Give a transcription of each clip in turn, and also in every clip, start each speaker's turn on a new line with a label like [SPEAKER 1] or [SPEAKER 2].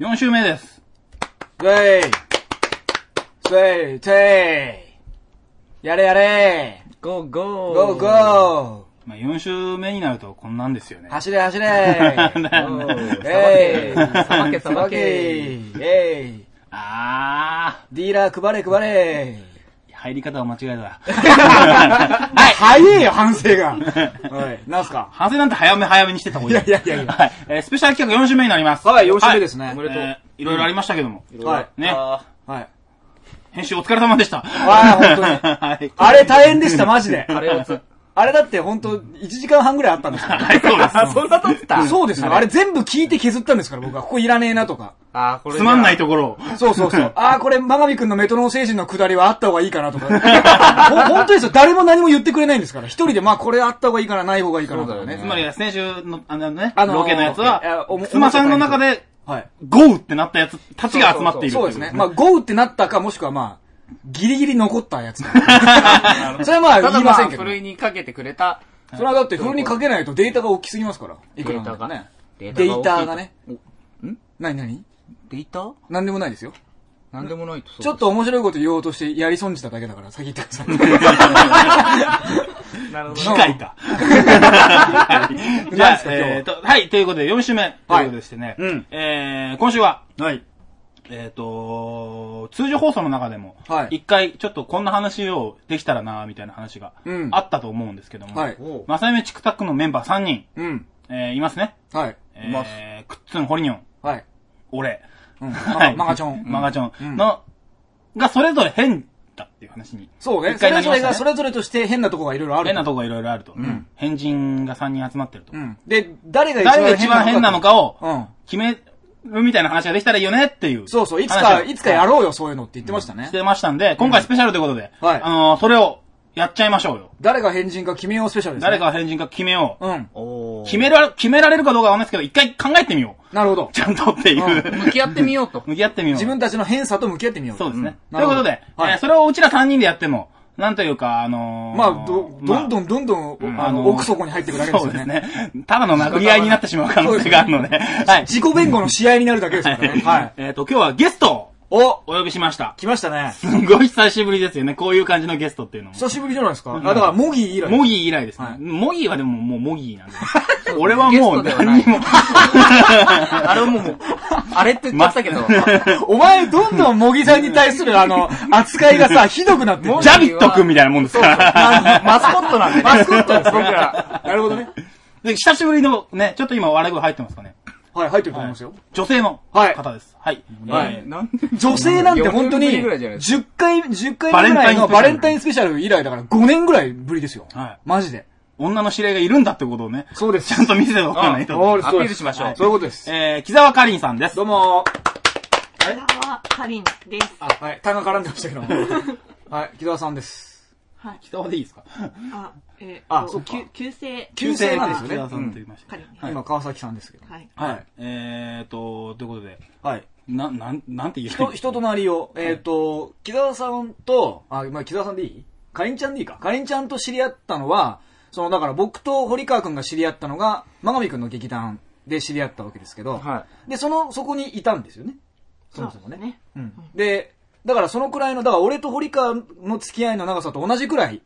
[SPEAKER 1] 4週目です。
[SPEAKER 2] ウェイスェイテイやれやれ
[SPEAKER 3] ゴーゴー
[SPEAKER 2] ゴーゴ
[SPEAKER 1] まあ、4週目になるとこんなんですよね
[SPEAKER 2] ー。走れ走 れ
[SPEAKER 3] お
[SPEAKER 2] ウ
[SPEAKER 3] ー
[SPEAKER 2] ェイ
[SPEAKER 3] さばけさばけさば
[SPEAKER 2] イ
[SPEAKER 3] け
[SPEAKER 2] ェイ
[SPEAKER 1] あ
[SPEAKER 2] ディーラー配れ配れ
[SPEAKER 1] ー、入り方を間違えた。
[SPEAKER 2] はい早えよ、反省 がはい、なんすか
[SPEAKER 1] 反省なんて早め早めにしてた方がいい。
[SPEAKER 2] いやいやいやいや
[SPEAKER 1] はい。えースペシャル企画4週目になります。
[SPEAKER 2] はい、4週目ですね。
[SPEAKER 3] おめ
[SPEAKER 1] え
[SPEAKER 3] でとう
[SPEAKER 1] ーいろいろありましたけども。
[SPEAKER 2] はい、
[SPEAKER 1] ね。
[SPEAKER 3] あ
[SPEAKER 2] はい。
[SPEAKER 1] 編集お疲れ様でした。
[SPEAKER 2] はい本当に
[SPEAKER 1] はい。
[SPEAKER 2] あれ大変でした、マジで。
[SPEAKER 3] ーあれをつ、
[SPEAKER 2] あれだって本当1時間半ぐらいあったんですよ。
[SPEAKER 1] はい、そうです。
[SPEAKER 3] そんなとった
[SPEAKER 2] そうですよ。あれ全部聞いて削ったんですから、僕は。ここいらねえなとか。
[SPEAKER 3] あーこれ
[SPEAKER 1] つまんない
[SPEAKER 3] と。
[SPEAKER 1] ところを。
[SPEAKER 2] そうそう そう。ああ、これ、マガミ君のメトロノー星人のくだりはあった方がいいかなとか。ほ本当ですよ。誰も何も言ってくれないんですから。一人で、まあ、これあった方がいいかな、ない方がいいかなとか
[SPEAKER 3] そうだよ
[SPEAKER 1] つ
[SPEAKER 3] ね
[SPEAKER 1] まり、先週の、あのね、
[SPEAKER 2] あのー
[SPEAKER 1] ロケのやつ
[SPEAKER 2] いや
[SPEAKER 1] は
[SPEAKER 2] おも、
[SPEAKER 1] 妻さんの中で、
[SPEAKER 2] はい。
[SPEAKER 1] ゴーってなったやつたちが集まっている
[SPEAKER 2] そう
[SPEAKER 1] とい
[SPEAKER 2] です
[SPEAKER 1] こと
[SPEAKER 2] ね。まあ、豪雨ってなったか、もしくはまあ、ギリギリ残ったやつか。 それはま
[SPEAKER 3] た
[SPEAKER 2] あ、言
[SPEAKER 3] だ
[SPEAKER 2] いま
[SPEAKER 3] ま
[SPEAKER 2] せん
[SPEAKER 3] あ、
[SPEAKER 2] けど。
[SPEAKER 3] ふ
[SPEAKER 2] そ
[SPEAKER 3] るいにかけてくれた
[SPEAKER 2] れはだって、ふるにかけないとデータが大きすぎますから。い
[SPEAKER 3] デ
[SPEAKER 2] くら
[SPEAKER 3] ー
[SPEAKER 2] なん
[SPEAKER 3] タ
[SPEAKER 2] でも
[SPEAKER 3] が
[SPEAKER 2] ね
[SPEAKER 3] ね。。デ
[SPEAKER 2] データが
[SPEAKER 3] 大きい
[SPEAKER 2] ね。何何
[SPEAKER 3] データ
[SPEAKER 2] 何でもないですよ。
[SPEAKER 3] なんでもないとそう。
[SPEAKER 2] ちょっと面白いこと言おうとして、やり損じただけだから、先言ってください。
[SPEAKER 3] な るほど
[SPEAKER 1] 次回か。はいじゃ
[SPEAKER 2] 何
[SPEAKER 1] あ
[SPEAKER 2] す、か今日
[SPEAKER 1] えーと、はい、ということで、4週目、ということでしてね、
[SPEAKER 2] うん
[SPEAKER 1] えー今週は、
[SPEAKER 2] はい。
[SPEAKER 1] えっ、と、通常放送の中でも、
[SPEAKER 2] はい
[SPEAKER 1] 一回、ちょっとこんな話をできたらなみたいな話が
[SPEAKER 2] うん
[SPEAKER 1] あったと思うんですけども、
[SPEAKER 2] はい。
[SPEAKER 3] おう
[SPEAKER 1] まさゆめチクタクのメンバー3人、
[SPEAKER 2] うん。
[SPEAKER 1] えーいますね。
[SPEAKER 2] はい。
[SPEAKER 1] え
[SPEAKER 3] います
[SPEAKER 1] ー、クッツン、ホリニョン、
[SPEAKER 2] はい。
[SPEAKER 1] 俺、
[SPEAKER 2] うん。
[SPEAKER 1] は
[SPEAKER 2] ま
[SPEAKER 1] い
[SPEAKER 2] マガチョン。
[SPEAKER 1] マガチョ
[SPEAKER 2] うん
[SPEAKER 1] ンの、がそれぞれ変だっていう話に。
[SPEAKER 2] そうね。
[SPEAKER 1] 一
[SPEAKER 2] そ
[SPEAKER 1] 回な
[SPEAKER 2] れ
[SPEAKER 1] り
[SPEAKER 2] ぞ
[SPEAKER 1] ま
[SPEAKER 2] れ
[SPEAKER 1] したね
[SPEAKER 2] が、それぞれとして変なとこがいろいろある。
[SPEAKER 1] 変なとこがいろいろあると。変人が3人集まってると。
[SPEAKER 2] うん。で、誰が
[SPEAKER 1] 誰が一番変なのかを
[SPEAKER 2] うん。
[SPEAKER 1] 決めるみたいな話ができたらいいよねっていう。
[SPEAKER 2] そうそう。いつ
[SPEAKER 1] 話
[SPEAKER 2] か、
[SPEAKER 1] を
[SPEAKER 2] いつかやろうよ、そういうのって言ってましたね
[SPEAKER 1] し。てましたんで、今回スペシャルということで、
[SPEAKER 2] はい
[SPEAKER 1] あのーそれをやっちゃいましょうよ。
[SPEAKER 2] 誰が変人か決めようスペシャルですね。
[SPEAKER 1] 誰が変人か決めよう。
[SPEAKER 2] うん。
[SPEAKER 3] おー
[SPEAKER 1] 決めら、決められるかどうかはわかんないですけど、一回考えてみよう。
[SPEAKER 2] なるほど。
[SPEAKER 1] ちゃんとっていう。
[SPEAKER 3] 向き合ってみよう と。
[SPEAKER 1] 向き合ってみよう。
[SPEAKER 2] 自分たちの変さと向き合ってみよう。
[SPEAKER 1] そうですね。
[SPEAKER 2] うん
[SPEAKER 1] ということで、
[SPEAKER 2] はい
[SPEAKER 1] えーそれをうちら3人でやっても、なんというか、あのー
[SPEAKER 2] まあ、ど、どん
[SPEAKER 1] ん、
[SPEAKER 2] どんどんどん、あの、
[SPEAKER 1] ー
[SPEAKER 2] 奥底に入っていくだけです
[SPEAKER 1] そう
[SPEAKER 2] よ
[SPEAKER 1] です
[SPEAKER 2] ね。
[SPEAKER 1] ね。ただの殴り合いになってしまう可能性があるので、はい。
[SPEAKER 2] 自己弁護の試合になるだけですからね。はい。
[SPEAKER 1] えっと、今日はゲストを
[SPEAKER 2] お
[SPEAKER 1] お呼びしました。
[SPEAKER 2] 来ましたね。
[SPEAKER 1] すごい久しぶりですよね。こういう感じのゲストっていうのも。
[SPEAKER 2] 久しぶりじゃないですか。あ、だから、モギー以来。
[SPEAKER 1] モギー以来ですね。
[SPEAKER 2] はい
[SPEAKER 1] モギーはでももうモギーなんで。俺はもう
[SPEAKER 3] ゲストではな
[SPEAKER 1] 何
[SPEAKER 3] い
[SPEAKER 1] にも。
[SPEAKER 3] あれはもうもう、あれって言っちゃったけど。
[SPEAKER 2] お前、どんどん茂木さんに対する、あの、扱いがさ、ひどくなってる
[SPEAKER 3] モギ
[SPEAKER 1] ジ
[SPEAKER 3] ー
[SPEAKER 1] ャビット君みたいなもんですから。
[SPEAKER 3] マスコットなんで。
[SPEAKER 2] マスコットですね
[SPEAKER 3] 僕ら。
[SPEAKER 2] なるほどね。
[SPEAKER 1] で久しぶりのね、ちょっと今笑い声入ってますかね。
[SPEAKER 2] はい、入ってると思いますよ。
[SPEAKER 1] 女性の
[SPEAKER 2] はい
[SPEAKER 1] 方です。はい。
[SPEAKER 2] はい
[SPEAKER 1] えー
[SPEAKER 3] なん
[SPEAKER 2] 女性なんて本当に、
[SPEAKER 3] 四年ぶりぐらいじゃないです
[SPEAKER 2] 10回、10回目ぐらいのバ
[SPEAKER 1] バ
[SPEAKER 2] レ
[SPEAKER 1] レン
[SPEAKER 2] ンタ
[SPEAKER 1] タ
[SPEAKER 2] イ
[SPEAKER 1] イ
[SPEAKER 2] ンスペシャル以来だから5年ぐらいぶりですよ。
[SPEAKER 1] はい
[SPEAKER 2] マジで。
[SPEAKER 1] 女の指令がいるんだってことをね、
[SPEAKER 2] そうです
[SPEAKER 1] ちゃんと見せておかないと。
[SPEAKER 3] アピールしましょう
[SPEAKER 2] そういうことです。
[SPEAKER 1] えー、木沢かりんさんです。
[SPEAKER 2] どうもー
[SPEAKER 4] はかりんです。
[SPEAKER 2] あ、はい。単が絡んでましたけど も。はい、木澤さんです。
[SPEAKER 4] はい。
[SPEAKER 1] 木沢でいいですか
[SPEAKER 4] あ、えー、
[SPEAKER 2] あ
[SPEAKER 4] と
[SPEAKER 2] そっか
[SPEAKER 4] きゅ旧姓。
[SPEAKER 2] 旧姓なんですよね
[SPEAKER 1] 木沢さんと言いました
[SPEAKER 4] か。りん。
[SPEAKER 1] はい
[SPEAKER 2] 今、川崎さんですけど。
[SPEAKER 4] はい。
[SPEAKER 1] はい。えーと、ということで、
[SPEAKER 2] はい。
[SPEAKER 1] な、なん、なんて言う
[SPEAKER 2] 人、人となりを、えっ、と、木澤さんと、あ、まあ、木澤さんでいいかりんちゃんでいいかかりんちゃんと知り合ったのは、その、だから僕と堀川くんが知り合ったのが、真上くんの劇団で知り合ったわけですけど、
[SPEAKER 3] は
[SPEAKER 2] で、その、そこにいたんですよね。そもそも
[SPEAKER 4] う
[SPEAKER 2] ね。
[SPEAKER 4] ですね。
[SPEAKER 2] うん。で、だからそのくらいの、だから俺と堀川の付き合いの長さと同じくらい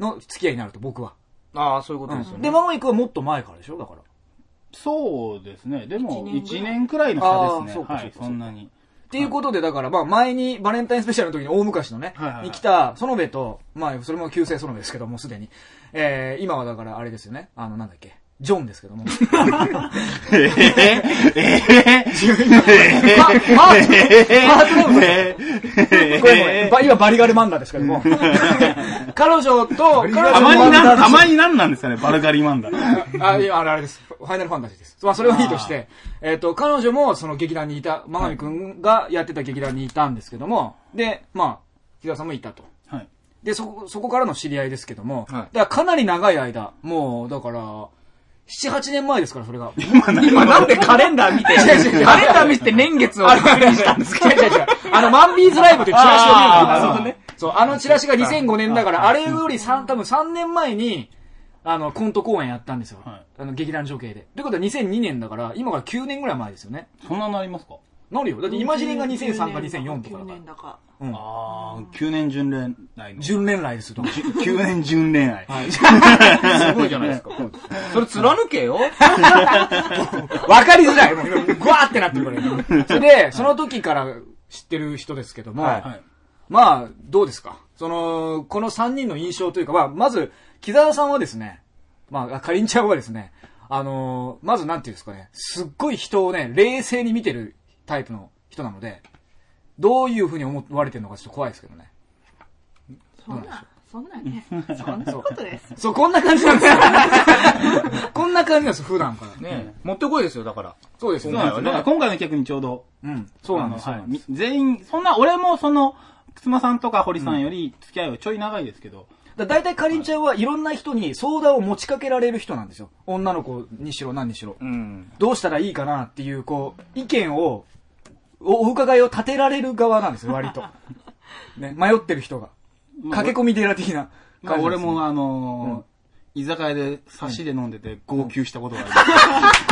[SPEAKER 2] の付き合いになると、僕は。
[SPEAKER 3] ああ、そういうこと
[SPEAKER 2] う
[SPEAKER 3] ですよ
[SPEAKER 2] ん。
[SPEAKER 3] ね。
[SPEAKER 2] で、真上くんはもっと前からでしょだから。
[SPEAKER 1] そうですね。でも、
[SPEAKER 4] 一
[SPEAKER 1] 1
[SPEAKER 4] 年
[SPEAKER 1] 年くらいの差です
[SPEAKER 2] あーそう
[SPEAKER 1] ね。
[SPEAKER 2] か
[SPEAKER 1] は
[SPEAKER 2] そう
[SPEAKER 1] い
[SPEAKER 2] か、そうか
[SPEAKER 1] そんなに。
[SPEAKER 2] っていうことで、だから、まあ、前に、バレンタインスペシャルの時に大昔のね、
[SPEAKER 1] はいはいはい
[SPEAKER 2] に来た、園部と、まあ、それも旧姓園部ですけども、すでに。えー、今はだから、あれですよね。あの、なんだっけ。ジョンですけども。
[SPEAKER 1] えー、え
[SPEAKER 2] パパートパートネーム
[SPEAKER 1] え
[SPEAKER 2] ごめんごめんば今、バリガルマンダですけども。彼女と、彼女
[SPEAKER 1] たまにな、たま
[SPEAKER 2] に。
[SPEAKER 1] になんなんですかね、バルガリマンダ。
[SPEAKER 2] あ、いや、あれ、あれです。ファイナルファンタジーです。まあ、それはいいとして、えっ、と、彼女も、その劇団にいた、真上くんがやってた劇団にいたんですけども、で、まあ、木田さんもいたと。
[SPEAKER 1] はい。
[SPEAKER 2] で、そこ、そこからの知り合いですけども、
[SPEAKER 3] はい
[SPEAKER 2] だからかなり長い間、もう、だから、7、8年前ですから、それが。 違
[SPEAKER 3] 今なんでカレンダー見て、
[SPEAKER 2] 違う違う
[SPEAKER 3] カレンダー見て年月を確認したんですか
[SPEAKER 2] う違う違う。あの、マンビーズライブというチラシを見る
[SPEAKER 1] あーなるほど
[SPEAKER 2] ね。そう、あのチラシが2005年だから、あれより3、多分3年前に、あの、コント公演やったんですよ。
[SPEAKER 1] はい
[SPEAKER 2] あの、劇団情景で。ということは2002年だから、今から9年ぐらい前ですよね。
[SPEAKER 1] そんなになりますか
[SPEAKER 2] なるよ。だってイマジリンが2003か2004とかだ
[SPEAKER 4] 9
[SPEAKER 2] から
[SPEAKER 4] 年。だか。
[SPEAKER 2] うん。
[SPEAKER 1] ああ、9年純恋愛の。
[SPEAKER 2] 純恋愛ですと。
[SPEAKER 1] 9年純恋愛。
[SPEAKER 5] すごいじゃないですか。それ貫けよ。
[SPEAKER 2] わかりづらい。もう、今ぐわーってなってるから。それで、その時から知ってる人ですけども、
[SPEAKER 5] はい
[SPEAKER 1] はい。
[SPEAKER 2] まあ、どうですかその、この3人の印象というか、まあ、まず、木沢さんはですね、まあ、かりんちゃんはですね、あのーまずなんていうんですかね、すっごい人をね、冷静に見てるタイプの人なので、どういうふうに思われてるのかちょっと怖いですけどね。
[SPEAKER 4] そんな、そんなね、そんなこと です。
[SPEAKER 2] そう、こんな感じなんですよ。こんな感じなんですよ、普段から。
[SPEAKER 5] ね持ってこいですよ、だから。
[SPEAKER 2] そうですよ
[SPEAKER 1] そうなんで。
[SPEAKER 2] ね
[SPEAKER 1] すよ。だから今回の企画にちょうど、
[SPEAKER 2] うん、そうなんです、そ
[SPEAKER 1] あ
[SPEAKER 2] う
[SPEAKER 1] の
[SPEAKER 2] な
[SPEAKER 1] は
[SPEAKER 2] ん
[SPEAKER 1] い
[SPEAKER 2] です。
[SPEAKER 1] 全員、そんな、俺もその、くつまさんとか堀さんより付き合いはちょい長いですけど、
[SPEAKER 2] だいたいかりんちゃんはいろんな人に相談を持ちかけられる人なんですよ。女の子にしろ何にしろ。
[SPEAKER 5] うん。
[SPEAKER 2] どうしたらいいかなっていう、こう、意見を、おお伺いを立てられる側なんですよ、 割と。ね、迷ってる人が。駆け込み寺的な
[SPEAKER 1] まあ
[SPEAKER 2] 感じなんですね
[SPEAKER 1] 俺もあのー居酒屋で差しで飲んでて号泣したことが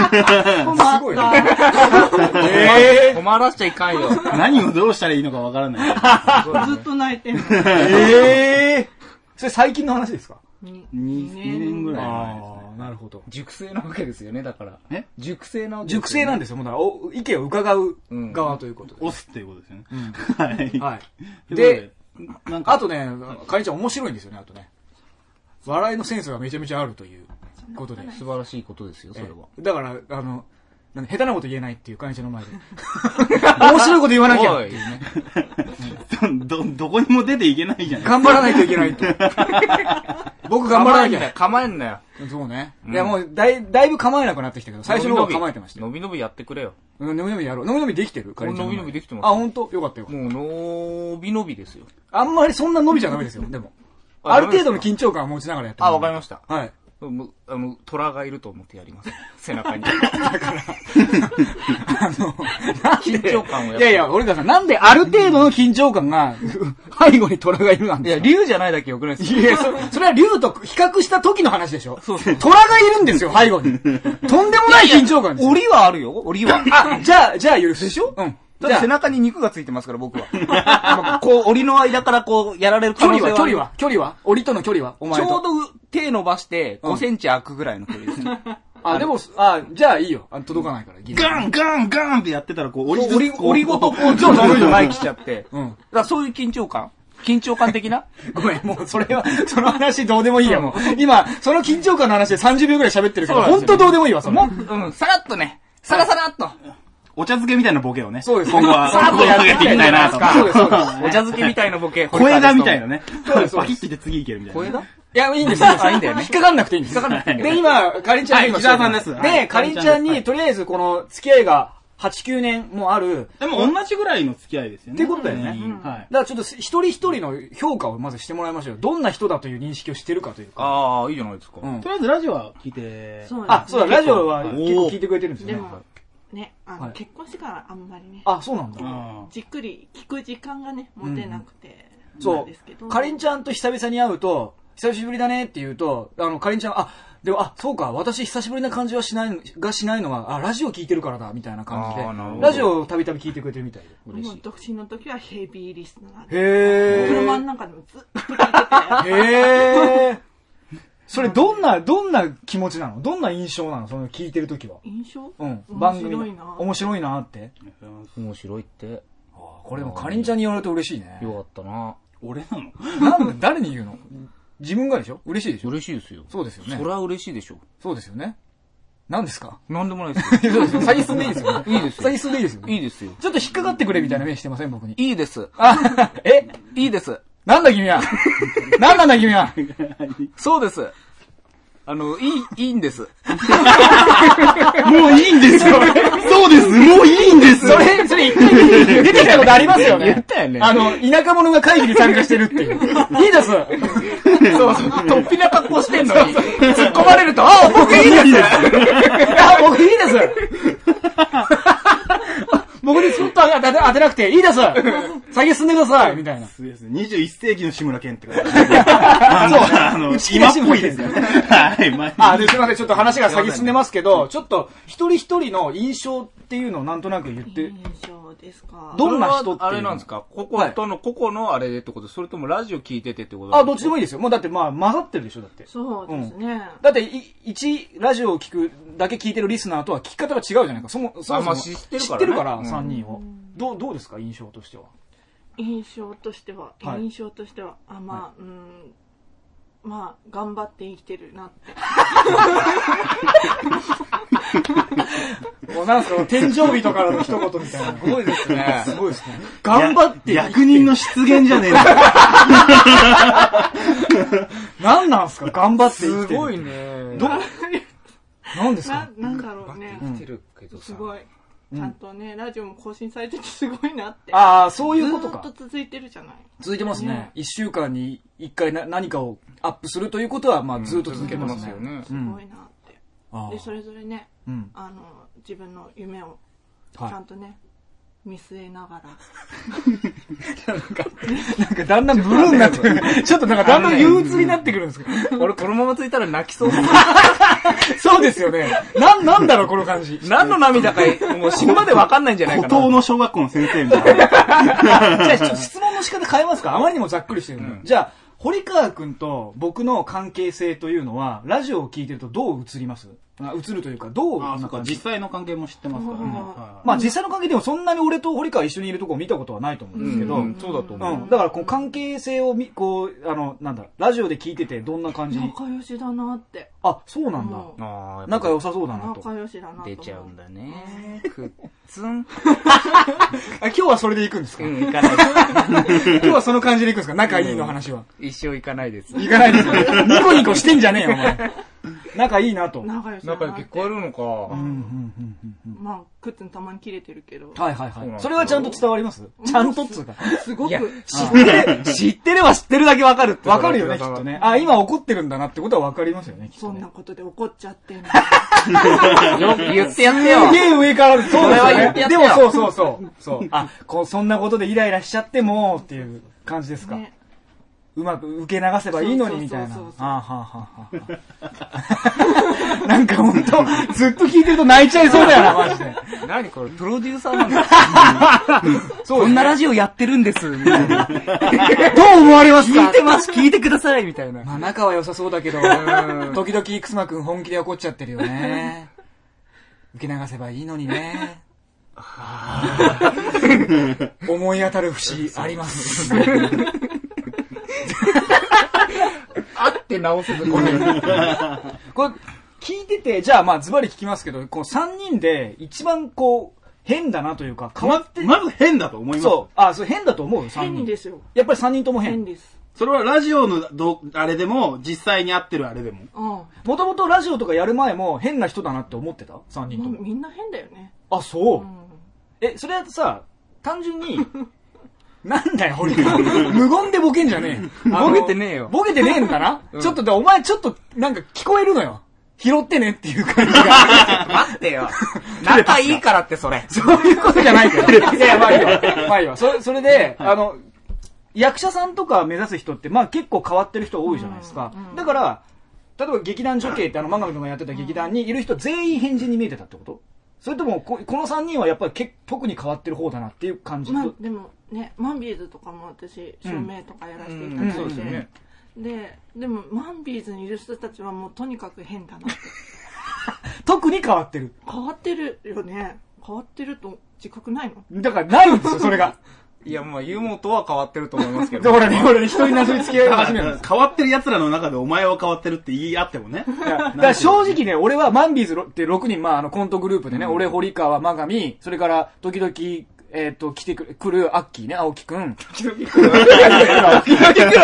[SPEAKER 1] あり ます。
[SPEAKER 2] すごいね
[SPEAKER 4] 困った
[SPEAKER 5] ええ困らせちゃいかんよ。
[SPEAKER 1] 何をどうしたらいいのかわから ない。
[SPEAKER 4] ずっと泣いてる。
[SPEAKER 2] ええそれ最近の話ですか
[SPEAKER 4] に
[SPEAKER 1] 2年ぐらい前ですね。
[SPEAKER 2] ああ、なるほど。
[SPEAKER 5] 熟成なわけですよね、だから。
[SPEAKER 1] え
[SPEAKER 5] 熟成なわけ
[SPEAKER 2] 熟成なん
[SPEAKER 5] で
[SPEAKER 2] ですよ、もうだからお、意見を伺う側ということで。
[SPEAKER 1] 押すっていうことですよね。
[SPEAKER 2] ん
[SPEAKER 1] はい。
[SPEAKER 2] はい。で
[SPEAKER 1] で、、なんか、
[SPEAKER 2] あとね、かりんちゃん面白いんですよね、あとね。笑いのセンスがめちゃめちゃあるということで。
[SPEAKER 5] すよ。素晴らしいことですよ、それは。
[SPEAKER 2] だから、あの、なんだ下手なこと言えないっていう会社の前で。 面白いこと言わなきゃっていうね。
[SPEAKER 1] ど、どこにも出ていけないじゃない
[SPEAKER 2] 頑張らないといけないと。 僕頑張らなきゃ。
[SPEAKER 5] 構えんなよ。
[SPEAKER 2] そうね。
[SPEAKER 5] うん
[SPEAKER 2] いやもう、だい、だいぶ構えなくなってきたけど、最初の方は構えてましたよ。
[SPEAKER 5] 伸び伸びやってくれよ。
[SPEAKER 2] うん、伸び伸びやろう。伸び伸びできてるかりんちゃんの前
[SPEAKER 5] 伸び伸びできてます
[SPEAKER 2] あ、本当よかったよ。
[SPEAKER 5] もう、伸び伸びですよ。
[SPEAKER 2] あんまりそんな伸びちゃダメですよ、でも。
[SPEAKER 5] あ
[SPEAKER 2] ある程度の緊張感を持ちながらやって
[SPEAKER 5] あ、わかりま
[SPEAKER 2] し
[SPEAKER 5] した。
[SPEAKER 2] た。はい。
[SPEAKER 5] むあの、虎がいると思ってやり ます。背中に。
[SPEAKER 2] あの、なんで
[SPEAKER 5] 緊張感をやっ ぱ
[SPEAKER 2] いやいや、俺川さん、なんである程度の緊張感が、 背後に虎がいるなん
[SPEAKER 5] い
[SPEAKER 2] です
[SPEAKER 5] や、
[SPEAKER 2] か
[SPEAKER 5] 竜じゃないだけよくないですか
[SPEAKER 2] いや、そ それは竜と比較した時の話でしょそう虎がいるんですよ、背後に。とんでもない緊張感ですよ。
[SPEAKER 5] 檻はあるよ、檻 は。
[SPEAKER 2] あ、じゃあ、じゃあ許すでしょうん。じ
[SPEAKER 5] だって
[SPEAKER 2] ゃ
[SPEAKER 5] 背
[SPEAKER 2] あ、
[SPEAKER 5] 中に肉がついてますから、僕は。まあ こう、檻の間からこう、やられる可
[SPEAKER 2] 距
[SPEAKER 5] 能
[SPEAKER 2] 離
[SPEAKER 5] 性はあ
[SPEAKER 2] は、
[SPEAKER 5] る。
[SPEAKER 2] 距離は、距離は、檻との距離は、お前
[SPEAKER 5] ち
[SPEAKER 2] と。
[SPEAKER 5] ょうど手伸ばして、
[SPEAKER 2] うん
[SPEAKER 5] 5センチ開くぐらいの距離ですね。
[SPEAKER 2] あ、でも、あ、じゃあいいよ。あ届かないから、ギリ。
[SPEAKER 1] ガンガンガンってやってたら、こう、折りず
[SPEAKER 5] 折り、折りごとこう、ちょっと前来ちゃって。
[SPEAKER 2] う
[SPEAKER 5] うんん。だからそういう緊張感緊張感的な
[SPEAKER 2] ごめん、もうそれは、その話どうでもいいや、もう。今、その緊張感の話で30秒ぐらい喋ってるから、
[SPEAKER 5] そうなん
[SPEAKER 2] 本
[SPEAKER 5] ですよ
[SPEAKER 2] 当どうでもいいわ、それ
[SPEAKER 5] も。 う、うん、さらっとね、さらさらっと。
[SPEAKER 1] お茶漬けみたいなボケをね。
[SPEAKER 2] そうですね
[SPEAKER 1] 今後は、
[SPEAKER 2] さらっとやっていきたい
[SPEAKER 1] 今後はやっていきたいなと。
[SPEAKER 2] そうですそうです
[SPEAKER 5] お茶漬けみたいなボ ケ。
[SPEAKER 1] 小枝みたいなね。
[SPEAKER 2] そうですそうです
[SPEAKER 1] バキッていって次いけるみたいな。
[SPEAKER 5] 小枝
[SPEAKER 2] いや、いいんです
[SPEAKER 5] あいいんだよね
[SPEAKER 2] 引っかかんなくていいんです。引っかかんなくてで、今、かりんちゃんに
[SPEAKER 1] はい木澤さんですは
[SPEAKER 2] で、
[SPEAKER 1] い
[SPEAKER 2] かりんちゃん
[SPEAKER 1] は
[SPEAKER 2] に、
[SPEAKER 1] い
[SPEAKER 2] とりあえず、この、付き合いが、8、9年もある。
[SPEAKER 1] でも同じぐらいの付き合いですよね。
[SPEAKER 2] ってことだよね
[SPEAKER 1] 全員はい。
[SPEAKER 2] だからちょっと、一人一人の評価をまずしてもらいましょうよ。どんな人だという認識をしてるかというか。
[SPEAKER 5] ああ、いいじゃないですか。
[SPEAKER 2] うん
[SPEAKER 1] とりあえずラジオは聞いて、
[SPEAKER 4] そうなん
[SPEAKER 2] あ、
[SPEAKER 4] です
[SPEAKER 2] そうだ、ラジオは
[SPEAKER 1] おー
[SPEAKER 2] 結構聞いてくれてるんです
[SPEAKER 4] で
[SPEAKER 2] よね。
[SPEAKER 4] も、ね、あ
[SPEAKER 2] はい
[SPEAKER 4] の、結婚してからあんまりね、
[SPEAKER 2] あ、そうなんだ。
[SPEAKER 1] あ
[SPEAKER 4] じっくり聞く時間がね、持てなくて、な
[SPEAKER 2] そ
[SPEAKER 4] んですけど。
[SPEAKER 2] う。かりんちゃんと久々に会うと、久しぶりだねって言うと、あの、かりんちゃんが、あ、でも、あ、そうか、私久しぶりな感じはしない、がしないのは、あ、ラジオ聞いてるからだ、みたいな感じ
[SPEAKER 5] あーなるほ
[SPEAKER 2] で。
[SPEAKER 5] ど
[SPEAKER 2] ラジオをたびたび聞いてくれてるみたいで。
[SPEAKER 4] もう独身の時はヘビーリスナーで。
[SPEAKER 2] へー。
[SPEAKER 4] 車の中でもずっと聞いてて。
[SPEAKER 2] へえ。それどんな、どんな気持ちなのどんな印象なのその聞いてるときは。
[SPEAKER 4] 印象
[SPEAKER 2] うん。
[SPEAKER 4] 面白いな。
[SPEAKER 2] 面白いなって。
[SPEAKER 5] 面白いって、
[SPEAKER 2] これでもかりんちゃんに言われると嬉しいね。
[SPEAKER 5] よかったな。
[SPEAKER 1] 俺なの
[SPEAKER 2] なんで誰に言うの自分がでしょ嬉しいでしょ
[SPEAKER 5] 嬉しいですよ。
[SPEAKER 2] そうですよね
[SPEAKER 5] そ。れは嬉しいでしょ。
[SPEAKER 2] そうですよね。何ですか
[SPEAKER 5] なんでもないですよ。
[SPEAKER 2] そうですよ先進でいいですよね。
[SPEAKER 5] いいですよ
[SPEAKER 2] 先進でいいですよね。
[SPEAKER 5] いいですよ。
[SPEAKER 2] ちょっと引っかかってくれみたいな目してません僕に。
[SPEAKER 5] いいです。
[SPEAKER 2] あ、え
[SPEAKER 5] いいです。
[SPEAKER 2] なんだ君はなんなんだ君は
[SPEAKER 5] そうです。あの、いい、いいん です。
[SPEAKER 1] もういいんですよそうですもういいんです
[SPEAKER 2] それ、それ一回出てきたことありますよね。
[SPEAKER 5] 言ったよね
[SPEAKER 2] あの、田舎者が会議に参加してるって いう。いいです
[SPEAKER 5] そうそう。突飛な格好してんのに、突っ込まれると、あ、僕いいです
[SPEAKER 2] あ、僕いいです僕にスポット当て当てなくていいです先進んでくださいみたいな。
[SPEAKER 1] そうですね。21世紀の志村けんって感じ。あの、今っぽいですよね。はい、まあ
[SPEAKER 2] あ、で、すいません。ちょっと話が先進んでますけど、ちょっと一人一人の印象っていうのをなんとなく言って、
[SPEAKER 4] 印象ですか。
[SPEAKER 2] どんな人ってい
[SPEAKER 3] それ
[SPEAKER 2] う
[SPEAKER 3] はあれなんですか個々との、個々のあれでってことそれともラジオ聞いててってこと
[SPEAKER 2] あ、どっちでも
[SPEAKER 3] いい。
[SPEAKER 2] いいですよ。もうだってまあ混ざってるでしょ、だって。
[SPEAKER 4] そうですね。
[SPEAKER 2] だって、い一ラジオを聞く、だけ聞いてるリスナーとは聞き方が違うじゃないか。そも、そもそも
[SPEAKER 3] まあ知ってるからね
[SPEAKER 2] 知ってるから、
[SPEAKER 3] うん
[SPEAKER 2] 3人を。どう、どうですか、印象と しては。
[SPEAKER 4] 印象としては、
[SPEAKER 2] はい
[SPEAKER 4] 印象としては、あ、まあ、うん、まあ、頑張って生きてるなって。
[SPEAKER 2] もうなんすか、天井人からの一言みたいな。すごいですね。すごいですね。頑張って
[SPEAKER 1] や役人の出現じゃねえん だよ。
[SPEAKER 2] 何なんすか頑張って生
[SPEAKER 3] す
[SPEAKER 2] きてる。
[SPEAKER 3] ごいね。
[SPEAKER 2] ど、何です
[SPEAKER 4] な
[SPEAKER 2] か、
[SPEAKER 4] なんだろうね。
[SPEAKER 3] 生きてるけどさ。
[SPEAKER 4] すごい。ちゃんとね、ラジオも更新されててすごいなって。
[SPEAKER 2] ああ、そう
[SPEAKER 4] ず
[SPEAKER 2] いうこと
[SPEAKER 4] ーっと
[SPEAKER 2] か。
[SPEAKER 4] 続いてるじゃない。
[SPEAKER 2] 続いてますね
[SPEAKER 4] ね。
[SPEAKER 2] 一週間に一回な何かをアップするということは、まあずっと続けてますね。
[SPEAKER 3] よね
[SPEAKER 4] す。ごいなって。
[SPEAKER 2] あ
[SPEAKER 4] で、それぞれね、
[SPEAKER 2] ーうん。
[SPEAKER 4] あの、自分の夢をち
[SPEAKER 2] はい
[SPEAKER 4] ゃんとね、見据えながら。
[SPEAKER 2] なんかだんだんブルーになってくる。ちょっとなんかだんだん憂鬱になってくるんですけど。
[SPEAKER 3] 俺このままついたら泣きそうだ
[SPEAKER 2] そうですよね。なん、なんだろう、この感 じ。
[SPEAKER 3] 何の涙か、もう死ぬまでわかんないんじゃない
[SPEAKER 1] 孤
[SPEAKER 3] かな。
[SPEAKER 1] 島の小学校の先生みたいな。
[SPEAKER 2] じゃあ、ちょっと質問の仕方変えますかあまりにもざっくりしてるの、じゃあ、堀川くんと僕の関係性というのは、ラジオを聞いてるとどう映りますあ映るというか、どう
[SPEAKER 1] あなんか実際の関係も知ってますからね。
[SPEAKER 4] うん
[SPEAKER 1] はい
[SPEAKER 2] まあ実際の関係でもそんなに俺と堀川一緒にいるとこを見たことはないと思うんですけど、
[SPEAKER 3] う
[SPEAKER 2] うんん。
[SPEAKER 3] そうだと思う。
[SPEAKER 2] だからこう関係性をみ、こう、あの、なんだ、ラジオで聞いててどんな感じに、
[SPEAKER 4] 仲良しだなって。
[SPEAKER 2] あ、そうなんだ。
[SPEAKER 4] もう
[SPEAKER 3] ああ
[SPEAKER 2] 仲良さそうだなと。
[SPEAKER 4] 仲良しだなと思う。
[SPEAKER 3] 出ちゃうんだね。くっつん。
[SPEAKER 2] あ今日はそれで行くんですか、
[SPEAKER 3] うん、行かない。
[SPEAKER 2] 今日はその感じで行くんですか仲いいの話は。
[SPEAKER 3] 一生行かないです。
[SPEAKER 2] 行かないですね。ニコニコしてんじゃねえよ、お前。仲いいなと。うん
[SPEAKER 4] 仲良しだなっ
[SPEAKER 3] 仲
[SPEAKER 4] て。
[SPEAKER 3] 良く聞こえるのか。
[SPEAKER 2] うんうんうんうん
[SPEAKER 4] まあ、靴にたまに切れてるけど。
[SPEAKER 2] はいはいは
[SPEAKER 3] そうなん
[SPEAKER 2] い。
[SPEAKER 3] だ
[SPEAKER 2] それはちゃんと伝わりますちゃんとっつうか。
[SPEAKER 4] すご
[SPEAKER 3] いや、
[SPEAKER 4] く。
[SPEAKER 3] 知ってる、知ってれば知ってるだけわかるって。
[SPEAKER 2] わかるよね、きっと。ね。あ、今怒ってるんだなってことはわかりますよね、きっ
[SPEAKER 4] そ
[SPEAKER 2] と
[SPEAKER 4] ん
[SPEAKER 2] ね
[SPEAKER 4] な。ことで怒っちゃってんの。
[SPEAKER 3] よく言ってやってよ
[SPEAKER 2] す。げえ上から、そうです
[SPEAKER 3] 俺は言
[SPEAKER 2] よ
[SPEAKER 3] ってやった
[SPEAKER 2] ね。で
[SPEAKER 3] よ
[SPEAKER 2] もそうそうそう。そう。あ、こう、そんなことでイライラしちゃっても、っていう感じですか。
[SPEAKER 4] ね
[SPEAKER 2] うまく受け流せばいいのに、みたいな。
[SPEAKER 4] そ
[SPEAKER 2] あ
[SPEAKER 4] うそうそうそう
[SPEAKER 2] はあはあはあ なんかほんと、ずっと聞いてると泣いちゃいそうだよな、 マジで。
[SPEAKER 3] 何これ、プロデューサーなんだ。こんなラジオやってるんです。みたいな
[SPEAKER 2] どう思われます
[SPEAKER 3] 聞
[SPEAKER 2] か
[SPEAKER 3] いてます、聞いてください、みたいな。
[SPEAKER 2] まあ仲は良さそうだけど、時々くまくん本気で怒っちゃってるよね。受け流せばいいのにね。 思い当たる節あります。
[SPEAKER 3] あって直せず、これ。
[SPEAKER 2] これ、聞いてて、じゃあまあズバリ聞きますけど、こう3人で一番こう、変だなというか、変わって、
[SPEAKER 1] まず変だと思います。
[SPEAKER 2] そう、あ、そう変だと思う ?3 人。
[SPEAKER 4] 変ですよ。
[SPEAKER 2] やっぱり3人とも
[SPEAKER 4] 変
[SPEAKER 2] 変。
[SPEAKER 4] です。
[SPEAKER 1] それはラジオのど、あれでも、実際に合ってるあれでも。
[SPEAKER 4] うん。も
[SPEAKER 2] もともとラジオとかやる前も変な人だなって思ってた ?3 人と
[SPEAKER 4] う
[SPEAKER 2] も。
[SPEAKER 4] みんな変だよね。
[SPEAKER 2] あ、そう
[SPEAKER 4] う。ん。
[SPEAKER 2] え、それはさ、単純に、なんだよ、堀川。無言でボケんじゃねえよ。あの
[SPEAKER 3] ボケてねえよ
[SPEAKER 2] ボケてねえんだな。
[SPEAKER 3] うん
[SPEAKER 2] ちょっとで、お前ちょっと、なんか聞こえるのよ。拾ってねっていう感じが。
[SPEAKER 3] 待ってよ。仲いいからって、それ。
[SPEAKER 2] そういうことじゃないけど。いやいや、まあいいわ。まあいいわ。それ、それで、あの、役者さんとか目指す人って、まあ結構変わってる人多いじゃないですか。だから、例えば劇団女系ってあの、漫画君がやってた劇団にいる人全員変人に見えてたってことそれともこ、この3人はやっぱりけ特に変わってる方だなっていう感じ
[SPEAKER 4] まあ、でもね、マンビーズとかも私、照明とかやらせていた
[SPEAKER 2] うん
[SPEAKER 4] だいて、
[SPEAKER 2] うんそうですよ
[SPEAKER 3] ね
[SPEAKER 4] で、でも、マンビーズにいる人たちはもうとにかく変だなって。
[SPEAKER 2] 特に変わってる。
[SPEAKER 4] 変わってるよね。変わってると自覚ないの
[SPEAKER 2] だからないんですよ、それが。
[SPEAKER 3] いや、まあ、ユーモとは変わってる と思いますけ
[SPEAKER 2] で、
[SPEAKER 3] ど。
[SPEAKER 2] 俺ね、俺ね、人に謎に付き合い始めるんです。
[SPEAKER 1] 変わってる奴らの中でお前は変わってるって言い合ってもね。
[SPEAKER 2] いやだから正直ね、俺はマンビーズって6人、まあ、あの、コントグループでね、俺、堀川、真上、それから、時々、えっ、と、来てくる、来る、アッキーね、青木くん。
[SPEAKER 3] 言ってくる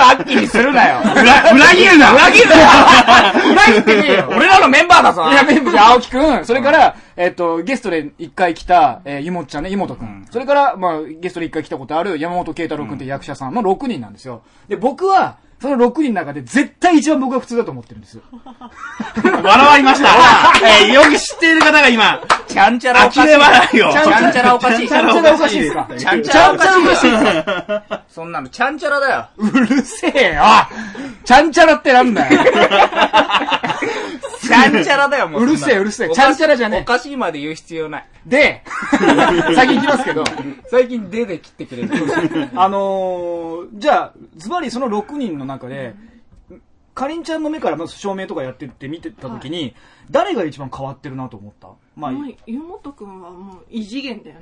[SPEAKER 3] アッキーにするなよ。
[SPEAKER 1] 裏、裏切るな
[SPEAKER 3] 裏切るな裏切ってねえよ。俺らのメンバーだぞ。
[SPEAKER 2] いや、メンバー、青木くん。それから、えっ、と、ゲストで一回来た、えー、ゆもっちゃんね、ゆもとくん。それから、まあ、ゲストで一回来たことある、山本慶太郎くんって役者さんの6人なんですよ。で、僕は、その6人の中で絶対一番僕は普通だと思ってるんですよ。
[SPEAKER 1] 笑われました。えーよく知っている方が今、
[SPEAKER 3] ちゃんちゃらお
[SPEAKER 1] あ
[SPEAKER 3] かしい。
[SPEAKER 1] きれ笑いよ。
[SPEAKER 3] ちゃんちゃらおかしい。
[SPEAKER 2] ちゃんちゃらおかしいですか
[SPEAKER 1] ち
[SPEAKER 3] ちゃんちゃ
[SPEAKER 2] ちゃ
[SPEAKER 3] らお
[SPEAKER 2] んちゃ
[SPEAKER 3] からし
[SPEAKER 2] お
[SPEAKER 3] い
[SPEAKER 2] かしい
[SPEAKER 3] よ。そんなの、ちゃんちゃらだよ。うるせえよちゃんちゃらってなんだよ。ちゃんちゃらだよ、もう。
[SPEAKER 2] うるせえ
[SPEAKER 3] そんなの
[SPEAKER 2] うるせえ
[SPEAKER 3] おかし
[SPEAKER 2] ちゃんちゃらじゃねえ
[SPEAKER 3] おかしいまで言う必要ない。
[SPEAKER 2] で、 先行きますけど、
[SPEAKER 3] 最近、出で切ってくれる。
[SPEAKER 2] あのー、じゃあ、ズバリその6人の中で、かりんちゃんの目からまず照明とかやってって見てた時に、誰が一番変わってるなと思ったまあ、
[SPEAKER 4] もう湯本くんはもう異次元だよね。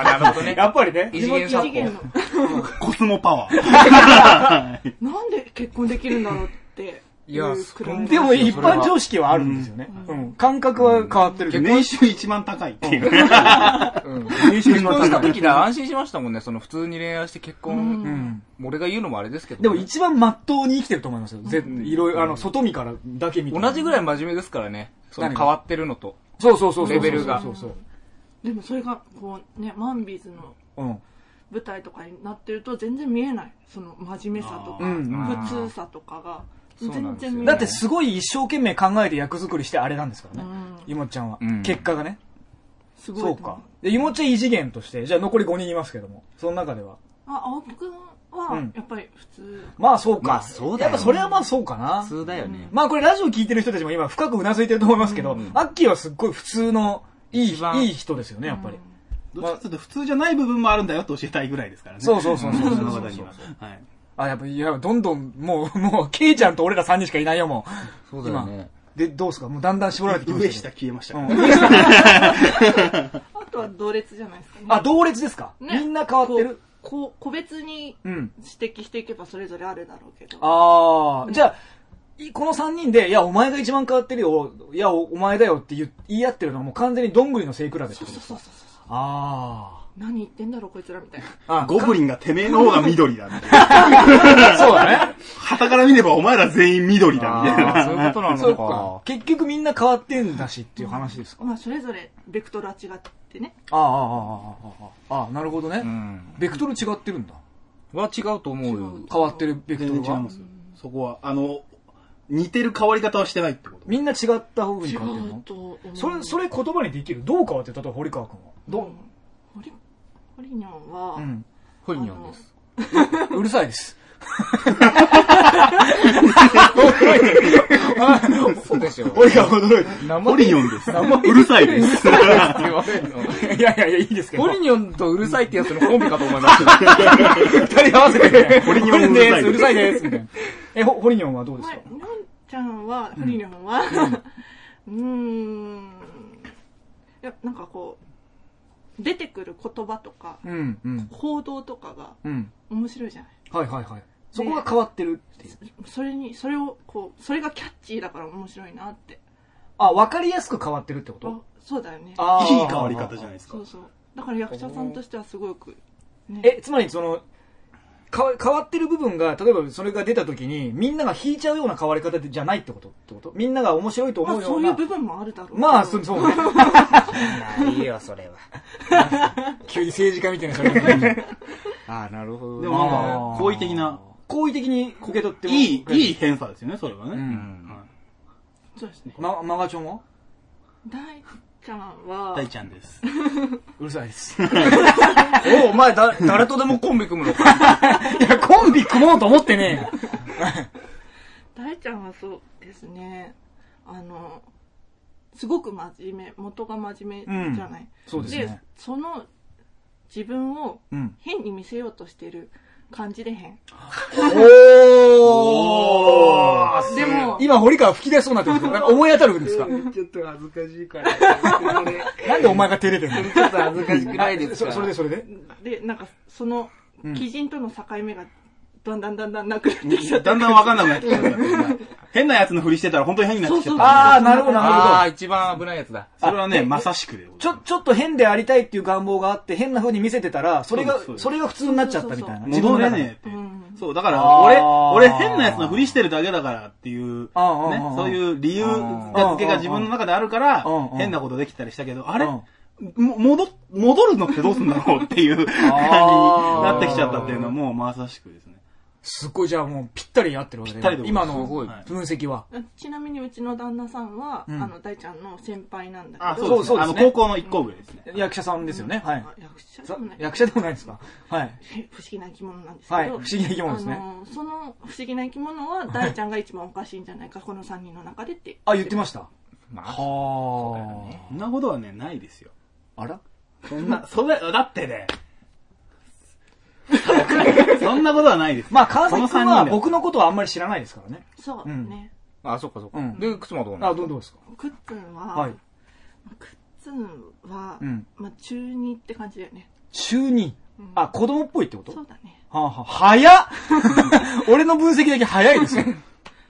[SPEAKER 3] あ、なるほどね。
[SPEAKER 2] やっぱりね。
[SPEAKER 3] 異次元殺
[SPEAKER 4] 異次元の
[SPEAKER 3] 法。。
[SPEAKER 1] コスモパワー。
[SPEAKER 4] なんで結婚できるんだろうって。
[SPEAKER 3] いや
[SPEAKER 4] うくら
[SPEAKER 3] とん
[SPEAKER 2] でも一般常識はあるんですよね。うん感覚は変わってるけど。
[SPEAKER 1] 年収一番高いっていう。
[SPEAKER 3] うん。
[SPEAKER 1] 年収一
[SPEAKER 3] 結婚
[SPEAKER 1] 番
[SPEAKER 3] した
[SPEAKER 1] 高い。
[SPEAKER 3] 時だ、安心しましたもんね。その、普通に恋愛して結
[SPEAKER 2] う
[SPEAKER 3] 婚。
[SPEAKER 2] ん
[SPEAKER 3] 俺が言うのもあれですけどね。
[SPEAKER 2] でも一番真っ当に生きてると思いますよ。ぜいろいろ、あの、外見からだけ見て。
[SPEAKER 3] 同じぐらい真面目ですからね。その
[SPEAKER 2] 何が
[SPEAKER 3] 変わってるのと。
[SPEAKER 2] そうそうそうそう。
[SPEAKER 3] レベルが
[SPEAKER 2] そうそう
[SPEAKER 4] でもそれが、こうね、マンビーズの
[SPEAKER 2] そう。うん。
[SPEAKER 4] 舞台とかになってると全然見えない。その真面目さとか、
[SPEAKER 2] あーうん
[SPEAKER 3] うん
[SPEAKER 4] 普通さとかが。
[SPEAKER 3] そうなん
[SPEAKER 4] 全
[SPEAKER 3] ですよ
[SPEAKER 4] 然見え
[SPEAKER 2] だっ
[SPEAKER 4] ない。
[SPEAKER 2] てすごい一生懸命考えて役作りしてあれなんですからね。ゆもっちゃんは
[SPEAKER 3] うん。
[SPEAKER 2] 結果がね。
[SPEAKER 4] すごいと
[SPEAKER 2] そ
[SPEAKER 4] 思
[SPEAKER 2] うか。で、ゆもっちゃん異次元として、じゃあ残り5人いますけども。その中では。
[SPEAKER 4] あ、青木くん
[SPEAKER 2] う
[SPEAKER 4] は
[SPEAKER 2] ん、
[SPEAKER 4] やっぱり普通。
[SPEAKER 2] まあそうか。
[SPEAKER 3] まあそうだよ
[SPEAKER 2] やっぱそれはまあそうかな。
[SPEAKER 3] 普通だよね。
[SPEAKER 2] まあこれラジオ聞いてる人たちも今深くうなずいてると思いますけど、アッキーはすっごい普通のいい
[SPEAKER 3] 一番
[SPEAKER 2] いい人ですよね、やっぱり。
[SPEAKER 1] どっちかというと普通じゃない部分もあるんだよって教えたいぐらいですからね。
[SPEAKER 2] そうそうそうそう
[SPEAKER 1] その方には。はい。
[SPEAKER 2] あ、やっぱ、いや、どんどん、もう、 もう、ケイちゃんと俺ら3人しかいないよ、もう。
[SPEAKER 3] そうだよね。
[SPEAKER 2] で、どうですかもうだんだん絞られてきま
[SPEAKER 1] 上
[SPEAKER 2] し
[SPEAKER 1] 下
[SPEAKER 2] たね、
[SPEAKER 1] 消えました。
[SPEAKER 2] うん
[SPEAKER 4] あとは同列じゃないですかね。
[SPEAKER 2] あ、同列ですか、
[SPEAKER 4] ね
[SPEAKER 2] みんな変わってる
[SPEAKER 4] こうこう個別に
[SPEAKER 2] うん。
[SPEAKER 4] 指摘していけばそれぞれあるだろうけど。
[SPEAKER 2] ああ、じゃあ、いこの3人で、いや、お前が一番変わってるよ、いや、おお前だよって言う言い合ってるのはもう完全にどんぐりの背比べってこと
[SPEAKER 4] そう
[SPEAKER 2] で
[SPEAKER 4] そう
[SPEAKER 2] すか
[SPEAKER 4] そうそうそう。
[SPEAKER 2] あ
[SPEAKER 4] 何言ってんだろう、こいつらみたいな。
[SPEAKER 2] あ。あ、
[SPEAKER 1] ゴブリンがてめえの方が緑だみたいな。
[SPEAKER 2] かそうだね。
[SPEAKER 1] 旗から見ればお前ら全員緑だみたい
[SPEAKER 3] あー
[SPEAKER 1] な。
[SPEAKER 3] そういうことな
[SPEAKER 2] そ
[SPEAKER 3] の
[SPEAKER 2] うか
[SPEAKER 3] か。。
[SPEAKER 2] 結局みんな変わってんだしっていう話ですか、
[SPEAKER 4] まあ、それぞれベクトルは違ってね。
[SPEAKER 2] ああ、ああ、ああ、ああ、なるほどね、
[SPEAKER 3] うん。
[SPEAKER 2] ベクトル違ってるんだ。
[SPEAKER 3] は違うと思うよ。
[SPEAKER 2] 変わってるベクトル
[SPEAKER 1] 全然違い
[SPEAKER 2] は
[SPEAKER 1] ま。すよ。そこは、あの、似てる変わり方はしてないってこと。
[SPEAKER 2] みんな違った方に
[SPEAKER 4] 違
[SPEAKER 2] 変わってるの
[SPEAKER 4] うと思う。
[SPEAKER 2] それ、それ言葉にできるどう変わってたと堀川君は。
[SPEAKER 4] どう
[SPEAKER 2] ど
[SPEAKER 4] んホリ、ホリニョン
[SPEAKER 2] う、う
[SPEAKER 4] は、
[SPEAKER 2] ん。
[SPEAKER 3] ホリニョンです。
[SPEAKER 2] うるさいです。
[SPEAKER 3] そうでしょ。
[SPEAKER 1] 俺が驚いた。
[SPEAKER 3] 生
[SPEAKER 1] オリオンです。うるさいで す。
[SPEAKER 3] 言われるの。
[SPEAKER 2] いやいやいや、いいですけど。
[SPEAKER 3] ホリニョンとうるさいってやつのコンビかと思いま した。
[SPEAKER 2] 二人合わせて。
[SPEAKER 1] ホリニョンうるさいです
[SPEAKER 2] うるさいです。みたいなえ、ほ堀ニョンはどうです
[SPEAKER 4] まあ、
[SPEAKER 2] か
[SPEAKER 4] ニョンちゃんは、ホリニョンは、 うーん、いや、なんかこう、出てくる言葉とか、
[SPEAKER 2] うん、うん、
[SPEAKER 4] 報道とかが
[SPEAKER 2] うん。
[SPEAKER 4] 面白いじゃな
[SPEAKER 2] は
[SPEAKER 4] い。
[SPEAKER 2] いはいはい。そこが変わってるっていう。
[SPEAKER 4] それに、それを、こう、それがキャッチーだから面白いなって。
[SPEAKER 2] あ、わかりやすく変わってるってこ
[SPEAKER 4] あ
[SPEAKER 2] と
[SPEAKER 4] そうだよね。
[SPEAKER 2] あー
[SPEAKER 1] いい変わり方じゃないですか
[SPEAKER 4] そ。うそう。だから役者さんとしてはすごく、ね、
[SPEAKER 2] え、つまりその、かわ変わってる部分が、例えばそれが出た時に、みんなが引いちゃうような変わり方でじゃないってことってことみんなが面白いと
[SPEAKER 4] ま
[SPEAKER 2] 思う
[SPEAKER 4] あ
[SPEAKER 2] よ
[SPEAKER 4] そううい
[SPEAKER 2] な。
[SPEAKER 4] う部分もあるだろうけど
[SPEAKER 2] まあ、そう、そうね。
[SPEAKER 3] いいよ、それは。
[SPEAKER 2] 急に政治家みたいな人が。
[SPEAKER 3] ああ、なるほど。
[SPEAKER 1] でもなん
[SPEAKER 2] あー
[SPEAKER 1] か、好意的な、
[SPEAKER 2] 好意的に受け取っても
[SPEAKER 1] いい、いい。偏差ですよね、それはね。
[SPEAKER 2] うん
[SPEAKER 1] は
[SPEAKER 4] そうですね。
[SPEAKER 2] ま、マガチョンは
[SPEAKER 4] 大ちゃん
[SPEAKER 1] い
[SPEAKER 4] は、
[SPEAKER 1] 大ちゃんです。
[SPEAKER 2] うるさいです。
[SPEAKER 3] おお前、だ、誰とでもコンビ組むのか。
[SPEAKER 2] いや、コンビ組もうと思ってねえよ。
[SPEAKER 4] 大ちゃんはそうですね。あの、すごく真面目、元が真面目じゃない。
[SPEAKER 2] そうですね。
[SPEAKER 4] その自分を
[SPEAKER 2] うん。
[SPEAKER 4] 変に見せようとしてる感じでへん。
[SPEAKER 2] おー
[SPEAKER 4] でも、
[SPEAKER 2] 今、堀川吹き出しそうになってますけど、なんか思い当たるんですか
[SPEAKER 3] ちょっと恥ずかしいから。
[SPEAKER 2] なんでお前が照れてる
[SPEAKER 3] ちょっと恥ずかしくないで
[SPEAKER 2] の
[SPEAKER 3] す
[SPEAKER 2] そ
[SPEAKER 3] か
[SPEAKER 2] それでそれで
[SPEAKER 4] で、なんかその
[SPEAKER 2] うん、
[SPEAKER 4] 基人との境目が、だんだんだんだんなくなってきちゃ
[SPEAKER 1] だ
[SPEAKER 4] った。
[SPEAKER 1] んだんわかんなくなってきちゃった。変なやつのふりしてたら本当に変になってきちゃっ
[SPEAKER 4] そうそう
[SPEAKER 1] た。
[SPEAKER 2] あー、なるほど、
[SPEAKER 3] あ
[SPEAKER 2] な
[SPEAKER 3] あ、
[SPEAKER 2] る
[SPEAKER 3] 一番危ないやつだ。
[SPEAKER 1] それはね、まさしくでございま
[SPEAKER 2] ほど。
[SPEAKER 1] す
[SPEAKER 2] ちょ、ちょっと変でありたいっていう願望があって、変な風に見せてたら、それが
[SPEAKER 1] そうで、す
[SPEAKER 2] それが普通になっちゃったみたいな。
[SPEAKER 1] 戻れ
[SPEAKER 2] の中で
[SPEAKER 1] ねえって。
[SPEAKER 4] うん
[SPEAKER 1] そう、だから、俺、
[SPEAKER 2] あー
[SPEAKER 1] 俺変なやつのふりしてるだけだからっていう、ね、
[SPEAKER 2] あーあーあー
[SPEAKER 1] そういう理由
[SPEAKER 3] あ
[SPEAKER 2] ー
[SPEAKER 1] 付けが自分の中であるから
[SPEAKER 2] うんうん、
[SPEAKER 1] 変なことできたりしたけど、あれ
[SPEAKER 2] うん
[SPEAKER 1] も戻、戻るのってどうすんだろうっていう感じになってきちゃったっていうのはもうまさしくですね。
[SPEAKER 2] すっごい、じゃあもうぴったり合ってるわけ
[SPEAKER 1] ぴった
[SPEAKER 2] で
[SPEAKER 1] りで、ござい
[SPEAKER 2] 今
[SPEAKER 1] ます
[SPEAKER 2] の
[SPEAKER 3] すごい
[SPEAKER 2] 分析は。
[SPEAKER 4] ちなみにうちの旦那さんは、
[SPEAKER 2] うん
[SPEAKER 4] あの大ちゃんの先輩なんだけど
[SPEAKER 1] あ、そうです
[SPEAKER 2] そう
[SPEAKER 1] ね。
[SPEAKER 2] で
[SPEAKER 1] あ
[SPEAKER 2] すね
[SPEAKER 1] の、高校の一校部ですね。
[SPEAKER 2] 役者さんですよね。はい。
[SPEAKER 4] あ役者で
[SPEAKER 2] さ
[SPEAKER 4] もない
[SPEAKER 2] 役者でもないですかはい。
[SPEAKER 4] 不思議な生き物なんですけど、
[SPEAKER 2] はい。不思議な生き物です
[SPEAKER 4] あ
[SPEAKER 2] ね。
[SPEAKER 4] のその不思議な生き物は大ちゃんが一番おかしいんじゃないか、この3人の中でって
[SPEAKER 2] あ、言ってました。は
[SPEAKER 3] まあ、
[SPEAKER 2] あ。
[SPEAKER 1] そんなことはね、ないですよ。
[SPEAKER 2] あら
[SPEAKER 1] そんな、それ、だってね。 そんなことはないです。
[SPEAKER 2] まあ、川崎君
[SPEAKER 1] この三
[SPEAKER 2] は
[SPEAKER 1] 人で
[SPEAKER 2] 僕のことはあんまり知らないですからね。
[SPEAKER 4] そう
[SPEAKER 2] うん
[SPEAKER 4] ね、
[SPEAKER 3] あ、そっかそっか。
[SPEAKER 2] うん
[SPEAKER 3] で、靴もどうな
[SPEAKER 2] あ、
[SPEAKER 3] の
[SPEAKER 2] どうどうですか
[SPEAKER 4] くっつんは、
[SPEAKER 2] はい。
[SPEAKER 4] くっつんは、
[SPEAKER 2] うん
[SPEAKER 4] まあ、中二って感じだよね
[SPEAKER 2] 中二。あ、子供っぽいってこと
[SPEAKER 4] そうだね
[SPEAKER 2] はあ、はあ、早っ 俺の分析だけ早いですよ。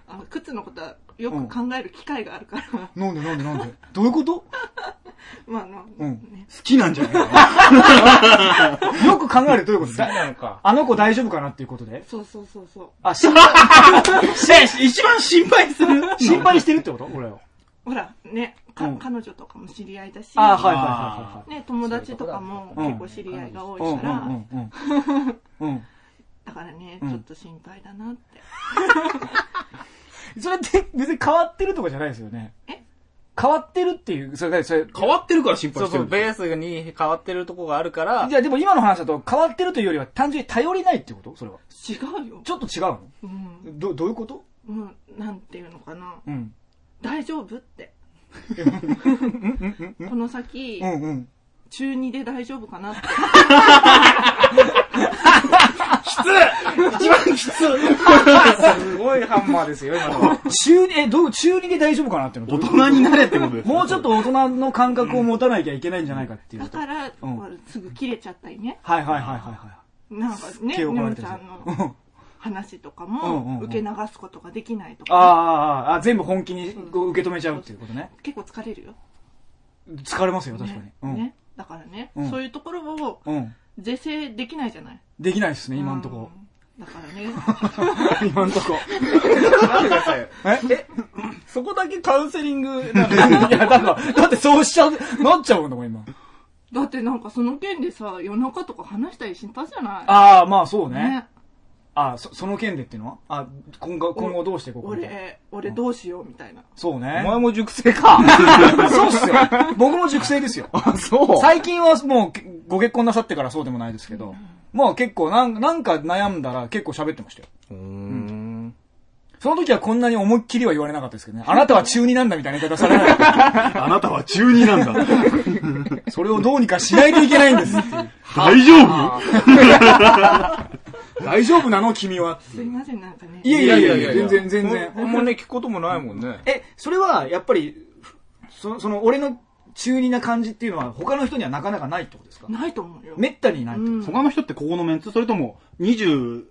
[SPEAKER 4] あのくっつんのことはよく考える機会があるから、
[SPEAKER 2] なんでなんでなんでどういうこと
[SPEAKER 4] まああの、
[SPEAKER 2] うん
[SPEAKER 4] ね
[SPEAKER 1] 好きなんじゃないかな。
[SPEAKER 2] よく考えるとどういうこと
[SPEAKER 3] 誰なのか。
[SPEAKER 2] あの子大丈夫かなっていうことで
[SPEAKER 4] そうそうそうそう
[SPEAKER 2] あ、心配、
[SPEAKER 1] 一番心配する。
[SPEAKER 2] 心配してるってこと俺を。
[SPEAKER 4] ほらねか、
[SPEAKER 2] うん
[SPEAKER 4] 彼女とかも知り合いだし
[SPEAKER 2] あ、はいは
[SPEAKER 4] ね、友達とかも
[SPEAKER 2] そういうと
[SPEAKER 4] 結
[SPEAKER 2] こ
[SPEAKER 4] 構知り合いが多い
[SPEAKER 2] いはいはい。
[SPEAKER 4] から、
[SPEAKER 2] うんうんうんうん。
[SPEAKER 4] だからね、
[SPEAKER 2] うん
[SPEAKER 4] ちょっと心配だなって
[SPEAKER 2] うん。それって別に変わってるとかじゃないですよね
[SPEAKER 4] え。
[SPEAKER 2] 変わってるっていう、それだそれ、
[SPEAKER 1] 変わってるから心
[SPEAKER 3] そ
[SPEAKER 1] 配
[SPEAKER 3] う
[SPEAKER 1] し
[SPEAKER 3] そ
[SPEAKER 1] てる
[SPEAKER 3] う、
[SPEAKER 1] んですよ。
[SPEAKER 3] ベースに変わってるとこがあるから
[SPEAKER 2] じ、ゃあでも今の話だと変わってるというよりは単純に頼りないってことそれは。
[SPEAKER 4] 違うよ
[SPEAKER 2] ちょっと違うの
[SPEAKER 4] うん、
[SPEAKER 2] ど、どういうこと
[SPEAKER 4] もうなんていうのかな
[SPEAKER 2] うん。
[SPEAKER 4] 大丈 夫って
[SPEAKER 2] うんうん
[SPEAKER 4] この先、
[SPEAKER 2] うん。うんうん。
[SPEAKER 4] 中2で大丈夫かなって
[SPEAKER 3] すごいハンマーですよ、今の。
[SPEAKER 2] 中二、え、どう、中二で大丈夫かなっていうの
[SPEAKER 1] 大人になれってことですよ
[SPEAKER 2] もうちょっと大人の感覚を持たなきゃいけないんじゃないかっていう
[SPEAKER 4] だ
[SPEAKER 2] こと。
[SPEAKER 4] から、
[SPEAKER 2] うん
[SPEAKER 4] こうすぐ切れちゃったりね
[SPEAKER 2] はいはいはいはいは
[SPEAKER 4] なんか
[SPEAKER 2] い。
[SPEAKER 4] ね
[SPEAKER 2] 手
[SPEAKER 4] ね
[SPEAKER 2] を
[SPEAKER 4] む
[SPEAKER 2] れ
[SPEAKER 4] ち
[SPEAKER 2] て
[SPEAKER 4] ゃ
[SPEAKER 2] る
[SPEAKER 4] ん
[SPEAKER 2] う
[SPEAKER 4] の
[SPEAKER 2] ん
[SPEAKER 4] 話とか
[SPEAKER 2] うんうん
[SPEAKER 4] も
[SPEAKER 2] うん
[SPEAKER 4] 受け流すことができない
[SPEAKER 2] あ
[SPEAKER 4] と
[SPEAKER 2] ー
[SPEAKER 4] か、
[SPEAKER 2] あー、あー全部本気にこう受け止めちゃうっていうことね。
[SPEAKER 4] 結構疲れるよ、
[SPEAKER 2] 疲れますよ、
[SPEAKER 4] ね
[SPEAKER 2] 確かに。うん。
[SPEAKER 4] ねだからね、
[SPEAKER 2] うん
[SPEAKER 4] そういうところを
[SPEAKER 2] うん。
[SPEAKER 4] 是正できないじゃない
[SPEAKER 2] できないですね、今んとこ。
[SPEAKER 4] うんだからね
[SPEAKER 2] 今んとこ。
[SPEAKER 3] なんでさ
[SPEAKER 2] え
[SPEAKER 3] え、そこだけカウンセリングなの
[SPEAKER 2] いや、だから、だってそうしちゃう、なっちゃうんだもん、今。
[SPEAKER 4] だってなんかその件でさ夜中とか話したりしますじゃない
[SPEAKER 2] ああ、まあそうね。あーそその件でっていうのはあ、今後、今後どうしていこうかみたいな。
[SPEAKER 4] 俺俺どうしようみたいな
[SPEAKER 2] そうね。
[SPEAKER 3] お前も熟成か。
[SPEAKER 2] そうっすよ。僕も熟成ですよ。
[SPEAKER 3] あ、 そう
[SPEAKER 2] 最近はもうけご結婚なさってからそうでもないですけど、まあ結構なんなんか悩んだら結構喋ってましたよ。
[SPEAKER 3] うーん。
[SPEAKER 2] その時はこんなに思いっきりは言われなかったですけどね。あなたは中二なんだみたいな言い方されない。
[SPEAKER 1] あなた は中二なんだ。
[SPEAKER 2] それをどうにかしないといけないんですっていう。
[SPEAKER 1] 大丈夫
[SPEAKER 2] 大丈夫なの君は。
[SPEAKER 4] すいませんなんかね
[SPEAKER 2] いやいやいやいや、全然全
[SPEAKER 3] あん
[SPEAKER 2] 然。
[SPEAKER 3] あんまね、聞くこともないもんね。
[SPEAKER 2] え、それはやっぱり、そその俺の中二な感じっていうのは他の人にはなかなかないってことですか
[SPEAKER 4] ないと思うよ
[SPEAKER 2] めったにないってこ
[SPEAKER 4] うん
[SPEAKER 1] 他の人ってここのメンツそれとも、29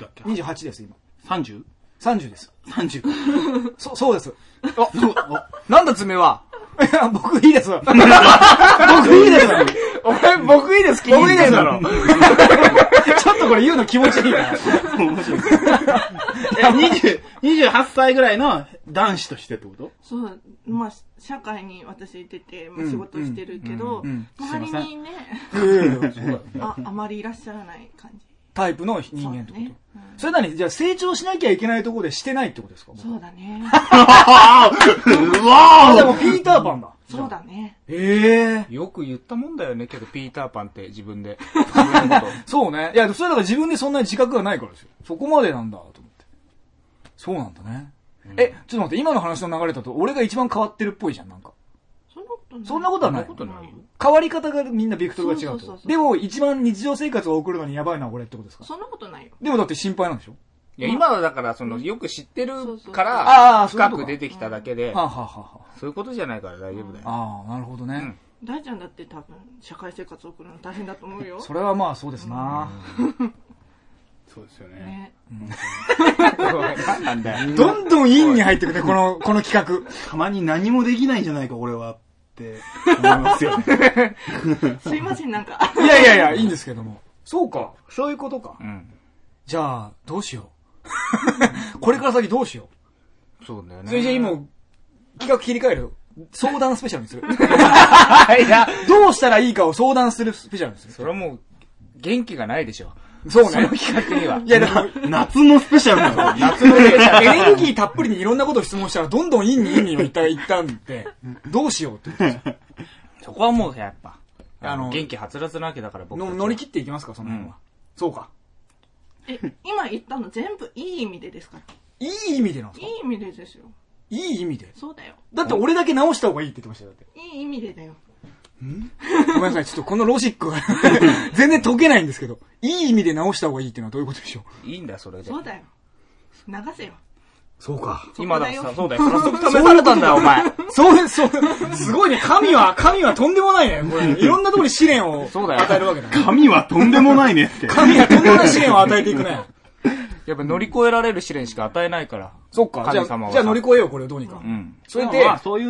[SPEAKER 1] だっけ
[SPEAKER 2] と。28です、今。
[SPEAKER 1] ?30?30
[SPEAKER 2] 30です。
[SPEAKER 1] 30
[SPEAKER 2] そ、そうです。
[SPEAKER 1] あ、
[SPEAKER 3] なんだ爪は。
[SPEAKER 2] いや、僕いいです。僕いいです。
[SPEAKER 3] お前、僕いいです、気
[SPEAKER 2] 僕いいです。
[SPEAKER 3] だろ。
[SPEAKER 2] ちょっとこれ言うの気持ちいいな。
[SPEAKER 1] そう面白い。え、20 28歳ぐらいの男子としてって こと
[SPEAKER 4] そうまあ社会に私出て、まあ、仕事してるけど、
[SPEAKER 2] うんうんうん
[SPEAKER 4] 周り
[SPEAKER 1] すいませ
[SPEAKER 4] にね
[SPEAKER 1] そう
[SPEAKER 4] ああまりいらっしゃらない感じ
[SPEAKER 2] タイプの人間って
[SPEAKER 4] そう
[SPEAKER 2] こ
[SPEAKER 4] だ
[SPEAKER 2] と
[SPEAKER 4] ね。うん
[SPEAKER 2] それなりに、じゃあ成長しなきゃいけないところでしてないってことですか
[SPEAKER 4] そうだね
[SPEAKER 2] あ、で
[SPEAKER 1] わ
[SPEAKER 2] もピーターパンだ。
[SPEAKER 4] そうだ ね
[SPEAKER 2] ええ。
[SPEAKER 3] よく言ったもんだよね、けど、ピーターパンって自分で。 自分のこと
[SPEAKER 2] そうね。いや、それだから自分でそんなに自覚がないからですよ。そこまでなんだ、と思って。そうなんだね。え、ちょっと待って、今の話の流れだと、俺が一番変わってるっぽいじゃん、なんか。
[SPEAKER 4] そんなことない
[SPEAKER 2] そんなことはない
[SPEAKER 3] そんなことないよ。
[SPEAKER 2] 変わり方がみんなビクトルが違う
[SPEAKER 4] そうそうそう
[SPEAKER 2] と
[SPEAKER 4] そ。う
[SPEAKER 2] でも、一番日常生活を送るのにやばいのは俺ってことですか
[SPEAKER 4] そんなことないよ
[SPEAKER 2] でもだって心配なんでしょ
[SPEAKER 3] いや、今はだから、その、よく知ってるか
[SPEAKER 2] ああ
[SPEAKER 3] ら、
[SPEAKER 2] そういう
[SPEAKER 3] 深
[SPEAKER 2] ことか
[SPEAKER 3] く出てきただけで
[SPEAKER 2] は、あ、はあはあは
[SPEAKER 3] そういうことじゃないから大丈夫だよ。
[SPEAKER 2] あ、ああ、なるほどね。
[SPEAKER 3] うん
[SPEAKER 4] 大ちゃんだって多分社会生活送るの大変だと思うよ
[SPEAKER 2] それはまあそうですな、
[SPEAKER 1] そうですよね。
[SPEAKER 4] ね
[SPEAKER 3] 何なんだよ。
[SPEAKER 2] どんどんインに入ってくね、この、この企画。
[SPEAKER 1] たまに何もできないんじゃないか、俺は。って思いますよね。
[SPEAKER 4] すいませんなんか
[SPEAKER 2] いやいやいや、いいんですけども。そうか。そういうことか
[SPEAKER 3] う。ん。
[SPEAKER 2] じゃあ、どうしよう。 これから先どうしよ
[SPEAKER 3] そうだよ
[SPEAKER 2] う。
[SPEAKER 3] ね。
[SPEAKER 2] それじゃあ今、企画切り替えるよ。相談スペシャルにする。
[SPEAKER 3] いや、
[SPEAKER 2] どうしたらいいかを相談するスペシャルにする。
[SPEAKER 3] それはもう、元気がないでしょ。
[SPEAKER 2] そう
[SPEAKER 3] その
[SPEAKER 2] ね。
[SPEAKER 3] 企画には。
[SPEAKER 2] いや、だから、
[SPEAKER 1] 夏のスペシャルなの
[SPEAKER 3] 夏のね、
[SPEAKER 2] エネルギーたっぷりにいろんなことを質問したら、どんどんインにインにを言った言ったんで、どうしようってことです
[SPEAKER 3] そこはもうやっぱ、あ
[SPEAKER 2] あ
[SPEAKER 3] の、
[SPEAKER 2] の
[SPEAKER 3] 元気はつらつなわけだから僕た
[SPEAKER 2] の
[SPEAKER 3] ちは
[SPEAKER 2] 乗り切っていきますか、その辺は。
[SPEAKER 3] うん
[SPEAKER 2] そうか。
[SPEAKER 4] え、今言ったの全部いい意味でですか
[SPEAKER 2] いい意味でなんです
[SPEAKER 4] い
[SPEAKER 2] か
[SPEAKER 4] い意味でですよ。
[SPEAKER 2] いい意味で。
[SPEAKER 4] そうだよ。
[SPEAKER 2] だって俺だけ直した方がいいって言ってましたよ、だって。
[SPEAKER 4] いい意味でだよ。
[SPEAKER 2] ごめんなさい、ちょっとこのロジック が全然解けないんですけど、いい意味で直した方がいいっていうのはどういうことでしょう
[SPEAKER 3] いいんだよ、それで
[SPEAKER 4] そ。うだよ。流せよ。
[SPEAKER 2] そうか。
[SPEAKER 3] 今だ、
[SPEAKER 4] そこだよ
[SPEAKER 3] そうだよ。早速試されたんだよ、お前。
[SPEAKER 2] そう、そう、 すごいね、神は、神はとんでもないね、これ。いろんなところに試練を
[SPEAKER 3] そうだよ
[SPEAKER 2] 与えるわけだね。
[SPEAKER 1] 髪はとんでもないねって。
[SPEAKER 2] 神はとんでもない試練を与えていくね。
[SPEAKER 3] やっぱ乗り越えられる試練しか与えないから。
[SPEAKER 2] そっか、じゃ
[SPEAKER 3] 神様
[SPEAKER 2] あ、
[SPEAKER 3] は
[SPEAKER 2] じゃあ乗り越えよう、これをどうにか。
[SPEAKER 3] うん。
[SPEAKER 2] それ
[SPEAKER 1] で
[SPEAKER 2] で
[SPEAKER 1] まあ、、そういう、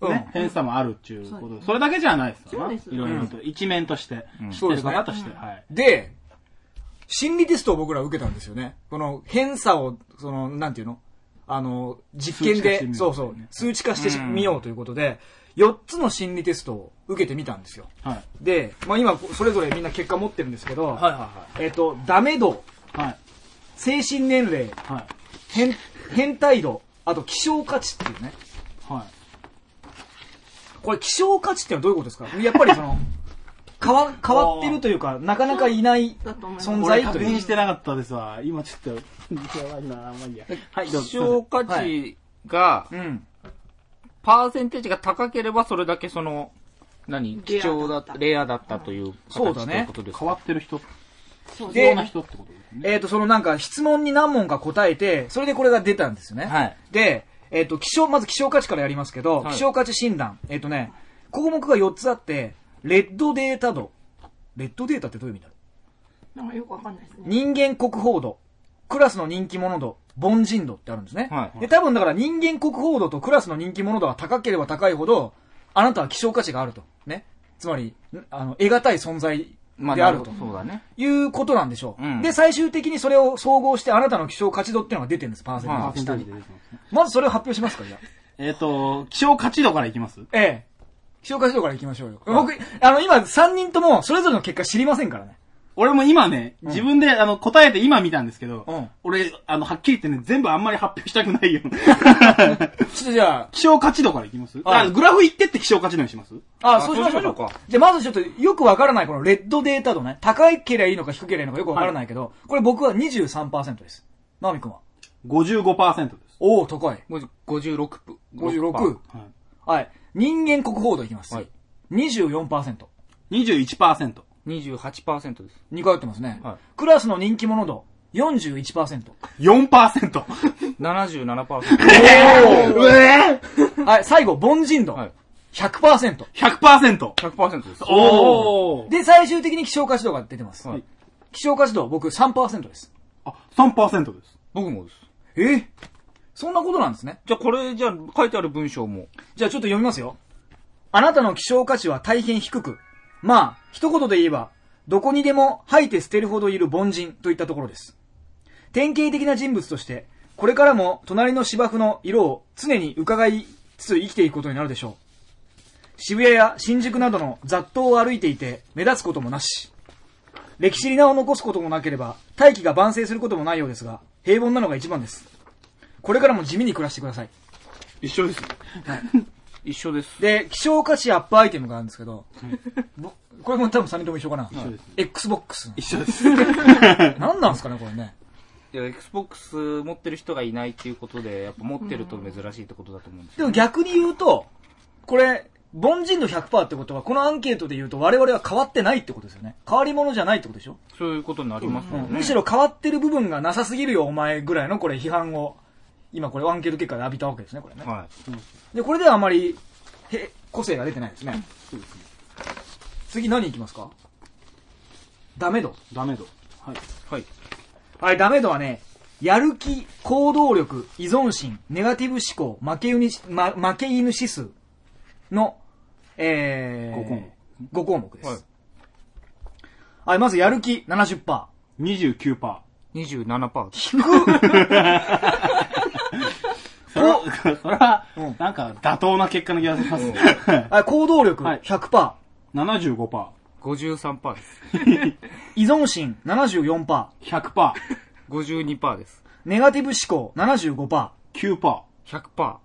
[SPEAKER 2] うん
[SPEAKER 1] ね、偏差もあるっていうこ
[SPEAKER 4] そう
[SPEAKER 1] と。それだけじゃないですよ
[SPEAKER 4] そう
[SPEAKER 1] ね
[SPEAKER 4] です。
[SPEAKER 1] いろいろと。一面として。知って
[SPEAKER 2] そうで
[SPEAKER 1] る
[SPEAKER 2] すね
[SPEAKER 1] 方として。はい。
[SPEAKER 2] で、心理テストを僕ら受けたんですよね。この偏差を、その、なんていうのあの、実験
[SPEAKER 1] 数値化してみ
[SPEAKER 2] で、
[SPEAKER 1] よう
[SPEAKER 2] そうそう、数値化してし
[SPEAKER 3] うん
[SPEAKER 2] みようということで、4つの心理テストを受けてみたんですよ。
[SPEAKER 1] はい。
[SPEAKER 2] で、まあ今、それぞれみんな結果持ってるんですけど、
[SPEAKER 3] いは
[SPEAKER 2] えっ、と、ダメ度、
[SPEAKER 1] はい。
[SPEAKER 2] 精神年齢、
[SPEAKER 1] はい。
[SPEAKER 2] 変、変態度、あと希少価値っていうね。
[SPEAKER 1] はい。
[SPEAKER 2] これ希少価値ってのはどういうことですかやっぱりその、変わ、変わってるというか、なかなかいない
[SPEAKER 4] だと思います
[SPEAKER 2] 存在
[SPEAKER 1] 俺
[SPEAKER 2] と
[SPEAKER 1] 確
[SPEAKER 2] い
[SPEAKER 1] 認
[SPEAKER 2] う
[SPEAKER 1] し。てなかったですわ。今ちょっと、やばいな、まあいいや。はい、どうぞ
[SPEAKER 3] 希少価
[SPEAKER 2] は
[SPEAKER 3] 値が
[SPEAKER 2] う、ん。
[SPEAKER 3] パーセンテージが高ければそれだけその、何貴重だった、レアだったという形
[SPEAKER 2] そうだね
[SPEAKER 3] ということです
[SPEAKER 1] 変わってる人。
[SPEAKER 4] そう
[SPEAKER 1] 必
[SPEAKER 2] で
[SPEAKER 1] 要な人ってことですね。
[SPEAKER 2] えっ、と、そのなんか質問に何問か答えて、それでこれが出たんですよね。
[SPEAKER 3] はい
[SPEAKER 2] で、えっ、と、希少、まず希少価値からやりますけど、
[SPEAKER 3] はい
[SPEAKER 2] 希少価値診断。えっ、とね、項目が4つあって、レッドデータ度。レッドデータってどういう意味だろう
[SPEAKER 4] なんかよくわかんないですね。
[SPEAKER 2] 人間国宝度、クラスの人気者度、凡人度ってあるんですね。
[SPEAKER 3] はい
[SPEAKER 2] で、多分だから人間国宝度とクラスの人気者度が高ければ高いほど、あなたは希少価値があると。ね。つまり、んあの、得難い存在
[SPEAKER 3] まあ、
[SPEAKER 2] であると。
[SPEAKER 3] なほどそうだね。
[SPEAKER 2] いうことなんでしょう、
[SPEAKER 3] うん
[SPEAKER 2] で、最終的にそれを総合してあなたの希少価値度っていうのが出てるんです、パーセンテ
[SPEAKER 3] は
[SPEAKER 2] ー
[SPEAKER 3] い
[SPEAKER 2] ジ下に。
[SPEAKER 1] 出てきますね
[SPEAKER 2] まずそれを発表しますか、じゃあ。
[SPEAKER 1] えっと、希少価値度からいきます
[SPEAKER 2] ええ。希少価値度からいきましょうよ。僕、あの、今3人ともそれぞれの結果知りませんからね。
[SPEAKER 1] 俺も今ね、自分で、あの、答えて今見たんですけど、
[SPEAKER 2] うん
[SPEAKER 1] 俺、あの、はっきり言ってね、全部あんまり発表したく ないよ。
[SPEAKER 2] ちょっとじゃあ、
[SPEAKER 1] 希少価値度からいきます
[SPEAKER 2] はい
[SPEAKER 1] あグラフいってって希少価値度にします
[SPEAKER 2] あ
[SPEAKER 3] あ
[SPEAKER 2] そうしましょ
[SPEAKER 3] そう
[SPEAKER 2] う
[SPEAKER 3] しま
[SPEAKER 2] か
[SPEAKER 3] しょうか。
[SPEAKER 2] じゃあまずちょっとよくわからないこのレッドデータ度ね。高いけりゃいいのか低けりゃいいのかよくわからないけど、これ僕は23%です。ナオミ君は。
[SPEAKER 1] ?55% です。
[SPEAKER 2] おお、高い。
[SPEAKER 3] 56分。
[SPEAKER 2] 56。
[SPEAKER 1] は
[SPEAKER 2] はい。人間国宝度いきます。
[SPEAKER 3] はい
[SPEAKER 2] 24%。
[SPEAKER 1] い、21%。
[SPEAKER 3] 28%です。
[SPEAKER 2] 2回打ってますね。
[SPEAKER 3] はい
[SPEAKER 2] クラスの人気者度41%。
[SPEAKER 1] 4%。
[SPEAKER 3] 77%。
[SPEAKER 1] うえ
[SPEAKER 2] はい、最後、凡人度。
[SPEAKER 3] はい
[SPEAKER 2] 100%。
[SPEAKER 1] !100%!
[SPEAKER 3] 100%です。
[SPEAKER 1] おー
[SPEAKER 2] で、最終的に希少価値度が出てます。
[SPEAKER 3] はい
[SPEAKER 2] 希少価値度、僕3%です。
[SPEAKER 1] あ、3%です。
[SPEAKER 3] 僕もです。
[SPEAKER 2] えそんなことなんですね。
[SPEAKER 3] じゃあこれ、じゃあ書いてある文章も。
[SPEAKER 2] じゃあちょっと読みますよ。あなたの希少価値は大変低く。まあ、一言で言えば、どこにでも吐いて捨てるほどいる凡人といったところです。典型的な人物として、これからも隣の芝生の色を常に伺いつつ生きていくことになるでしょう。渋谷や新宿などの雑踏を歩いていて目立つこともなし。歴史に名を残すこともなければ、大気が晩成することもないようですが、平凡なのが一番です。これからも地味に暮らしてください。
[SPEAKER 1] 一緒です。
[SPEAKER 3] 一緒です。
[SPEAKER 2] で、希少価値アップアイテムがあるんですけど、ぼこれも多分3人とも一緒かな。
[SPEAKER 1] 緒ですね
[SPEAKER 2] Xbox。
[SPEAKER 1] 一緒です。
[SPEAKER 2] 何なんですかね、これね。
[SPEAKER 3] いや、Xbox 持ってる人がいないっていうことで、やっぱ持ってると珍しいってことだと思うんです
[SPEAKER 2] で
[SPEAKER 3] よ。
[SPEAKER 2] も逆に言うと、これ、凡人度100%ってことは、このアンケートで言うと我々は変わってないってことですよね。変わり者じゃないってことでしょ、
[SPEAKER 3] そういうことになりますよね。
[SPEAKER 2] むしろ変わってる部分がなさすぎるよ、お前ぐらいのこれ批判を、今これアンケート結果で浴びたわけですね、これね。
[SPEAKER 3] は
[SPEAKER 2] で、これではあまり、へ、個性が出てないですね。次何いきますかダメ度。
[SPEAKER 1] ダメ度。はい。
[SPEAKER 3] い。はい。
[SPEAKER 2] はい、ダメ度はね、やる気、行動力、依存心、ネガティブ思考、負け犬し、ま、負け犬指数の、え
[SPEAKER 1] 五項目
[SPEAKER 2] ー、5項目です。は
[SPEAKER 3] はいい、
[SPEAKER 2] まずやる気70%。
[SPEAKER 1] 29%。
[SPEAKER 3] 27%です。
[SPEAKER 1] それは、それは
[SPEAKER 2] うん
[SPEAKER 1] なんか妥当な結果な気がします。
[SPEAKER 2] はい、行動力
[SPEAKER 1] はい
[SPEAKER 2] 100%。
[SPEAKER 1] 75%。
[SPEAKER 5] 53%です。
[SPEAKER 2] 依存心74%、
[SPEAKER 1] 100%、
[SPEAKER 5] 52%です。
[SPEAKER 2] ネガティブ思考75%、
[SPEAKER 1] 9%。
[SPEAKER 5] 100%。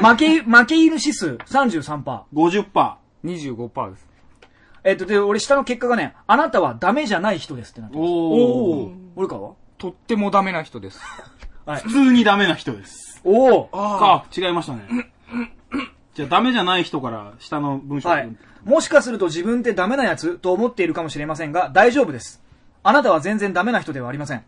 [SPEAKER 2] 負け、負け犬指数33%。
[SPEAKER 1] 50%。
[SPEAKER 5] 25%です。
[SPEAKER 2] えっと、で、俺下の結果がね、あなたはダメじゃない人ですってなってます。
[SPEAKER 1] おー。
[SPEAKER 2] 俺かは
[SPEAKER 5] とってもダメな人です。
[SPEAKER 1] 普通にダメな人です。
[SPEAKER 2] おお
[SPEAKER 1] ああ、違いましたね。じゃあダメじゃない人から下の文章を
[SPEAKER 2] は
[SPEAKER 1] 読
[SPEAKER 2] い
[SPEAKER 1] んで。
[SPEAKER 2] もしかすると自分ってダメなやつと思っているかもしれませんが、大丈夫です。あなたは全然ダメな人ではありません。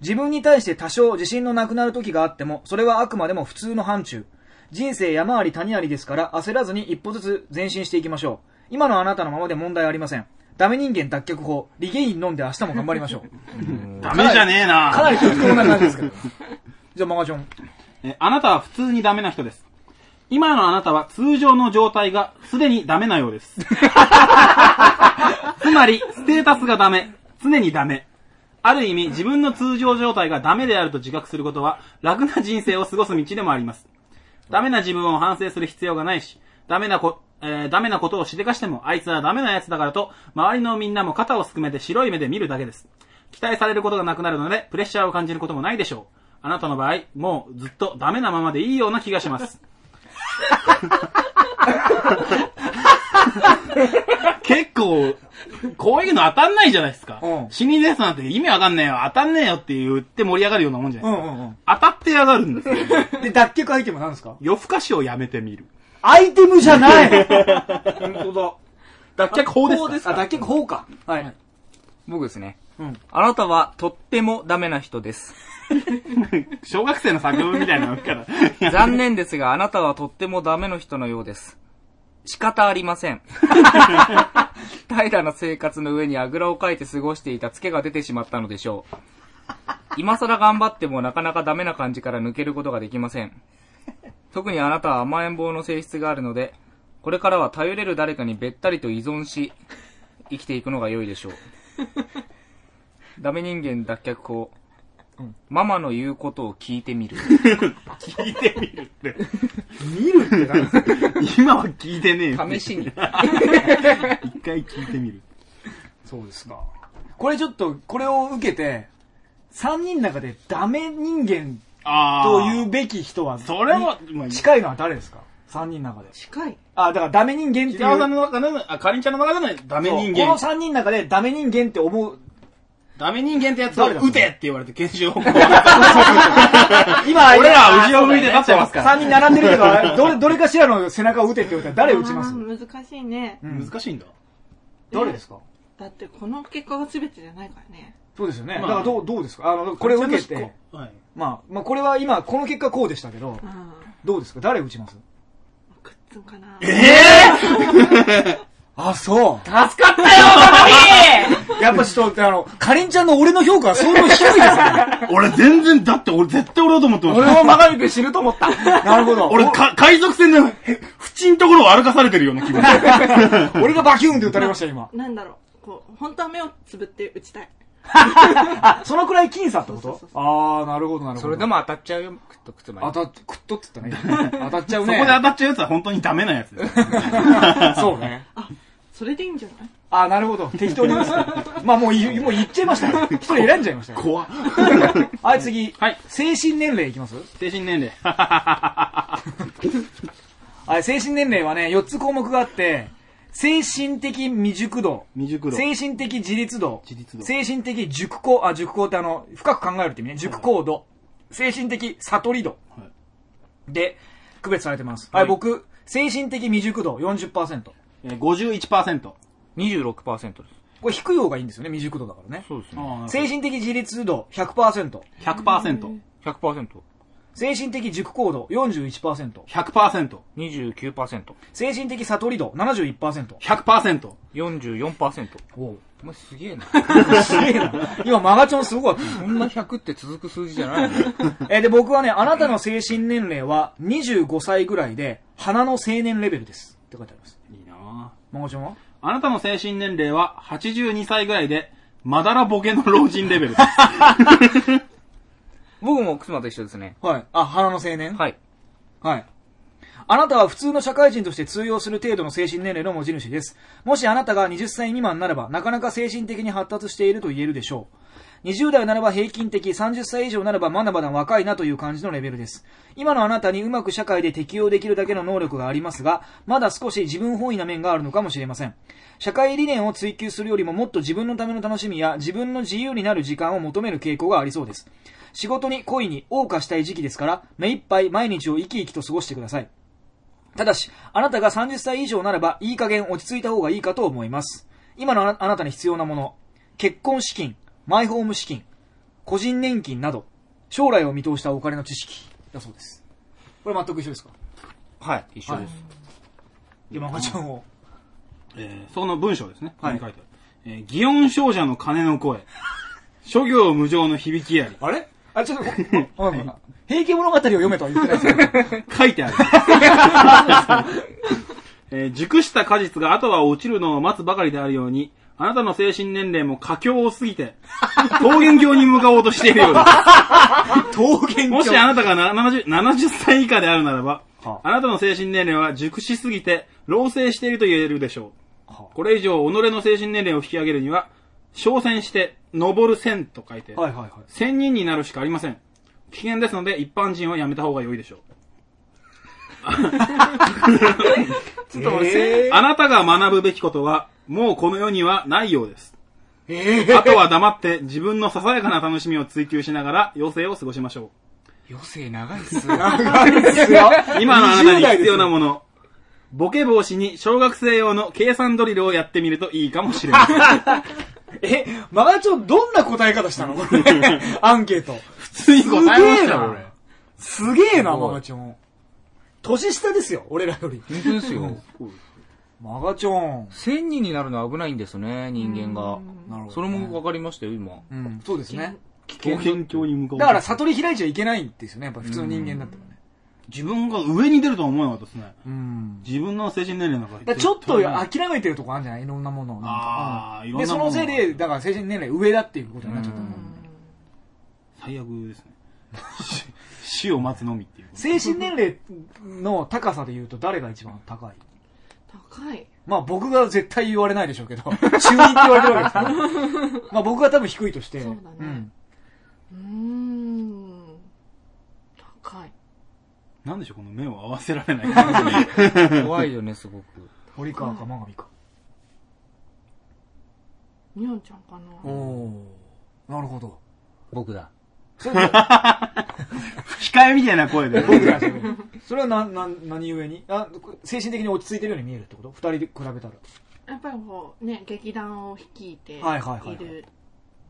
[SPEAKER 2] 自分に対して多少自信のなくなる時があっても、それはあくまでも普通の範疇。人生山あり谷ありですから、焦らずに一歩ずつ前進していきましょう。今のあなたのままで問題ありません。ダメ人間脱却法、リゲイン飲んで明日も頑張りましょう。
[SPEAKER 1] ダメじゃねえな
[SPEAKER 2] かなり適当な感じですけど。 じゃあ、マガジョン。
[SPEAKER 1] えーあなたは普通にダメな人です。今のあなたは通常の状態がすでにダメなようです。つまり、ステータスがダメ、常にダメ。ある意味、自分の通常状態がダメであると自覚することは、楽な人生を過ごす道でもあります。ダメな自分を反省する必要がないし、ダメなこ、えーダメなことをしでかしても、あいつはダメなやつだからと、周りのみんなも肩をすくめて白い目で見るだけです。期待されることがなくなるので、プレッシャーを感じることもないでしょう。あなたの場合、もうずっとダメなままでいいような気がし ます。結構、こういうの当たんないじゃないですか。
[SPEAKER 2] うん
[SPEAKER 1] 死にですなんて意味わかんねえよ、当たんねえよって言って盛り上がるようなもんじゃないですか。
[SPEAKER 2] ん
[SPEAKER 1] 当たってやがるんですよ。
[SPEAKER 2] うん。で、脱却アイテムなんですか
[SPEAKER 1] 夜更かしをやめてみる。
[SPEAKER 2] アイテムじゃない
[SPEAKER 1] 本当だ。脱却法ですか
[SPEAKER 2] あ、脱却法か。はい。
[SPEAKER 5] 僕ですね。
[SPEAKER 2] うん
[SPEAKER 5] あなたはとってもダメな人です。
[SPEAKER 1] 小学生の作文みたいなの から。
[SPEAKER 5] 残念ですが、あなたはとってもダメの人のようです。仕方ありま せん。平らな生活の上にあぐらをかいて過ごしていたツケが出てしまったのでしょう。今更頑張ってもなかなかダメな感じから抜けることができません。特にあなたは甘えん坊の性質があるので、これからは頼れる誰かにべったりと依存し、生きていくのが良いでしょう。ダメ人間脱却法。ママの言うことを聞いてみる。
[SPEAKER 1] 聞いてみるって。見るってなんですか今は聞いてねえよ。
[SPEAKER 5] 試しに。
[SPEAKER 1] 一回聞いてみる。
[SPEAKER 2] そうですか。これちょっと、これを受けて、三人の中でダメ人間
[SPEAKER 1] あ
[SPEAKER 2] と言
[SPEAKER 1] う。
[SPEAKER 2] うべき人は、
[SPEAKER 1] それは、まあ、
[SPEAKER 2] に近いのは誰ですか三人の中で。
[SPEAKER 4] 近い。
[SPEAKER 2] あ、だからダメ人間っていう。
[SPEAKER 1] 北川さんの中の、あ、かりんちゃんの中のダメ人
[SPEAKER 2] そうこ
[SPEAKER 1] 間
[SPEAKER 2] の。三人の中でダメ人間って思う、
[SPEAKER 1] ダメ人間ってやつを
[SPEAKER 2] 誰だそれ
[SPEAKER 1] 撃てって言われて研修を。
[SPEAKER 2] 今、
[SPEAKER 1] 俺ら後ろ向いて立ってますから。
[SPEAKER 2] 三人並んでるけど、どれ、 どれかしらの背中を打てって言われたら誰打ちます
[SPEAKER 4] あー難しいね。
[SPEAKER 2] うん
[SPEAKER 1] 難しいんだ。
[SPEAKER 2] 誰ですか
[SPEAKER 4] だってこの結果が全てじゃないからね。
[SPEAKER 2] そうですよね。だ
[SPEAKER 1] ま
[SPEAKER 2] か
[SPEAKER 1] あ
[SPEAKER 2] らどう、どうですかあの、これを受けて、。
[SPEAKER 1] はい。
[SPEAKER 2] まあ、まあこれは今、この結果こうでしたけど
[SPEAKER 4] う、ん。
[SPEAKER 2] どうですか誰打ちます
[SPEAKER 4] くっつんかな。
[SPEAKER 2] あ、そう。
[SPEAKER 3] 助 かったよ、
[SPEAKER 2] やっぱちょっと、あの、かりんちゃんの俺の評価は相当低いですね。
[SPEAKER 1] 俺全然、だって俺絶 対俺だと思ってま
[SPEAKER 3] 俺もマガミ君死ぬと思った。
[SPEAKER 2] なるほど。
[SPEAKER 1] 俺、か、海賊船で、縁のところを歩かされてるような気分。
[SPEAKER 2] 俺がバキューンって打たれました、今。
[SPEAKER 4] なんだろう。こう、本当は目をつぶって打ちたい。
[SPEAKER 2] あ、そのくらい僅差ってこ
[SPEAKER 4] そうそ
[SPEAKER 2] と
[SPEAKER 4] うそう
[SPEAKER 2] あー、なるほど、なるほど。
[SPEAKER 5] それでも当たっちゃうよ、くっとくつま
[SPEAKER 2] 当
[SPEAKER 5] り。
[SPEAKER 2] たっ、くっとって言ったね。当たっちゃ
[SPEAKER 1] そ
[SPEAKER 2] う
[SPEAKER 1] こ
[SPEAKER 2] ね。
[SPEAKER 1] で当たっちゃうやつは本当にダメなやつです。
[SPEAKER 2] そうね。
[SPEAKER 4] それでいいんじゃない
[SPEAKER 2] あ、なるほど。適当にです。まあもう言う、もう言っちゃいましたよ。一人選んじゃいました よ。
[SPEAKER 1] 怖っ。
[SPEAKER 2] はい、次。
[SPEAKER 1] はい。
[SPEAKER 2] 精神年齢いきます
[SPEAKER 1] 精神年齢。
[SPEAKER 2] はい、精神年齢はね、4つ項目があって、精神的未熟度。
[SPEAKER 1] 未熟度。
[SPEAKER 2] 精神的自立度。
[SPEAKER 1] 自立度
[SPEAKER 2] 精神的熟考、あ、熟考ってあの、深く考えるって意味ね。熟考度。精神的悟り度。
[SPEAKER 1] は
[SPEAKER 2] で、区別されてます。はい、
[SPEAKER 1] はい
[SPEAKER 2] 僕、精神的未熟度40%。
[SPEAKER 1] えー51%。
[SPEAKER 5] 26%です。
[SPEAKER 2] これ低い方がいいんですよね、未熟度だからね。
[SPEAKER 5] そうですね。
[SPEAKER 1] あ
[SPEAKER 2] 精神的自立度100%。
[SPEAKER 1] 100%。
[SPEAKER 5] 100%。
[SPEAKER 2] 精神的熟考度41%。
[SPEAKER 1] 100%。
[SPEAKER 5] 29%。
[SPEAKER 2] 精神的悟り度71%。
[SPEAKER 1] 100%。
[SPEAKER 5] 44%。
[SPEAKER 2] お
[SPEAKER 5] お前すげえな。
[SPEAKER 2] すげえな。今、マガチョンすごかっ
[SPEAKER 5] こんな100って続く数字じゃないの
[SPEAKER 2] た。えー、で、僕はね、あなたの精神年齢は25歳ぐらいで、花の青年レベルです。って書いてあります。
[SPEAKER 1] いいな
[SPEAKER 2] マガチョンは
[SPEAKER 1] ぁあなたの精神年齢は82歳ぐらいで、まだらボケの老人レベ ルです。
[SPEAKER 5] 僕もくつまと一緒ですね。
[SPEAKER 2] はい。あ、花の青年
[SPEAKER 5] はい。
[SPEAKER 2] はい。あなたは普通の社会人として通用する程度の精神年齢の持ち主です。もしあなたが20歳未満ならば、なかなか精神的に発達していると言えるでしょう。20代ならば平均的、30歳以上ならばまだまだ若いなという感じのレベルです。今のあなたにうまく社会で適応できるだけの能力がありますが、まだ少し自分本位な面があるのかもしれません。社会理念を追求するよりももっと自分のための楽しみや自分の自由になる時間を求める傾向がありそうです。仕事に恋に謳歌したい時期ですから、目いっぱい毎日を生き生きと過ごしてください。ただし、あなたが30歳以上ならば、いい加減落ち着いた方がいいかと思います。今のあなあなたに必要なもの、結婚資金、マイホーム資金、個人年金など、将来を見通したお金の知識だそうです。これ全く一緒ですか
[SPEAKER 5] はい、一緒です。
[SPEAKER 2] 山岡ちゃんを。
[SPEAKER 1] えーその文章ですね。はい。書いてある。えー祇園少女の鐘の声。諸行無常の響きあり。
[SPEAKER 2] あれあ、 ちょっと、ごめんごめん平家物語を読めとは言ってないですけど。
[SPEAKER 1] 書いてある。えー熟した果実が後は落ちるのを待つばかりであるように、あなたの精神年齢も佳境を過ぎて、桃源郷に向かおうとしているようです。
[SPEAKER 2] 桃源郷
[SPEAKER 1] もしあなたがな 70, 70歳以下であるならば、
[SPEAKER 2] はあ
[SPEAKER 1] あ、なたの精神年齢は熟しすぎて、老成していると言えるでしょう。
[SPEAKER 2] はあ
[SPEAKER 1] これ以上、己の精神年齢を引き上げるには、昇仙して、登る仙と書いて、
[SPEAKER 2] はいはいはい。
[SPEAKER 1] 仙人になるしかありません。危険ですので、一般人はやめた方が良いでしょう。
[SPEAKER 2] ちょっと待って
[SPEAKER 1] あなたが学ぶべきことは、もうこの世にはないよう です。
[SPEAKER 2] え
[SPEAKER 1] あとは黙って自分のささやかな楽しみを追求しながら余生を過ごしましょ
[SPEAKER 5] 余生長いっ す。
[SPEAKER 1] う。 今のあなたに必要な
[SPEAKER 2] も
[SPEAKER 1] もの、ボケ防止に小学生用の計算ドリルをやってみるといいかもしれ ません。
[SPEAKER 2] え、マガチョウどんな答え 方したのこれ。アンケート。
[SPEAKER 1] 普通に
[SPEAKER 2] す
[SPEAKER 1] 答えま
[SPEAKER 2] げえ
[SPEAKER 1] したよ、俺
[SPEAKER 2] な。すげえな、マガチョン。年下ですよ、俺らより。
[SPEAKER 5] 本当ですよ。
[SPEAKER 2] マガチョン。
[SPEAKER 5] 千人になるの危ないんですね、人間が。
[SPEAKER 2] なるほどね
[SPEAKER 5] それも分かりましたよ、今。
[SPEAKER 2] うん、そうですね。
[SPEAKER 1] 冒険郷に向かう。
[SPEAKER 2] だから悟り開いちゃいけないんですよね、やっぱ普通の人間だったらね。
[SPEAKER 1] 自分が上に出るとは思えなかったですね。
[SPEAKER 2] うん。
[SPEAKER 1] 自分の精神年齢なんか
[SPEAKER 2] だからちょっと諦めてるとこあるんじゃないいろんなものをなんか。
[SPEAKER 1] あー
[SPEAKER 2] うん
[SPEAKER 1] いろん
[SPEAKER 2] で、
[SPEAKER 1] な
[SPEAKER 2] そ
[SPEAKER 1] もの
[SPEAKER 2] のせいで、だから精神年齢上だっていうことになっちゃったの。
[SPEAKER 1] 最悪ですね。 死死を待つのみっていう。
[SPEAKER 2] 精神年齢の高さで言うと誰が一番高い
[SPEAKER 4] 高い。
[SPEAKER 2] まあ僕が絶対言われないでしょうけど、中2って言 われてるわ けですね。まあ僕が多分低いとして。
[SPEAKER 4] そうだね
[SPEAKER 2] ん。
[SPEAKER 4] うーん。高い。
[SPEAKER 1] なんでしょう、この目を合わせられない感じ。
[SPEAKER 5] 怖いよね、すごく。
[SPEAKER 2] 堀川か真上か。
[SPEAKER 4] にょんちゃんか
[SPEAKER 2] お
[SPEAKER 4] な。
[SPEAKER 2] おー。なるほど。
[SPEAKER 5] 僕だ。
[SPEAKER 1] 控えみたいな声で。
[SPEAKER 2] 僕らじゃないそれはな、な、何故にあ、精神的に落ち着いてるように見えるってこと二人で比べたら。
[SPEAKER 4] やっぱりこう、ね、劇団を率いている
[SPEAKER 2] はいはいはいはい
[SPEAKER 4] っ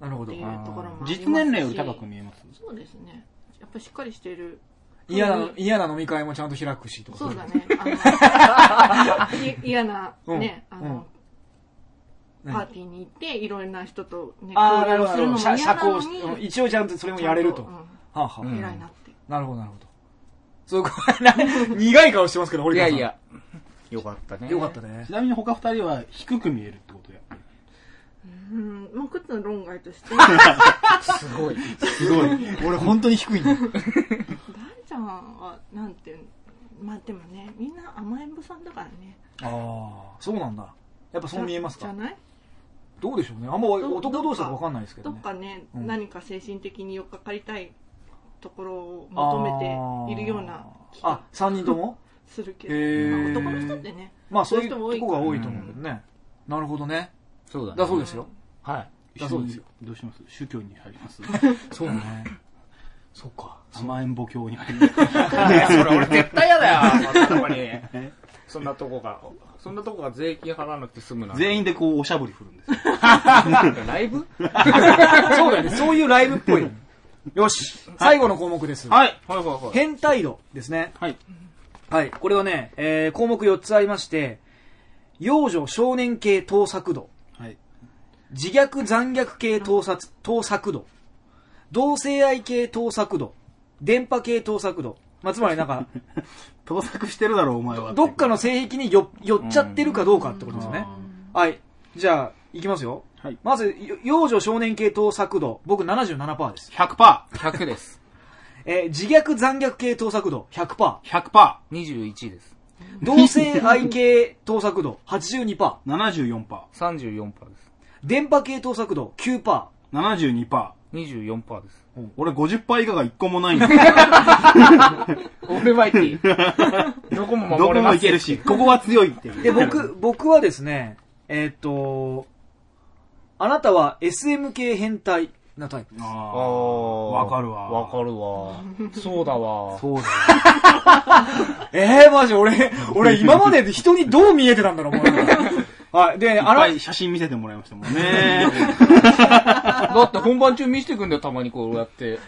[SPEAKER 2] なるほ
[SPEAKER 4] て
[SPEAKER 2] ど。
[SPEAKER 4] いうところもありますし。
[SPEAKER 1] 実年齢より高く見えます
[SPEAKER 4] そうですね。やっぱりしっかりしている。
[SPEAKER 2] 嫌な、嫌な飲み会もちゃんと開くしとか。
[SPEAKER 4] そうだね。あのい嫌な、ね、
[SPEAKER 2] うん
[SPEAKER 4] あ
[SPEAKER 2] うん
[SPEAKER 4] の、
[SPEAKER 2] うん
[SPEAKER 4] パーティーに行って、いろんな人とね、
[SPEAKER 2] ああ、な
[SPEAKER 4] 交
[SPEAKER 2] る
[SPEAKER 4] 流
[SPEAKER 2] ほ
[SPEAKER 4] する
[SPEAKER 2] ど。
[SPEAKER 4] の
[SPEAKER 2] 社
[SPEAKER 4] も嫌
[SPEAKER 2] 社
[SPEAKER 4] なの
[SPEAKER 2] 交しうん
[SPEAKER 4] に、
[SPEAKER 2] 一応ちゃんとそれもやれると。
[SPEAKER 4] ちゃん
[SPEAKER 2] は
[SPEAKER 4] う
[SPEAKER 2] あ、はあ
[SPEAKER 4] ん偉いなって。
[SPEAKER 2] なるほど、なるほど。そうか、な苦い顔してますけど、
[SPEAKER 5] い
[SPEAKER 2] 堀
[SPEAKER 5] や
[SPEAKER 2] 川さん。
[SPEAKER 5] いや。よかったね。
[SPEAKER 2] よかったね
[SPEAKER 1] ち。なみに他二人は低く見えるってことや。
[SPEAKER 4] うん、まあ、靴の論外 として、
[SPEAKER 5] すごい。
[SPEAKER 2] すごい。俺本当に低いんだ。
[SPEAKER 4] 大ちゃんは、なんていうのまあでもね、みんな甘えん坊さんだからね。
[SPEAKER 2] ああ、そうなんだ。やっぱそう見えます
[SPEAKER 4] じゃ
[SPEAKER 2] か
[SPEAKER 4] ない
[SPEAKER 2] どうでしょうね。あんま
[SPEAKER 4] ど
[SPEAKER 2] 男同士だとわかんないですけど
[SPEAKER 4] ど
[SPEAKER 2] ね
[SPEAKER 4] っ。かね、
[SPEAKER 2] うん
[SPEAKER 4] 何か精神的に寄っかかりたいところを求めているような気
[SPEAKER 2] あ
[SPEAKER 4] が、
[SPEAKER 2] 3人とも
[SPEAKER 4] するけ
[SPEAKER 2] へー
[SPEAKER 4] ど、まあ男の人ってね、
[SPEAKER 2] まあそういうと
[SPEAKER 4] そういう人
[SPEAKER 2] こ
[SPEAKER 4] も
[SPEAKER 2] が多
[SPEAKER 4] 多
[SPEAKER 2] い
[SPEAKER 5] い
[SPEAKER 2] と
[SPEAKER 5] と
[SPEAKER 2] 思
[SPEAKER 5] 思
[SPEAKER 2] うけ
[SPEAKER 5] うけ
[SPEAKER 2] どね。なるほどね。
[SPEAKER 5] そうだね。
[SPEAKER 2] だそうですよ。はい。
[SPEAKER 1] 一
[SPEAKER 2] だ
[SPEAKER 1] 緒
[SPEAKER 2] そう
[SPEAKER 1] に
[SPEAKER 2] ですよ。
[SPEAKER 1] どうします宗教に入ります
[SPEAKER 2] そうだね。そっか。
[SPEAKER 1] 甘えんぼ教に入ります
[SPEAKER 5] いやそれ俺絶対嫌 だよ、そんなとこに。そんなとこが、そんなとこが税金払わなくて済む な。
[SPEAKER 1] 全員でこう、おしゃぶり振るんですよ。
[SPEAKER 5] ライブ
[SPEAKER 2] そうだよね。そういうライブっぽい。よし。最後の項目です。
[SPEAKER 1] はい
[SPEAKER 5] ほいほいほい。
[SPEAKER 2] 変態度ですね。
[SPEAKER 1] はい。
[SPEAKER 2] はい。これはね、えー項目4つありまして、幼女少年系盗作度。
[SPEAKER 1] はい。
[SPEAKER 2] 自虐残虐系盗撮、盗作度。同性愛系盗作度。電波系盗作度。まあ、つまり なんか、
[SPEAKER 1] 盗作してるだろ、お前は。
[SPEAKER 2] どっかの
[SPEAKER 1] て
[SPEAKER 2] 性癖によ寄っちゃってるかどうかってことですね。はい。じゃあ、いきますよ。
[SPEAKER 1] はい。
[SPEAKER 2] まず、よ幼女少年系盗作度。僕77%です。
[SPEAKER 1] 100%。
[SPEAKER 5] 100です。
[SPEAKER 2] えー自虐残虐系盗作度100%。
[SPEAKER 1] 100%、
[SPEAKER 5] 21位です。
[SPEAKER 2] 同性愛系盗作度82%。
[SPEAKER 1] 74%、
[SPEAKER 5] 34%です。
[SPEAKER 2] 電波系盗作度9%。
[SPEAKER 1] 72%。
[SPEAKER 5] 24%です。
[SPEAKER 1] 俺50%以下が1個も ないんだ
[SPEAKER 5] 俺はいい。 どこも
[SPEAKER 1] どこ
[SPEAKER 5] 守れ
[SPEAKER 1] も
[SPEAKER 5] ま
[SPEAKER 1] い
[SPEAKER 5] す
[SPEAKER 1] け。るし、ここは強いって いう。
[SPEAKER 2] で、僕、僕はですね、えーっと、あなたは SM 系変態なタイプ。
[SPEAKER 1] あ
[SPEAKER 5] あ
[SPEAKER 1] ー
[SPEAKER 5] ー
[SPEAKER 1] わかるわ
[SPEAKER 5] わかるわ。そうだわ。
[SPEAKER 1] そうだよ。
[SPEAKER 2] えー、マジ、俺、俺今まで人にどう見えてたんだろう、思いながらはい、で、
[SPEAKER 1] いっ
[SPEAKER 2] あ
[SPEAKER 1] ぱ
[SPEAKER 2] ら、
[SPEAKER 1] い写真見せてもらいましたもん ね。
[SPEAKER 5] だって本番中見せてくんだよ、たまにこうやって。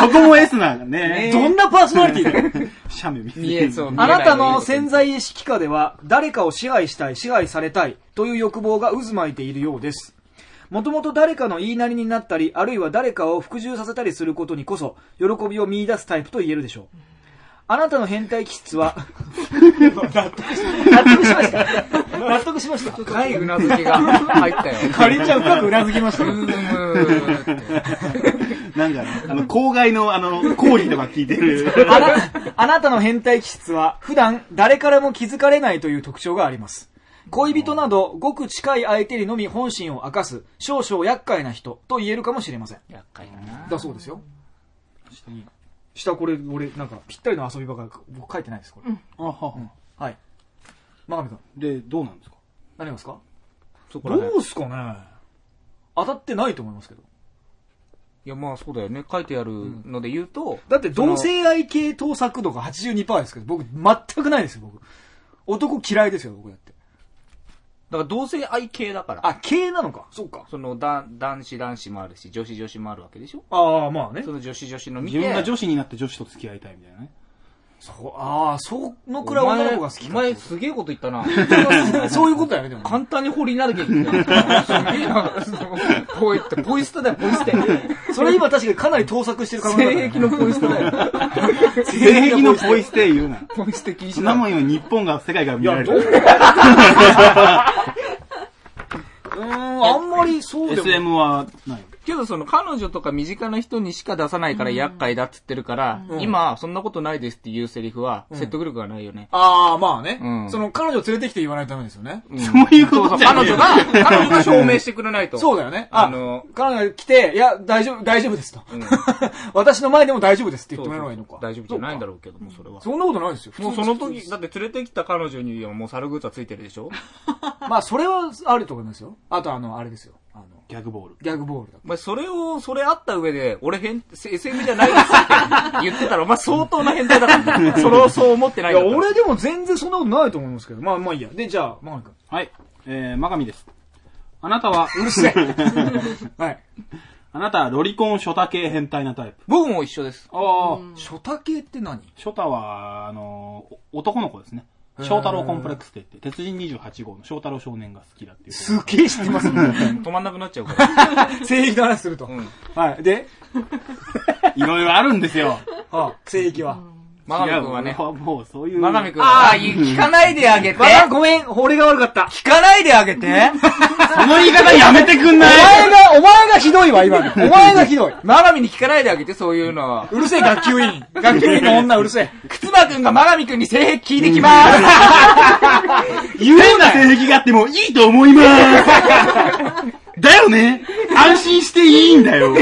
[SPEAKER 1] そこも S なんだね。
[SPEAKER 2] どんなパーソナリティだよ。
[SPEAKER 1] 写メ見せて
[SPEAKER 5] 見えそう。見え
[SPEAKER 2] あ
[SPEAKER 5] い
[SPEAKER 2] なたの潜在意識下では、誰かを支配したい、支配されたいという欲望が渦巻いているようです。もともと誰かの言いなりになったり、あるいは誰かを服従させたりすることにこそ、喜びを見出すタイプと言えるでしょう。あなたの変態気質は、納得しました。納得しま した。
[SPEAKER 5] 深いうなずきが入った よ。
[SPEAKER 2] かりんちゃん深くうなずきました
[SPEAKER 5] う
[SPEAKER 2] よ。
[SPEAKER 5] ーんっ て
[SPEAKER 1] なんかね、あの、郊外の、あの、講義とか聞いてる。
[SPEAKER 2] あな あなたの変態気質は普段誰からも気づかれないという特徴があります。恋人などごく近い相手にのみ本心を明かす少々厄介な人と言えるかもしれません。
[SPEAKER 5] 厄介だな。
[SPEAKER 2] だそうですよ。下これ、俺、なんか、ぴったりの遊び場が、僕書いてないです、これ。
[SPEAKER 1] あは
[SPEAKER 2] はい。真上君、
[SPEAKER 1] で、どうなんですか
[SPEAKER 2] 何がですか
[SPEAKER 5] そこら
[SPEAKER 2] ど
[SPEAKER 5] 辺。いう
[SPEAKER 2] すかね当たってないと思いますけど。
[SPEAKER 5] や、まあそうだよね。書いてあるので言うと、
[SPEAKER 2] だって、同性愛系盗作度が82%ですけど、僕、全くないですよ、僕。男嫌いですよ、僕だって。
[SPEAKER 5] だから同性愛系だから。
[SPEAKER 2] あ、系なのか。そうか。
[SPEAKER 5] その、だ男子男子もあるし、女子女子もあるわけでしょ
[SPEAKER 2] ああ、まあね
[SPEAKER 5] そ。の女子女子の見て。
[SPEAKER 1] 自分が女子になって女子と付き合いたいみたいなね。
[SPEAKER 2] そう、ああ、その
[SPEAKER 5] お前
[SPEAKER 2] くらい女の子が好き
[SPEAKER 5] お
[SPEAKER 2] か。
[SPEAKER 5] 前すげえこと言ったな。
[SPEAKER 2] そういうことやね、でも。
[SPEAKER 5] 簡単に掘りなるけど。すげえな。そのポイって、ポイ捨てだよ、ポイ捨て。
[SPEAKER 2] それ今確かにかなり盗作してる可能性
[SPEAKER 5] 性癖のポイ捨てだよ。
[SPEAKER 1] 性癖のポイ捨て言うな。
[SPEAKER 5] ポイ捨て禁
[SPEAKER 1] そ
[SPEAKER 5] 止
[SPEAKER 1] ん
[SPEAKER 5] だ
[SPEAKER 1] な
[SPEAKER 5] よ。
[SPEAKER 1] もん 今日本が世界から見られる。
[SPEAKER 2] うーん、あんまりそうでも。
[SPEAKER 1] SM はない。
[SPEAKER 5] けどその彼女とか身近な人にしか出さないから厄介だって言ってるから、今そんなことないですっていうセリフは説得力がないよね。
[SPEAKER 2] ああ、まあね、
[SPEAKER 5] うん
[SPEAKER 2] その、彼女連れてきて言わないとダメですよね。
[SPEAKER 5] うん
[SPEAKER 1] そういうことじゃ
[SPEAKER 5] 彼
[SPEAKER 1] ねえ
[SPEAKER 5] 女
[SPEAKER 1] よ
[SPEAKER 5] が、彼女が証明してくれないと。
[SPEAKER 2] そうだよね。あ、
[SPEAKER 5] あ
[SPEAKER 2] の
[SPEAKER 5] の、
[SPEAKER 2] 彼女が来て、いや、大丈夫、大丈夫ですと。
[SPEAKER 5] うん
[SPEAKER 2] 私の前でも大丈夫ですって言ってもらえばいいのか。
[SPEAKER 5] 大丈夫じゃないんだ
[SPEAKER 2] ろ
[SPEAKER 5] ろうけども、それは。
[SPEAKER 2] そんなことないですよ。
[SPEAKER 5] もうその時、だって連れてきた彼女にはもう猿グッズはついてるでしょ
[SPEAKER 2] まあ、それはあると思いますよ。あと、あの、あれですよ。あの、
[SPEAKER 1] ギャグボール。
[SPEAKER 2] ギャグボールだ。
[SPEAKER 5] お前それを、それあった上で、俺変、SM じゃないですって 言ってたら、お前相当な変態だから ね、それをそう思ってないいん
[SPEAKER 2] や、
[SPEAKER 5] だったら
[SPEAKER 2] 俺でも全然そんなことないと思いますけど。まあまあいいや。で、じゃあ、マガミ君。
[SPEAKER 1] はい。えー、マガミです。あなたは、
[SPEAKER 2] うるせえ。 はい。
[SPEAKER 1] あなたはロリコン初太系変態なタイプ。
[SPEAKER 5] 僕も一緒です。
[SPEAKER 1] ああ、
[SPEAKER 2] 初太系って何
[SPEAKER 1] 初太は、あのーお男の子ですね。翔太郎コンプレックスって言って、鉄人28号の翔太郎少年が好きだっていう。
[SPEAKER 2] すっげえ知ってますね。
[SPEAKER 5] 止まんなくなっちゃうから。
[SPEAKER 2] 性癖の話すると。
[SPEAKER 5] うん。
[SPEAKER 2] はい。で、
[SPEAKER 1] いろいろあるんですよ。
[SPEAKER 2] はあ、性癖は。
[SPEAKER 5] 真
[SPEAKER 1] い
[SPEAKER 5] 鍋
[SPEAKER 1] や
[SPEAKER 5] 君は ね。
[SPEAKER 1] もうもうそういう。
[SPEAKER 5] 真鍋君
[SPEAKER 3] あ
[SPEAKER 5] は
[SPEAKER 3] あ、
[SPEAKER 5] ね。
[SPEAKER 3] 聞かないであげて。
[SPEAKER 2] わあ、ごめん、俺が悪かった。
[SPEAKER 3] 聞かないであげて。
[SPEAKER 1] その言い方やめてくんな
[SPEAKER 2] お
[SPEAKER 1] い
[SPEAKER 2] 前 が、お前がひどいわ、今 の。お前がひどい。
[SPEAKER 5] 真鍋に聞かないであげて、そういうのは。
[SPEAKER 2] うるせえ、学級委員。学級委員の女うるせえ。
[SPEAKER 5] 靴間君が真鍋君に性癖聞いてきまーす。
[SPEAKER 1] 言うな性癖があってもいいと思い ますだよね安心していいんだよ。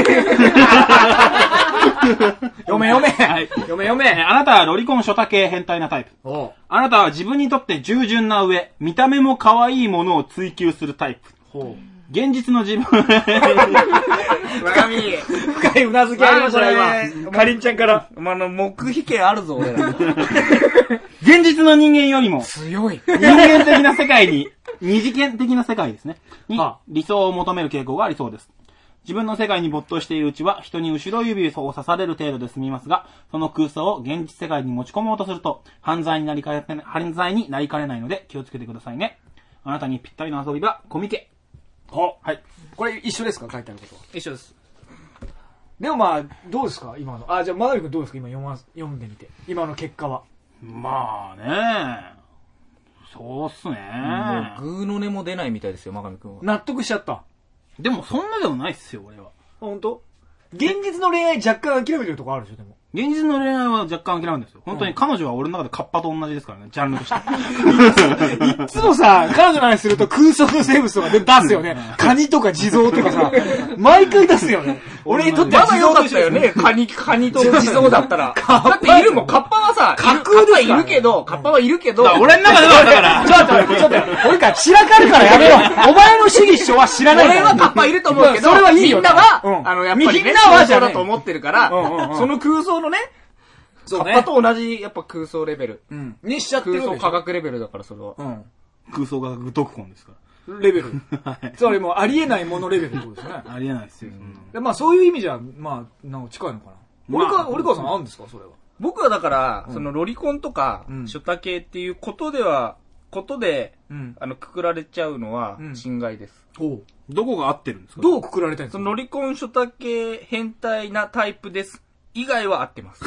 [SPEAKER 2] 読め読め。
[SPEAKER 1] はい
[SPEAKER 2] 読め読
[SPEAKER 1] え
[SPEAKER 2] め。
[SPEAKER 1] あなたはロリコン初太系変態なタイプ。
[SPEAKER 2] おう
[SPEAKER 1] あなたは自分にとって従順な上、見た目も可愛いものを追求するタイプ。
[SPEAKER 2] ほ
[SPEAKER 1] 現実の自分、
[SPEAKER 5] 真鍋。
[SPEAKER 2] う。深いうなずきありましたね、今。かりんちゃんから。
[SPEAKER 5] お前の目秘権あるぞ、俺ら。
[SPEAKER 1] 現実の人間よりも、
[SPEAKER 5] 強い。
[SPEAKER 1] 人間的な世界に、二次元的な世界ですね。に
[SPEAKER 2] はあ、
[SPEAKER 1] 理想を求める傾向がありそうです。自分の世界に没頭しているうちは、人に後ろ指を刺される程度で済みますが、その空想を現実世界に持ち込もうとすると、犯罪になりかね、犯罪になりかねないので気をつけてくださいね。あなたにぴったりの遊び場、コミケ。
[SPEAKER 2] ほ
[SPEAKER 1] はい。
[SPEAKER 2] これ一緒ですか書いてあることは。
[SPEAKER 5] 一緒です。
[SPEAKER 2] でもまあ、どうですか今の。あ、じゃあ、まなみくんどうですか今読ま、読んでみて。今の結果は。
[SPEAKER 1] まあねそうっすね
[SPEAKER 5] もう、グーの音も出ないみたいですよ、真上君は。
[SPEAKER 2] 納得しちゃった。
[SPEAKER 1] でもそんなでもないっすよ、俺は。
[SPEAKER 2] ほんと現実の恋愛若干諦めてるとこあるでしょ、でも。
[SPEAKER 1] 現実の恋愛は若干諦めてですよ。本当に彼女は俺の中でカッパと同じですからね、ジャンルと して。
[SPEAKER 2] いつもさ、彼女の話すると空想の生物とかで出すよね。カニとか地蔵とかさ、毎回出すよね。俺にとっては
[SPEAKER 5] まだ
[SPEAKER 2] 地
[SPEAKER 5] 良
[SPEAKER 2] 蔵
[SPEAKER 5] か
[SPEAKER 2] と
[SPEAKER 5] っ
[SPEAKER 2] 一
[SPEAKER 5] た
[SPEAKER 2] 緒
[SPEAKER 5] よ
[SPEAKER 2] です。
[SPEAKER 5] ね、カニ、カニと地蔵だったら。だっている もん、カッパはさ、いる
[SPEAKER 2] 架空ですからね
[SPEAKER 5] カッパはいるけど、カッパはいるけど、
[SPEAKER 1] だから俺の中ではだから、
[SPEAKER 2] ちょっと待って、ちょっと待って。俺から散らかるからやめろ。 お前の主義主張は知らないから。
[SPEAKER 5] 俺はカッパいると思うけど、
[SPEAKER 2] それはいいよ。
[SPEAKER 5] みんなは、
[SPEAKER 2] うん
[SPEAKER 5] あの、やっぱりね、
[SPEAKER 2] みんなはじゃ
[SPEAKER 5] 空
[SPEAKER 2] ねえ
[SPEAKER 5] 想だと思ってるから、
[SPEAKER 2] うんうんうん
[SPEAKER 5] その空想のね、
[SPEAKER 2] そう
[SPEAKER 5] カッパと同じ、やっぱ空想レベル。
[SPEAKER 2] うん。にしちゃってる
[SPEAKER 5] 空
[SPEAKER 2] わけ
[SPEAKER 5] 想
[SPEAKER 2] でしょ
[SPEAKER 5] 科学レベルだから、それは。
[SPEAKER 1] 空想がグトクコンですか
[SPEAKER 2] うん。レベル。
[SPEAKER 1] ら。はい。
[SPEAKER 2] つまりもうありえないものレベルってことですよね。
[SPEAKER 1] ありえないですよ、そんなの。
[SPEAKER 2] でまあそういう意味じゃ、まあ、なんか近いのかな。
[SPEAKER 1] まあ
[SPEAKER 2] 俺か、俺かさんあるんですかそれは。
[SPEAKER 5] 僕はだから、そのロリコンとか、
[SPEAKER 2] うん
[SPEAKER 5] ショタ系っていうことでは、ことで、
[SPEAKER 2] うん。
[SPEAKER 5] あの、くくられちゃうのは
[SPEAKER 2] う、ん
[SPEAKER 5] 侵害です。
[SPEAKER 2] おう
[SPEAKER 1] どこが合ってるんですか
[SPEAKER 2] どうくくられたいんです
[SPEAKER 5] そ
[SPEAKER 2] か
[SPEAKER 5] のロリコン、ショタ系、変態なタイプです。以外は合ってます。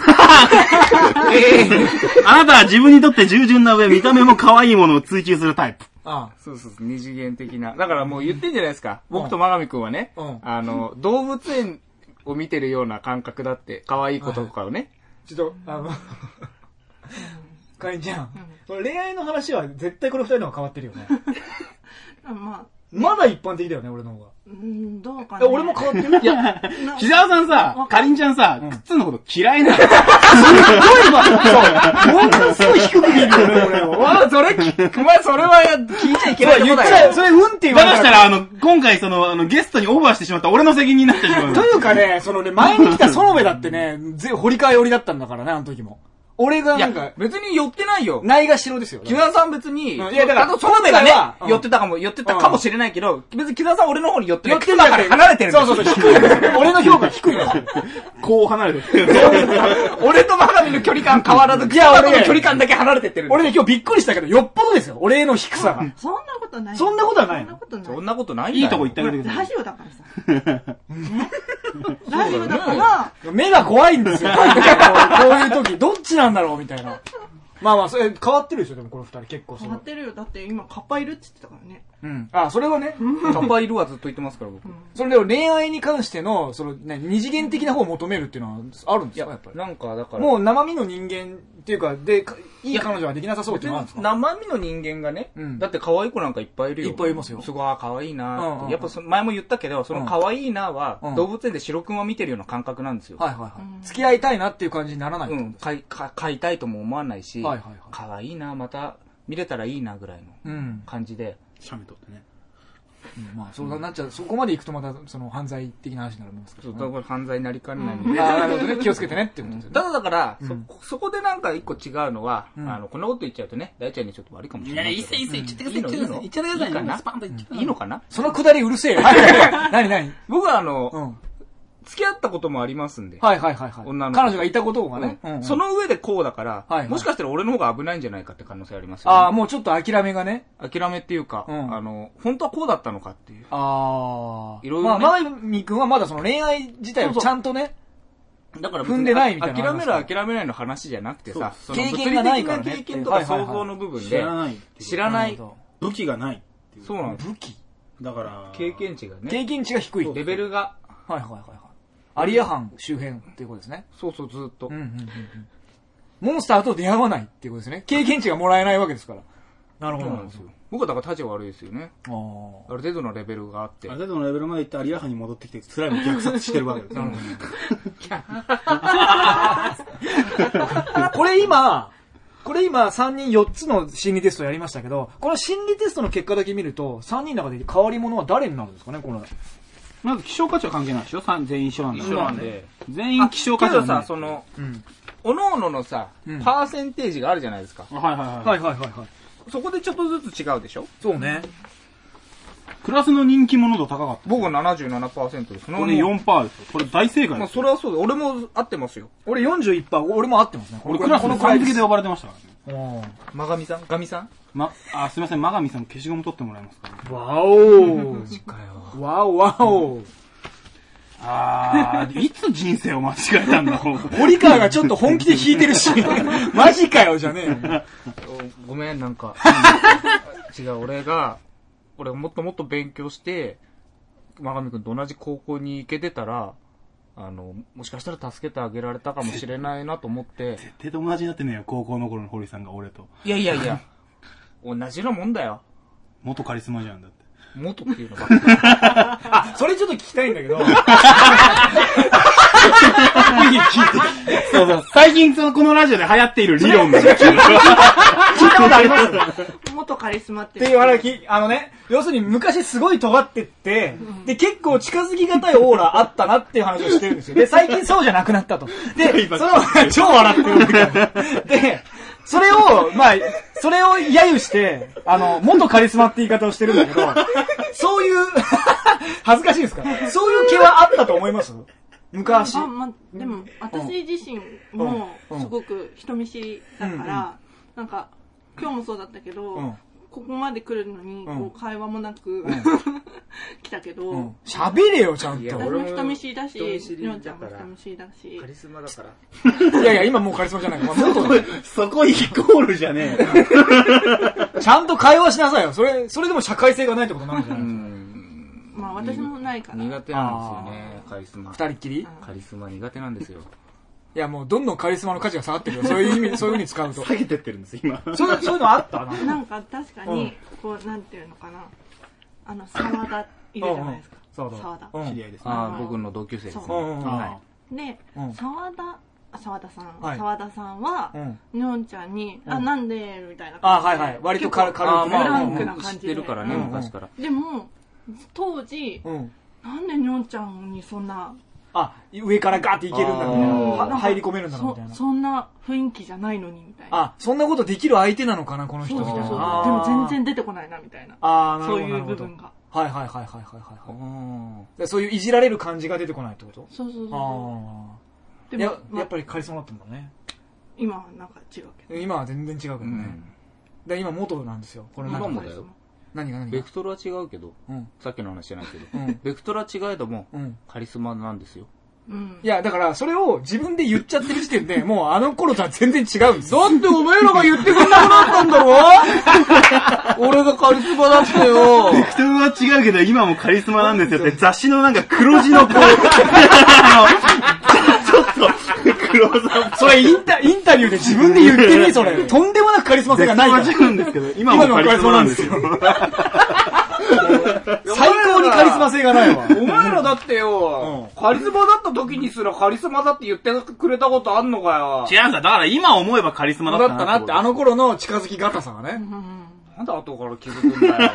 [SPEAKER 1] あなたは自分にとって従順な上、見た目も可愛いものを追求するタイプ。
[SPEAKER 2] ああ
[SPEAKER 5] そうそうそう、二次元的な。だからもう言ってんじゃないですか。僕と真上くんはね、
[SPEAKER 2] うん
[SPEAKER 5] あの、動物園を見てるような感覚だって、可愛い子とかをね。
[SPEAKER 2] ちょっと、あ の、かりんちゃん、これ恋愛の話は絶対これ二人の方が変わってるよ ね。
[SPEAKER 4] あまあ、
[SPEAKER 2] まだ一般的だよね、俺の方が。
[SPEAKER 4] うん、どうか
[SPEAKER 2] え
[SPEAKER 4] な。
[SPEAKER 2] 俺も変わってるいや、
[SPEAKER 4] な
[SPEAKER 1] 木沢さんさ、かりんちゃんさ、くっつんのこと嫌い なの。
[SPEAKER 2] ものすごい低く見えるよね、俺を。
[SPEAKER 5] わあ、それ聞く、お前それは聞いちゃいけな
[SPEAKER 2] そ
[SPEAKER 5] いと
[SPEAKER 2] う言
[SPEAKER 5] こ
[SPEAKER 2] っち
[SPEAKER 5] だ
[SPEAKER 2] ゃ
[SPEAKER 5] よ
[SPEAKER 2] う、。それうんって言わ
[SPEAKER 1] だ
[SPEAKER 2] れ
[SPEAKER 1] としたた
[SPEAKER 2] ら。
[SPEAKER 1] ら、あの、今回その、あの、ゲストにオファーしてしまった俺の責任になってし まうの
[SPEAKER 2] と。いうかね、そのね、前に来た園部だってね、ぜ掘り替え寄りだったんだからね、あの時も。俺が
[SPEAKER 5] い
[SPEAKER 2] なんか
[SPEAKER 5] や、、別に寄ってないよ。
[SPEAKER 2] ないがしろですよ。
[SPEAKER 5] 木田さん別に、
[SPEAKER 2] うんいやだから
[SPEAKER 5] あと、そうめがね
[SPEAKER 2] 今回は、うん
[SPEAKER 5] 寄ってたかも、寄ってたかもしれないけど、別に木田さん俺の方に寄ってない。
[SPEAKER 2] んだ
[SPEAKER 5] から離れてるんだ
[SPEAKER 2] そ
[SPEAKER 5] よ
[SPEAKER 2] うそうそう、低いよ。俺の評価低いよ。
[SPEAKER 1] こう離れてる。
[SPEAKER 5] 俺と真上の距離感変わらず、木
[SPEAKER 2] いや
[SPEAKER 5] 田さん
[SPEAKER 2] 俺
[SPEAKER 5] と
[SPEAKER 2] ね
[SPEAKER 5] の距離感だけ離れてってるんだよ。
[SPEAKER 2] 俺ね、今日びっくりしたけど、よっぽどですよ。俺の低さが。
[SPEAKER 4] そんなことない。
[SPEAKER 2] そんなことはない
[SPEAKER 4] そんなことない
[SPEAKER 5] そんなことないんだ
[SPEAKER 1] い
[SPEAKER 5] よ
[SPEAKER 1] いとこ行ってあげてくださ
[SPEAKER 4] ラ
[SPEAKER 1] い。
[SPEAKER 4] ジオだからさ。ねラジオだから、
[SPEAKER 2] 目が怖いん ですよ。こういう時、どっちなんだろうみたいな。まあまあ、それ変わってるでしょ、でもこの二人結構そ
[SPEAKER 4] 変わっ
[SPEAKER 2] の。
[SPEAKER 4] てるよ。だって今、カッパいるって言ってたからね。
[SPEAKER 2] うん。あ、それはね。
[SPEAKER 5] カッパいるはずっと言ってますから、僕。い
[SPEAKER 2] それでも恋愛に関しての、その、ね、二次元的な方を求めるっていうのはあるんです
[SPEAKER 5] や
[SPEAKER 2] かやっぱ、り。
[SPEAKER 5] なんか、だから。
[SPEAKER 2] もう生身の人間っていうか、で、かいい彼女はできなさそうっていうのはあるんですか
[SPEAKER 5] 生身の人間がね、
[SPEAKER 2] うん
[SPEAKER 5] だって可愛い子なんかいっぱいいるよ。
[SPEAKER 2] いっぱいいますよ
[SPEAKER 5] すごい、あ可愛いなーって、
[SPEAKER 2] うんうんうん
[SPEAKER 5] やっぱその前も言ったけど、その可愛いなーは、
[SPEAKER 2] うん
[SPEAKER 5] 動物園で白くんを見てるような感覚なんですよ。
[SPEAKER 2] はいはいはい。付き合いたいなっていう感じにならないって
[SPEAKER 5] う
[SPEAKER 2] こと
[SPEAKER 5] ん、
[SPEAKER 2] ですか
[SPEAKER 5] かいか飼いたいとも思わないし、
[SPEAKER 2] はいはいはい
[SPEAKER 5] 可愛いなーまた見れたらいいなぐらいの
[SPEAKER 2] うん。
[SPEAKER 5] 感じで。
[SPEAKER 1] シャミ取ってね。
[SPEAKER 2] うんまあ、そうなっちゃう。そこまで行くとまた、その、犯罪的な話になるんですけ
[SPEAKER 5] そ
[SPEAKER 2] ど
[SPEAKER 5] う
[SPEAKER 2] ね。
[SPEAKER 5] だから犯罪になりかねないので、
[SPEAKER 2] あーなるほどね。気をつけてねっていうことですよね
[SPEAKER 5] ただだから、そ、そこでなんか一個違うのは、あの、こんなこと言っちゃうとね、大ちゃんにちょっと悪いかもしれないけど。いや、いっせいっせ、言っちゃってください。言っちゃってください。いいかなうんいいのかな
[SPEAKER 2] そのくだりうるせえよ。 何何
[SPEAKER 5] 僕はあ
[SPEAKER 2] う
[SPEAKER 5] の、
[SPEAKER 2] ん。
[SPEAKER 5] 付き合ったこともありますんで。
[SPEAKER 2] はいはいはいはい。
[SPEAKER 5] 女の子
[SPEAKER 2] 彼女がいたことがね。うんうん
[SPEAKER 5] その上でこうだから、
[SPEAKER 2] はいはい
[SPEAKER 5] もしかしたら俺の方が危ないんじゃないかって可能性あります
[SPEAKER 2] ああ、
[SPEAKER 5] よ、ね。
[SPEAKER 2] もうちょっと諦めがね。
[SPEAKER 5] 諦めっていうか、
[SPEAKER 2] うん
[SPEAKER 5] あの、本当はこうだったのかっていう。
[SPEAKER 2] ああ。
[SPEAKER 5] いろいろね
[SPEAKER 2] まあ、まみくんはまだその恋愛自体をちゃんとね。
[SPEAKER 5] だから
[SPEAKER 2] 踏んでないみたいな
[SPEAKER 5] 諦める諦めないの話じゃなくてさ、
[SPEAKER 1] そう
[SPEAKER 5] その
[SPEAKER 2] 経験がないからね
[SPEAKER 5] 物理的な経験と
[SPEAKER 2] は
[SPEAKER 5] か
[SPEAKER 2] いはいはい
[SPEAKER 5] 想像の部分
[SPEAKER 1] 知
[SPEAKER 5] で、
[SPEAKER 1] らないっていう。
[SPEAKER 5] 知らない
[SPEAKER 2] なるほ
[SPEAKER 1] 武器がないっていう。
[SPEAKER 5] そうなんです。
[SPEAKER 2] 武器。
[SPEAKER 1] だから、
[SPEAKER 5] 経験値がね、
[SPEAKER 2] 経験値が低い。
[SPEAKER 5] レベルが、
[SPEAKER 2] はいはいはいはい。アリア藩周辺っていうことですね。
[SPEAKER 5] そうそうずっと。
[SPEAKER 2] うんうんうんうん。モンスターと出会わないっていうことですね。経験値がもらえないわけですから。なる
[SPEAKER 5] そうなんですよ。僕はだから立ち悪いですよね。
[SPEAKER 2] よ。
[SPEAKER 5] ある程度のレベルがあって
[SPEAKER 1] ある。程度のレベルまで行ってアリアハに戻ってきて、スライムを虐殺してるわけです。
[SPEAKER 2] ああ。 これ今、これ今3人4つの心理テストやりましたけど、この心理テストの結果だけ見ると、3人の中で変わり者は誰になるんですかね、この。
[SPEAKER 1] まず、希少価値は関係ないでしょさん全員一緒なんだ
[SPEAKER 5] 一緒なんで。
[SPEAKER 1] 全員希少価値
[SPEAKER 5] け
[SPEAKER 1] は
[SPEAKER 5] ど
[SPEAKER 1] ない
[SPEAKER 5] さ、その、
[SPEAKER 2] うん。
[SPEAKER 5] 各々のさ、
[SPEAKER 2] うん
[SPEAKER 5] パーセンテージがあるじゃないですか。
[SPEAKER 1] あはいはいはい。
[SPEAKER 2] はいはいはいはい。
[SPEAKER 5] そこでちょっとずつ違うでしょ
[SPEAKER 2] そうね。
[SPEAKER 1] クラスの人気者度高かっ
[SPEAKER 5] 僕は77%です。
[SPEAKER 1] た。これね、4%ですよ。これ大正解
[SPEAKER 5] ま
[SPEAKER 1] で
[SPEAKER 5] あ、
[SPEAKER 1] すよ
[SPEAKER 5] それはそうだ。俺も合ってますよ。
[SPEAKER 2] 俺41%、俺も合ってますね。
[SPEAKER 1] 俺クラスの番付で呼ばれてましたからね。
[SPEAKER 2] お
[SPEAKER 5] まがみさんガミさん
[SPEAKER 1] ま、あ、すいません、マガミさん消しゴム取ってもらえますか
[SPEAKER 2] わお
[SPEAKER 5] かよ。
[SPEAKER 2] わおわお
[SPEAKER 1] あー、いつ人生を間違えたんだろう。
[SPEAKER 2] 堀川がちょっと本気で弾いてる し、マジかよじゃねえよ。
[SPEAKER 5] ごめん、なん か。違う、俺が、俺がもっともっと勉強して、まがみくんと同じ高校に行けてたら、あの、もしかしたら助けてあげられたかもしれないなと思って、
[SPEAKER 1] 絶対友達になってねえよ、高校の頃の堀さんが俺と。
[SPEAKER 5] いやいやいや、同じようなもんだよ。
[SPEAKER 1] 元カリスマじゃんだって。
[SPEAKER 5] 元っていうのが。
[SPEAKER 2] あ、それちょっと聞きたいんだけど、
[SPEAKER 1] そうそう、最近そのこのラジオで流行っている理論だよ。
[SPEAKER 4] 元カリスマって
[SPEAKER 2] っていう話、あのね、要するに昔すごい尖ってって、で、結構近づきがたいオーラあったなっていう話をしてるんですよ。で、最近そうじゃなくなったと。で、その、超笑ってる。で、それを、まあ、それを揶揄して、あの、元カリスマって言い方をしてるんだけど、そう いう、恥ずかしいですかそういう気はあったと思います昔。
[SPEAKER 4] あ、ま、でも、私自身も
[SPEAKER 2] うん
[SPEAKER 4] すごく人見知りだから、なんか、今日もそうだったけど、
[SPEAKER 2] うん
[SPEAKER 4] ここまで来るのに、
[SPEAKER 2] うん
[SPEAKER 4] こう、会話もなく、 来たけど、
[SPEAKER 2] うん喋れよ、ちゃんと。い
[SPEAKER 5] いや
[SPEAKER 4] 私
[SPEAKER 5] 俺
[SPEAKER 4] も人見知りだし、
[SPEAKER 5] 人見知り
[SPEAKER 4] りょうちゃんも
[SPEAKER 5] だから
[SPEAKER 4] 人見知りだし
[SPEAKER 5] カ、リスマだから。
[SPEAKER 2] やいや、今もうカリスマじゃない。まあ元
[SPEAKER 1] そこイコールじゃねえよ。
[SPEAKER 2] ちゃんと会話しなさいよ。それ、それでも社会性がないってことになるんじゃない
[SPEAKER 4] まあ私もないから、
[SPEAKER 5] 苦手なんですよね、カリスマ。
[SPEAKER 2] 二人っきりい
[SPEAKER 5] カリスマ苦手なんですよ。
[SPEAKER 2] や、もうどんどんカリスマの価値が下がってるよ。そういう意味、そういう風に使うと。
[SPEAKER 1] 下げてってるんです、今。
[SPEAKER 2] そういう、そういうのあったな
[SPEAKER 4] なんか確かに、こう、なんていうのかな、あの、沢田いるじゃないですか。
[SPEAKER 2] そう
[SPEAKER 4] 沢田。
[SPEAKER 2] うん
[SPEAKER 1] 知り合いですね。
[SPEAKER 5] ああ、僕の同級生ですね。
[SPEAKER 4] そう
[SPEAKER 2] うんうんうん
[SPEAKER 5] は
[SPEAKER 4] で、
[SPEAKER 2] うん
[SPEAKER 4] 沢田、あ沢田さん、
[SPEAKER 2] はい
[SPEAKER 4] 沢田さんは、
[SPEAKER 2] うん
[SPEAKER 4] にょんちゃんに、あ、
[SPEAKER 2] うん
[SPEAKER 4] なんでみたいな
[SPEAKER 2] あ、
[SPEAKER 4] 感じで。
[SPEAKER 2] はいはい。割と軽
[SPEAKER 4] 結構
[SPEAKER 5] ああ、
[SPEAKER 2] 軽くね。
[SPEAKER 5] まあ、
[SPEAKER 4] フラン
[SPEAKER 5] も
[SPEAKER 4] クな
[SPEAKER 5] う
[SPEAKER 4] 感
[SPEAKER 5] 知っ
[SPEAKER 4] じ
[SPEAKER 5] て
[SPEAKER 4] で
[SPEAKER 5] るからね、
[SPEAKER 4] うん
[SPEAKER 5] 昔から。
[SPEAKER 4] でも、当時、
[SPEAKER 2] うんうん。
[SPEAKER 4] なんでにょんちゃんにそんな、
[SPEAKER 2] あ、上からガーっていけるんだみたい
[SPEAKER 5] あ
[SPEAKER 2] な
[SPEAKER 5] ー
[SPEAKER 2] は。入り込めるんだなみ
[SPEAKER 4] そ
[SPEAKER 2] たいな。
[SPEAKER 4] そんな雰囲気じゃないのに、みたいな。
[SPEAKER 2] あ、そんなことできる相手なのかな、この人
[SPEAKER 4] そ
[SPEAKER 2] み
[SPEAKER 4] うそ
[SPEAKER 2] た
[SPEAKER 4] う
[SPEAKER 2] いな。
[SPEAKER 4] そう。
[SPEAKER 2] あ
[SPEAKER 4] で
[SPEAKER 2] ー
[SPEAKER 4] も全。然出てこないな、みたいな。
[SPEAKER 2] ああ、なる
[SPEAKER 4] そ
[SPEAKER 2] ほど。
[SPEAKER 4] うい
[SPEAKER 2] なる
[SPEAKER 4] う
[SPEAKER 2] ほ
[SPEAKER 4] 部
[SPEAKER 2] ど
[SPEAKER 4] 分が。
[SPEAKER 2] はいはいはいはいはいはい
[SPEAKER 5] あ
[SPEAKER 2] は
[SPEAKER 5] ー
[SPEAKER 2] い。でそういういじられる感じが出てこないってこと
[SPEAKER 4] そうそうそ
[SPEAKER 2] ああ。
[SPEAKER 4] う。で
[SPEAKER 2] や
[SPEAKER 4] も、、ま
[SPEAKER 2] やっぱりカリスマだったんだね。
[SPEAKER 4] 今はなんか違うけど。
[SPEAKER 2] 今は全然違うけど
[SPEAKER 5] う
[SPEAKER 2] ね
[SPEAKER 5] ん。。
[SPEAKER 2] で、今元なんですよ。この中
[SPEAKER 5] 今
[SPEAKER 2] で
[SPEAKER 5] もだよ。
[SPEAKER 2] 何が何
[SPEAKER 5] ベ
[SPEAKER 2] が
[SPEAKER 5] クトルは違うけど、
[SPEAKER 2] うん。
[SPEAKER 5] さっきの話じゃないけど
[SPEAKER 2] うん、
[SPEAKER 5] ベクトルは違えども、
[SPEAKER 2] うん。
[SPEAKER 5] カリスマなんですよ。
[SPEAKER 4] うん
[SPEAKER 2] い。や、だから、それを自分で言っちゃってる時点で、 もうあの頃とは全然違うんですよ。
[SPEAKER 5] だってお前らが言ってくんなくなったんだ ろ俺がカリスマだったよ。
[SPEAKER 1] ベクトルは違うけど、今もカリスマなんですよって、雑誌のなんか黒字のこう、あのちょっと、黒さ
[SPEAKER 2] それインタ、インタビューで自分で言ってね、そ れ。とんでもなくカリスマ性
[SPEAKER 1] 絶
[SPEAKER 2] がない
[SPEAKER 1] 対
[SPEAKER 2] か
[SPEAKER 1] 間違
[SPEAKER 2] ら。
[SPEAKER 1] うんですけど、今もカリスマなんですよ。
[SPEAKER 2] 最高にカリスマ性がないわ。
[SPEAKER 5] お前らだってよ、カリスマだった時にすらカリスマだって言ってくれたことあんのかよ。
[SPEAKER 1] 違うんだ、だから今思えばカリスマ
[SPEAKER 2] だったなって、あ
[SPEAKER 1] の、
[SPEAKER 2] の頃の近づきがたさがね。
[SPEAKER 5] なんで後から気づくんだよ。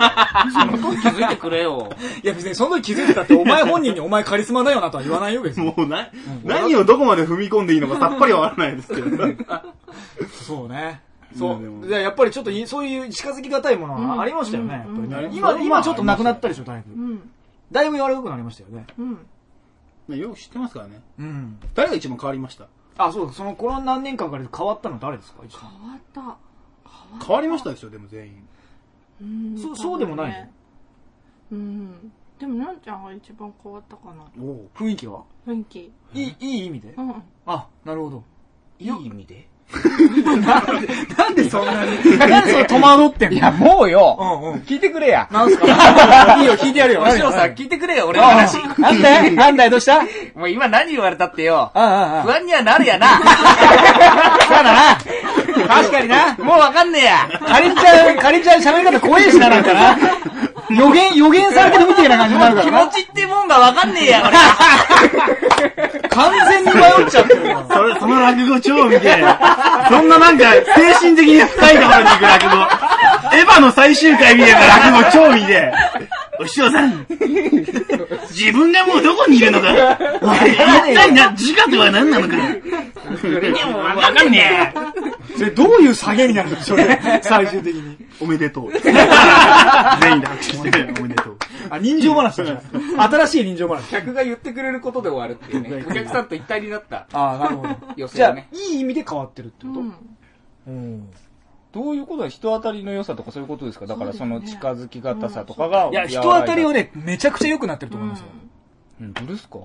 [SPEAKER 5] その時気づいてくれよ。
[SPEAKER 2] いや、別にその時気づいてたって、お前本人にお前カリスマだよなとは言わないよ、別に。
[SPEAKER 1] もうな、何をどこまで踏み込んでいいのかさっぱりわからないですけどね。
[SPEAKER 2] そうね。
[SPEAKER 1] う
[SPEAKER 2] そ
[SPEAKER 1] んでも
[SPEAKER 2] う。でやっぱりちょっとい、そういう近づきがたいものはありましたよね、やっ
[SPEAKER 4] うん
[SPEAKER 2] ぱりね。
[SPEAKER 1] それは
[SPEAKER 2] 今、
[SPEAKER 1] まあ
[SPEAKER 2] 今ちょっとなくなったでしょ、だいうぶ。
[SPEAKER 4] ん。
[SPEAKER 2] だいぶ柔らかくなりましたよね。
[SPEAKER 4] うん。
[SPEAKER 1] ねよく知ってますからね。
[SPEAKER 2] うん。
[SPEAKER 1] 誰が一番変わりました
[SPEAKER 2] あ、そうだその、この何年間かで変わったの誰ですか一番
[SPEAKER 4] 変わった。
[SPEAKER 1] 変わりましたでしょ、でも全員。
[SPEAKER 4] うん
[SPEAKER 2] そうそうでもないの。
[SPEAKER 4] うん。でも、なんちゃんが一番変わったかな。
[SPEAKER 1] おお。
[SPEAKER 2] 雰囲気は
[SPEAKER 4] 雰囲気。
[SPEAKER 2] いい、いい意味で
[SPEAKER 4] うん。
[SPEAKER 2] あ、なるほど。
[SPEAKER 5] いい意味で
[SPEAKER 2] なんでそんなに、なんでそれ戸惑ってんの
[SPEAKER 3] いや、もうよ、
[SPEAKER 2] うんうん。
[SPEAKER 3] 聞いてくれや。
[SPEAKER 2] なんすかいいよ、聞いてやるよ。
[SPEAKER 3] 何
[SPEAKER 2] 白さん、
[SPEAKER 3] 何
[SPEAKER 2] 聞いてくれよ、俺の話。うん
[SPEAKER 3] なんだいなんだいどうしたうんうん
[SPEAKER 5] もう今何言われたってよ、
[SPEAKER 2] うん
[SPEAKER 5] 不安にはなるやな。
[SPEAKER 3] そうだな。確かにな。
[SPEAKER 5] もうわかんねえや。
[SPEAKER 2] かりんちゃん、かりんちゃん喋り方怖えしな、なんかな。予言、予言されてるみたいな感じになるか
[SPEAKER 5] 気
[SPEAKER 2] ら
[SPEAKER 5] 持ちってもんがわかんねえや、俺。
[SPEAKER 2] な。完全に迷っちゃってるよ。
[SPEAKER 1] それ、その落語超みたいな。そんななんか、精神的に深いところに行く落語。エヴァの最終回みたいな落語超見て。お師匠さん、自分がもうどこにいるのか、一体な、自我とは何なのか、わかんねえ。
[SPEAKER 2] それどういう下げになるんでしょうね。最終的に。
[SPEAKER 1] おめでと う。全員で拍手して、おめでとう。
[SPEAKER 2] あ、人情話だじゃん。新しい人情話。
[SPEAKER 5] 客が言ってくれることで終わるっていうね。お客さんと一体になった。
[SPEAKER 2] あなるほど。
[SPEAKER 5] 寄 せ
[SPEAKER 2] じゃ
[SPEAKER 5] が
[SPEAKER 2] あ
[SPEAKER 5] ね、。
[SPEAKER 2] いい意味で変わってるってこ
[SPEAKER 4] うん。
[SPEAKER 2] と。うん。
[SPEAKER 3] どういうことだ人当たりの良さとかそういうことですかだからその
[SPEAKER 4] そうですね
[SPEAKER 3] 近づきがたさとかが。
[SPEAKER 2] いや、人当たり
[SPEAKER 3] を。
[SPEAKER 2] はね、めちゃくちゃ良くなってると思いますよ。
[SPEAKER 3] うん、どうですか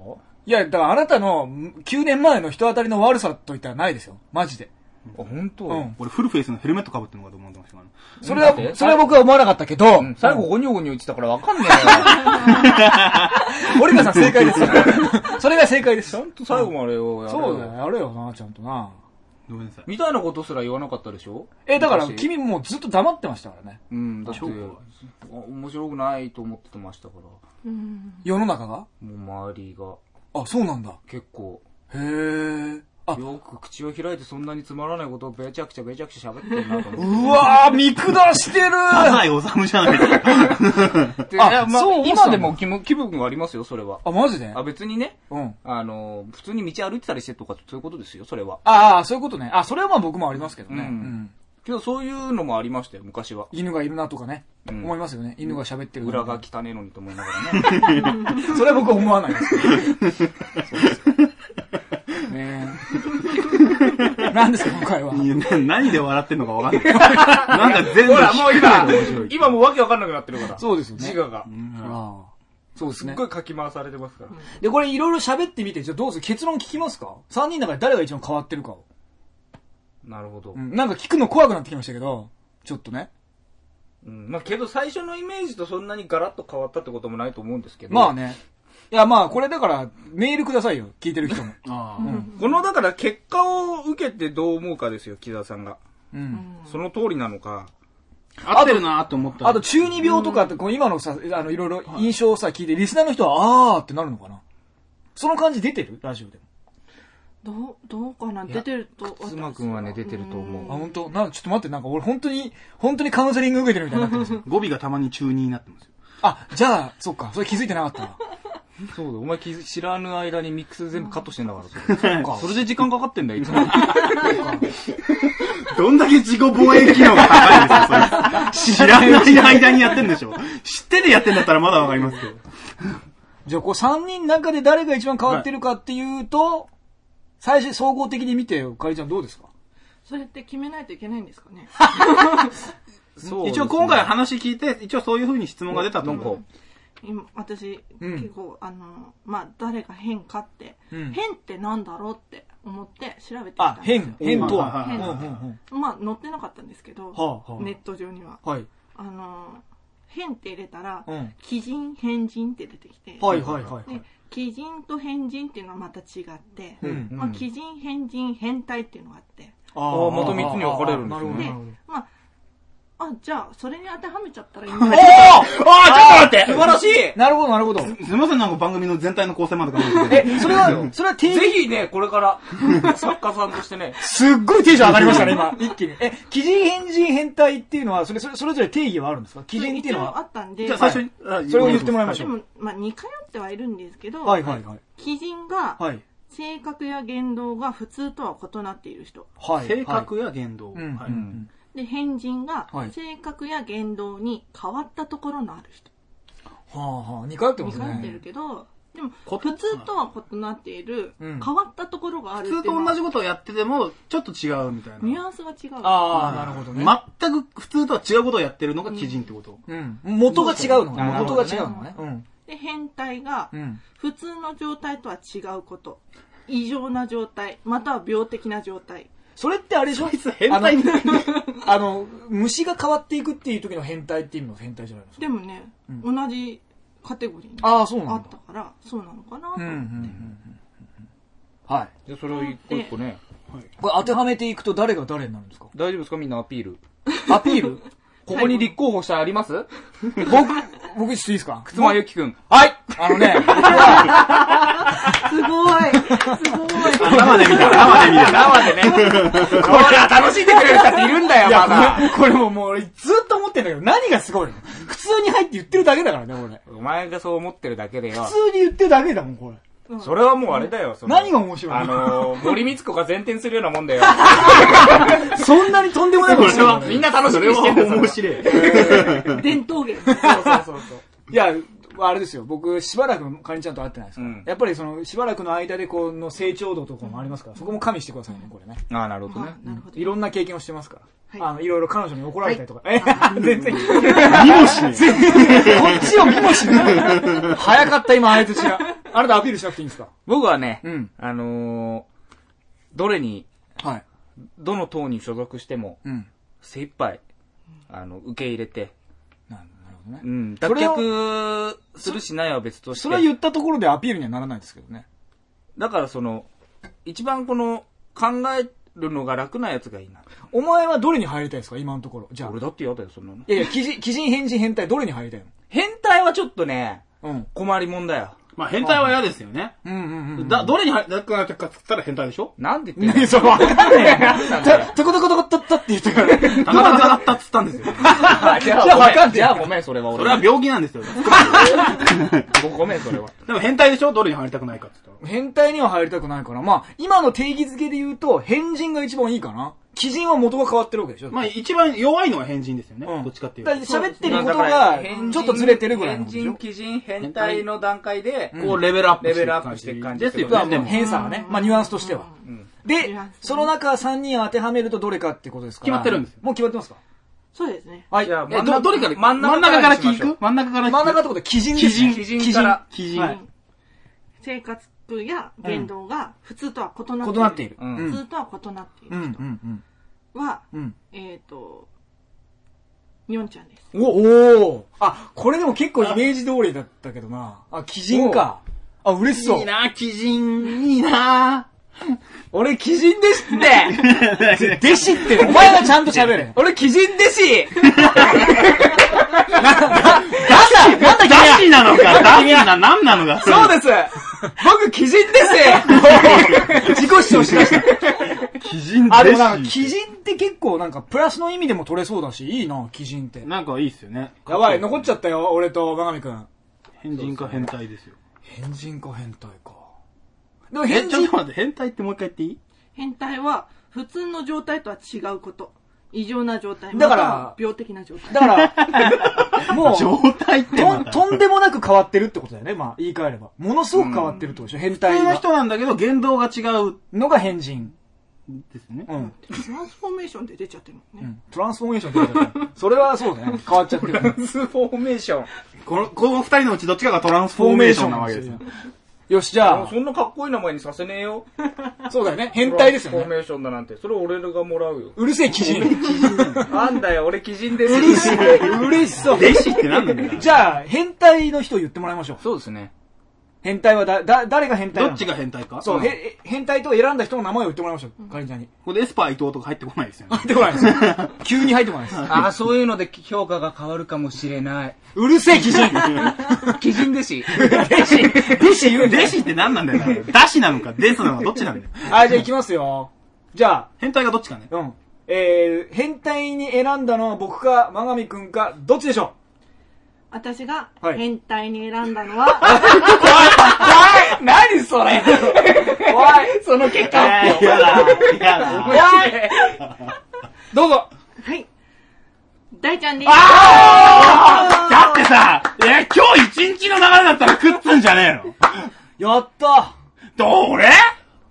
[SPEAKER 2] いや、だからあなたの9年前の人当たりの悪さといったらないですよ。マジで。
[SPEAKER 5] 本当、
[SPEAKER 2] うん
[SPEAKER 1] 俺フルフェイスのヘルメットかぶってるのかと思ってましたからね。
[SPEAKER 2] それは、それは僕は思わなかったけど、
[SPEAKER 5] うん最後ゴニョゴニョ言ってたからわかん ねえよ。
[SPEAKER 2] 堀川さん正解ですよ。 それが正解です。
[SPEAKER 5] ちゃんと最後までよ、やれよ
[SPEAKER 2] そうだよ、やれよな、ちゃんとな。
[SPEAKER 1] ごめんなさい。
[SPEAKER 5] みたいなことすら言わなかったでしょ
[SPEAKER 2] え、だから
[SPEAKER 5] 昔
[SPEAKER 2] 君もうずっと黙ってましたからね。
[SPEAKER 5] うん、だって
[SPEAKER 1] ショック、
[SPEAKER 5] 面白くないと思ってましたから、
[SPEAKER 4] うん。
[SPEAKER 2] 世の中が
[SPEAKER 5] もう周りが
[SPEAKER 2] あ、そうなんだ。
[SPEAKER 5] 結構、
[SPEAKER 2] へえ。あ、
[SPEAKER 5] よく口を開いてそんなにつまらないことをべちゃくちゃべちゃくちゃ喋ってるなと思っ
[SPEAKER 2] うわー見下して る
[SPEAKER 1] サ
[SPEAKER 2] あ、
[SPEAKER 1] ザエオサムじゃないですか。。
[SPEAKER 5] て。
[SPEAKER 2] あ
[SPEAKER 5] いやまあ
[SPEAKER 2] そう思ってたんだ
[SPEAKER 5] 今でも気も気分がありますよ、それは。
[SPEAKER 2] マジで
[SPEAKER 5] あ、別にね、
[SPEAKER 2] うん。
[SPEAKER 5] あの、普通に道歩いてたりしてとか、そういうことですよ、それは。
[SPEAKER 2] ああ、そういうことね。あ、それはまあ僕もありますけどね。
[SPEAKER 5] うん
[SPEAKER 2] うん
[SPEAKER 5] けどそういうのもありましたよ、昔は。
[SPEAKER 2] 犬がいるなとかね。
[SPEAKER 5] うん
[SPEAKER 2] 思いますよね。犬が喋ってる。
[SPEAKER 5] 裏が。汚ねえのにと思いながらね。
[SPEAKER 2] それは僕は思わないですけど。ねえ。何ですか、今回はい
[SPEAKER 1] やな 何で笑ってんのかわかんない。なんか全部
[SPEAKER 5] ほら、もう今
[SPEAKER 1] 面白、い
[SPEAKER 5] 今もうわけわかんなくなってるから。
[SPEAKER 2] そうですよね。
[SPEAKER 5] 自我が。
[SPEAKER 2] ああ。そうです
[SPEAKER 5] すっ
[SPEAKER 2] ね
[SPEAKER 5] ご。いかき回されてますから。
[SPEAKER 2] で、これいろいろ喋ってみて、じゃあどうする結論聞きますか ?3 人の中で誰が一番変わってるかを。
[SPEAKER 5] なるほど
[SPEAKER 2] う。ん。なんか聞くの怖くなってきましたけど、ちょっとね。
[SPEAKER 5] うん。まあけど最初のイメージとそんなにガラッと変わったってこともないと思うんですけど。
[SPEAKER 2] まあ。ね。いや、まあ、これだから、メールくださいよ。聞いてる人も。
[SPEAKER 1] あ
[SPEAKER 5] このだから結果を受けてどう思うかですよ、木田さんが。
[SPEAKER 2] うん。
[SPEAKER 5] その通りなのか。
[SPEAKER 1] あ合ってるなと思ったら
[SPEAKER 2] あと、中二病とかって、こう今のさ、あの、いろいろ印象をさ、聞いて、リスナーの人は、あーってなるのかなその感じ出てるラジオでも。
[SPEAKER 4] どう、どうかな出てると。
[SPEAKER 5] 妻くんはね出てると思う
[SPEAKER 2] あ、本当なんかちょっと待って、なんか俺本当に、本当にカウンセリング受けてるみたいになってるんですよ。
[SPEAKER 1] 語尾がたまに中二になってますよ。
[SPEAKER 2] あ、じゃあ、そっか、それ気づいてなかったわ。
[SPEAKER 5] そうだ、お前気づ知らぬ間にミックス全部カットしてんだから、そ
[SPEAKER 2] か
[SPEAKER 5] れ。それで時間かかってんだよ、いつも。
[SPEAKER 1] どんだけ自己防衛機能が高いんですか、それ。知らない間にやってんでしょ。知っててやってんだったらまだわかりますけど。
[SPEAKER 2] じゃあ、こう3人の中で誰が一番変わってるかっていうと、最初、総合的に見てよ、かりちゃんどうですか
[SPEAKER 4] それって決めないといけないんですかね。
[SPEAKER 5] そ
[SPEAKER 1] 一応今回話聞いて、一応そういう風に質問が出たと思う。
[SPEAKER 4] 今私、
[SPEAKER 2] うん
[SPEAKER 4] 結構あのまあ誰が変かって、
[SPEAKER 2] うん
[SPEAKER 4] 変ってなんだろうって思って調べてみたん
[SPEAKER 2] あ、
[SPEAKER 4] ですよ
[SPEAKER 2] 変、変とは。
[SPEAKER 1] はいはい
[SPEAKER 4] 変
[SPEAKER 1] はい
[SPEAKER 4] まあ載ってなかったんですけど、
[SPEAKER 2] はあはあ
[SPEAKER 4] ネット上には
[SPEAKER 2] はい。
[SPEAKER 4] あの変って入れたら
[SPEAKER 2] うん
[SPEAKER 4] 「鬼、人変人」って出てきて、
[SPEAKER 2] はいはいはいはい
[SPEAKER 4] で。鬼人と変人っていうのはまた違って、
[SPEAKER 2] うん
[SPEAKER 4] まあ、鬼人変人変態っていうのがあって
[SPEAKER 5] あーまた三つに分かれるんですね
[SPEAKER 2] な
[SPEAKER 4] で
[SPEAKER 2] るほど。
[SPEAKER 4] まああじゃあそれに当てはめちゃったらいいんだ
[SPEAKER 5] あー
[SPEAKER 4] け
[SPEAKER 5] ちょっと待って素晴らしい
[SPEAKER 2] なるほど、なるほど。
[SPEAKER 1] すいません、なんか番組の全体の構成まで考えてて。
[SPEAKER 2] え、それは、それは定義
[SPEAKER 5] ぜひね、これから、作家さんとしてね、
[SPEAKER 2] すっごいテンション上がりましたね、今。 一気に。え、鬼人変人変態っていうのは、それ、それ、それぞれ定義はあるんですか鬼
[SPEAKER 4] ど
[SPEAKER 2] 人っていうの
[SPEAKER 4] あ
[SPEAKER 2] は。
[SPEAKER 4] ったんで
[SPEAKER 1] じゃあ最初に、あ
[SPEAKER 2] それを言ってもらいまし
[SPEAKER 4] で
[SPEAKER 2] ょう。
[SPEAKER 4] も、まあ、似通ってはいるんですけど、
[SPEAKER 2] はいはいはい。
[SPEAKER 4] 基人が
[SPEAKER 2] はい。
[SPEAKER 4] 性格や言動が普通とは異なっている人
[SPEAKER 2] はい。
[SPEAKER 1] 性格や言動。
[SPEAKER 2] はい。うん。
[SPEAKER 1] は
[SPEAKER 2] う
[SPEAKER 1] い
[SPEAKER 2] ん
[SPEAKER 4] で変人が
[SPEAKER 2] はい
[SPEAKER 4] 性格や言動に変わったところのある人
[SPEAKER 2] はあはあ、似通ってま
[SPEAKER 4] に
[SPEAKER 2] す
[SPEAKER 4] 通ってる
[SPEAKER 2] ね。
[SPEAKER 4] けどでも
[SPEAKER 1] こ
[SPEAKER 4] 普通とは異なっている
[SPEAKER 2] う
[SPEAKER 4] 変
[SPEAKER 2] ん
[SPEAKER 4] わったところがあるってい
[SPEAKER 1] 普通
[SPEAKER 4] う
[SPEAKER 1] と
[SPEAKER 4] のは
[SPEAKER 1] 同じことをやってても、ちょっと違うみたいな。
[SPEAKER 4] ニュアンスが違う
[SPEAKER 2] ああ、なるほどね。
[SPEAKER 1] 全く普通とは違うことをやってるのが基人ってこと。
[SPEAKER 2] うん。元が違うの
[SPEAKER 1] な
[SPEAKER 2] ね。
[SPEAKER 1] る
[SPEAKER 2] 元
[SPEAKER 1] ほ
[SPEAKER 2] が
[SPEAKER 1] ど
[SPEAKER 2] 違うのね。うん。
[SPEAKER 4] で変態が
[SPEAKER 2] うん。
[SPEAKER 4] 普通の状態とは違うこと異常な状態または病的な状態
[SPEAKER 2] それってあれでしょ
[SPEAKER 1] いつ変態になる
[SPEAKER 2] あの、虫が変わっていくっていう時の変態っていう意味の変態じゃないですか。
[SPEAKER 4] でもね、同じカテゴリーにあ
[SPEAKER 2] ああ、そうなん
[SPEAKER 4] っ
[SPEAKER 2] だ
[SPEAKER 4] た。からそうなのかなと
[SPEAKER 2] うんうんう
[SPEAKER 4] 思って、
[SPEAKER 2] んうん。はい。
[SPEAKER 5] じゃあそれを一個一個ね、
[SPEAKER 2] これ当てはめていくと誰が誰になるんですか
[SPEAKER 5] 大丈夫ですかみんなアピール。
[SPEAKER 2] アピール
[SPEAKER 5] ここに立候補したいあります
[SPEAKER 2] 僕、僕ちょっといいですか
[SPEAKER 5] つまゆきくん。
[SPEAKER 2] はいあのね、
[SPEAKER 4] すごいすごい
[SPEAKER 1] 生で見た、生で見た。
[SPEAKER 5] 生でね。ほら、楽しんでくれる人っているんだよ、
[SPEAKER 2] いや
[SPEAKER 5] まだ。、
[SPEAKER 2] これこれももう俺ずっと思ってんだけど、何がすごいの普通に入って言ってるだけだからね、俺。
[SPEAKER 5] お前がそう思ってるだけでよ。
[SPEAKER 2] 普通に言ってるだけだもん、これ。
[SPEAKER 5] それはもうあれだよ、その
[SPEAKER 2] 何が面白いの
[SPEAKER 5] あのー、森光子が前転するようなもんだよ。
[SPEAKER 2] そんなにとんでもないことしてるの
[SPEAKER 5] みんな楽しみにしてんだよ、それ
[SPEAKER 1] 面
[SPEAKER 5] は
[SPEAKER 1] 白い。
[SPEAKER 4] 伝 統芸
[SPEAKER 5] そうそうそう。
[SPEAKER 2] いや、あれですよ、僕、しばらくかりんちゃんと会ってないですから。
[SPEAKER 5] うん
[SPEAKER 2] やっぱりその、しばらくの間でこうの成長度とかもありますから、そこも加味してくださいね、これね。
[SPEAKER 5] ああ、なるほどね
[SPEAKER 4] あ。なるほど。
[SPEAKER 2] いろんな経験をしてますから。
[SPEAKER 4] はい
[SPEAKER 2] あの、いろいろ彼女に怒られたりとか。え、 全然。
[SPEAKER 1] 見もしねえ
[SPEAKER 2] こっちを見もしない。早かった、今、あいつが。あなたアピールしなくていいんですか
[SPEAKER 5] 僕はね
[SPEAKER 2] うん、
[SPEAKER 5] あのー、どれに
[SPEAKER 2] はい。
[SPEAKER 5] どの党に所属しても、
[SPEAKER 2] うん。
[SPEAKER 5] 精一杯、あの、受け入れて、
[SPEAKER 2] なるほどね
[SPEAKER 5] う。ん、脱
[SPEAKER 2] それを
[SPEAKER 5] 却するしないは別として。
[SPEAKER 2] それは言ったところでアピールにはならないですけどね。
[SPEAKER 5] だからその、一番この、考えるのが楽なやつがいいな。
[SPEAKER 2] お前はどれに入りたいですか今のところ。じゃあ。
[SPEAKER 5] 俺
[SPEAKER 2] い
[SPEAKER 5] だって嫌だよ、そんなの。
[SPEAKER 2] やいや、鬼人、鬼人変人変態どれに入りたい
[SPEAKER 5] 変態はちょっとね、
[SPEAKER 2] のうん。
[SPEAKER 5] 困りもんだよ。
[SPEAKER 1] まあ変態は嫌ですよね。
[SPEAKER 2] うんうんうん。
[SPEAKER 1] だ、どれに入くなったかって言ったら変態でしょ
[SPEAKER 5] なんでってんだ
[SPEAKER 2] 何
[SPEAKER 5] よ
[SPEAKER 2] それわかんねえよ。た、とことことことったって言ったから ね。
[SPEAKER 1] なかなか上がったっつったんですよ。
[SPEAKER 5] じゃあ、わかんじゃあごめん、それは
[SPEAKER 1] そ
[SPEAKER 5] 俺
[SPEAKER 1] れは
[SPEAKER 5] は。
[SPEAKER 1] 病気なんですよ。
[SPEAKER 5] ごめん、それは。
[SPEAKER 1] でも変態でしょどれに入りたくないかって言ったら。
[SPEAKER 2] 変態には入りたくないから、まあ、今の定義づけで言うと、変人が一番いいかな。鬼人は元が変わってるわけでしょ。
[SPEAKER 1] まあ一番弱いのは変人ですよね。
[SPEAKER 2] うん
[SPEAKER 1] どっちかっていう
[SPEAKER 2] だ
[SPEAKER 1] と
[SPEAKER 2] ら。喋ってることが、ちょっとずれてるぐらいの
[SPEAKER 5] 変
[SPEAKER 2] ことでし
[SPEAKER 5] 人、
[SPEAKER 2] ょ。
[SPEAKER 5] 鬼人、変態の段階で、
[SPEAKER 1] こうレベルアップ
[SPEAKER 5] レベルアップしていく感じ
[SPEAKER 1] ですよ
[SPEAKER 5] まあ
[SPEAKER 1] ね。で
[SPEAKER 2] まあ
[SPEAKER 1] も、
[SPEAKER 2] 偏差はね。まあ、ニュアンスとしては。で
[SPEAKER 4] ニュアンスね、
[SPEAKER 2] その中3人当てはめるとどれかってことですから。
[SPEAKER 1] 決まってるんですよ
[SPEAKER 2] もう決まってますか
[SPEAKER 4] そうですね。
[SPEAKER 2] はい。
[SPEAKER 5] じゃあ
[SPEAKER 1] え、ど、どれから
[SPEAKER 5] 真ん中
[SPEAKER 1] 真ん中から
[SPEAKER 5] にしま
[SPEAKER 1] 聞
[SPEAKER 5] しょう
[SPEAKER 1] く真ん中から聞く
[SPEAKER 2] 真ん中ってことは基人ですね。
[SPEAKER 5] 基人基人から
[SPEAKER 1] 基
[SPEAKER 2] は
[SPEAKER 1] 人
[SPEAKER 2] い。
[SPEAKER 4] 生活や言動が普通とは異なっている。
[SPEAKER 2] 異なっている。
[SPEAKER 5] うん
[SPEAKER 2] う
[SPEAKER 4] 普通
[SPEAKER 2] ん
[SPEAKER 4] とは異なってい
[SPEAKER 2] うんう
[SPEAKER 4] る人
[SPEAKER 2] ん
[SPEAKER 4] は、
[SPEAKER 2] うん。うん。
[SPEAKER 4] えっ、と、にょんちゃんです。
[SPEAKER 2] お、おーあ、これでも結構イメージ通りだったけどな。あ、鬼人か。あ、嬉しそ
[SPEAKER 1] いうい。な基人、いいな
[SPEAKER 2] 俺、鬼人ですって弟子って、お前がちゃんと喋れ。
[SPEAKER 5] 俺、鬼人弟子
[SPEAKER 2] なんだなんだ君
[SPEAKER 1] ダ
[SPEAKER 2] は
[SPEAKER 1] シなのかダシな、なんなのか
[SPEAKER 5] そうです 僕、鬼人弟
[SPEAKER 2] 自己主張しました。
[SPEAKER 1] 基人
[SPEAKER 2] あ、でもなんか、鬼人って結構なんか、プラスの意味でも取れそうだし、いいな、鬼人って。
[SPEAKER 1] なんかいいっすよね。
[SPEAKER 2] やばい、残っちゃったよ、俺と、まがみくん。
[SPEAKER 1] 変人か変態ですよ。
[SPEAKER 2] 変人か変態か。でも
[SPEAKER 1] え、
[SPEAKER 2] 変
[SPEAKER 1] ちょっ
[SPEAKER 2] 人
[SPEAKER 1] と、待って、変態ってもう一回言っていい
[SPEAKER 4] 変態は普通の状態とは違うこと。異常な状態。
[SPEAKER 2] だから
[SPEAKER 4] または病的な状態。
[SPEAKER 2] だ から、もう、
[SPEAKER 1] 状態って
[SPEAKER 2] と
[SPEAKER 1] ま
[SPEAKER 2] ん、
[SPEAKER 1] た
[SPEAKER 2] とんでもなく変わってるってことだよね。まあ、言い換えれば。ものすごく変わってるってことでしょ。変
[SPEAKER 1] 普
[SPEAKER 2] 態
[SPEAKER 1] 通の
[SPEAKER 2] が
[SPEAKER 1] 人なんだけど言動が違う
[SPEAKER 2] のが変人。
[SPEAKER 1] ですね。
[SPEAKER 2] うん。
[SPEAKER 4] トランスフォーメーションで出ちゃってるもん
[SPEAKER 2] う
[SPEAKER 4] ね。
[SPEAKER 2] んトランスフォーメーションってことだよそれはそうだね。 変わっちゃってる。
[SPEAKER 5] 子スフォーメーション。
[SPEAKER 1] この、この二人のうちどっちかがトランス
[SPEAKER 2] フ
[SPEAKER 1] フォ
[SPEAKER 2] ォー
[SPEAKER 1] ー
[SPEAKER 2] メ
[SPEAKER 1] メ
[SPEAKER 2] ー
[SPEAKER 1] ー
[SPEAKER 2] シ
[SPEAKER 1] シ
[SPEAKER 2] ョ
[SPEAKER 1] ョ
[SPEAKER 2] ン
[SPEAKER 1] ン
[SPEAKER 2] な
[SPEAKER 1] なわ
[SPEAKER 2] わけ
[SPEAKER 1] け
[SPEAKER 2] で
[SPEAKER 1] ですす
[SPEAKER 2] よ
[SPEAKER 1] よ。。
[SPEAKER 2] よし、じゃあ
[SPEAKER 5] そ、んなかっこいい名前にさせねえよ。
[SPEAKER 2] そうだよね。変態です
[SPEAKER 5] フ
[SPEAKER 2] よ
[SPEAKER 5] ォー
[SPEAKER 2] ね。
[SPEAKER 5] メーションだなんて。それ俺らがもらうよ。
[SPEAKER 2] うるせえ、鬼人。
[SPEAKER 5] なんだよ、俺、鬼人弟
[SPEAKER 2] 嬉し
[SPEAKER 5] 子。
[SPEAKER 2] い。嬉しそう。
[SPEAKER 1] 弟子って何 なんだよ
[SPEAKER 2] じゃあ、変態の人言ってもらいましょう。
[SPEAKER 5] そうですね。
[SPEAKER 2] 変態はだ、だ、誰が変態
[SPEAKER 1] ど
[SPEAKER 2] なの
[SPEAKER 1] っちが変態か
[SPEAKER 2] そう、
[SPEAKER 1] ん
[SPEAKER 2] へ、へ変態と選んだ人の名前を言ってもらいましょう。かりんちゃんに。
[SPEAKER 1] ここでエスパー伊藤とか入ってこないですよね
[SPEAKER 2] 入。ってこないです。急に入ってこないです。
[SPEAKER 5] ああ、そういうので評価が変わるかもしれない。
[SPEAKER 2] うるせえ、鬼 人。
[SPEAKER 5] 鬼人弟子。
[SPEAKER 2] 弟子、弟子言うんだ
[SPEAKER 1] 弟子って何なんだよ。ダシなのか、デスなのか、どっちなんだよ。
[SPEAKER 2] はい、じゃあ行きますよ。じゃあ、
[SPEAKER 1] 変態がどっちかね。
[SPEAKER 2] うん。えー、変態に選んだのは僕か、まがみくんか、どっちでしょ
[SPEAKER 4] 私が
[SPEAKER 2] はい
[SPEAKER 4] 変態に選んだのは、
[SPEAKER 5] 何それ怖いその結果
[SPEAKER 1] えー、やだ、やだ。
[SPEAKER 2] うどうぞ
[SPEAKER 4] はい。 大ちゃんです。あ
[SPEAKER 1] だってさ、いや、今日一日の流れだったら食っつんじゃねえの。
[SPEAKER 2] やった
[SPEAKER 1] どうれ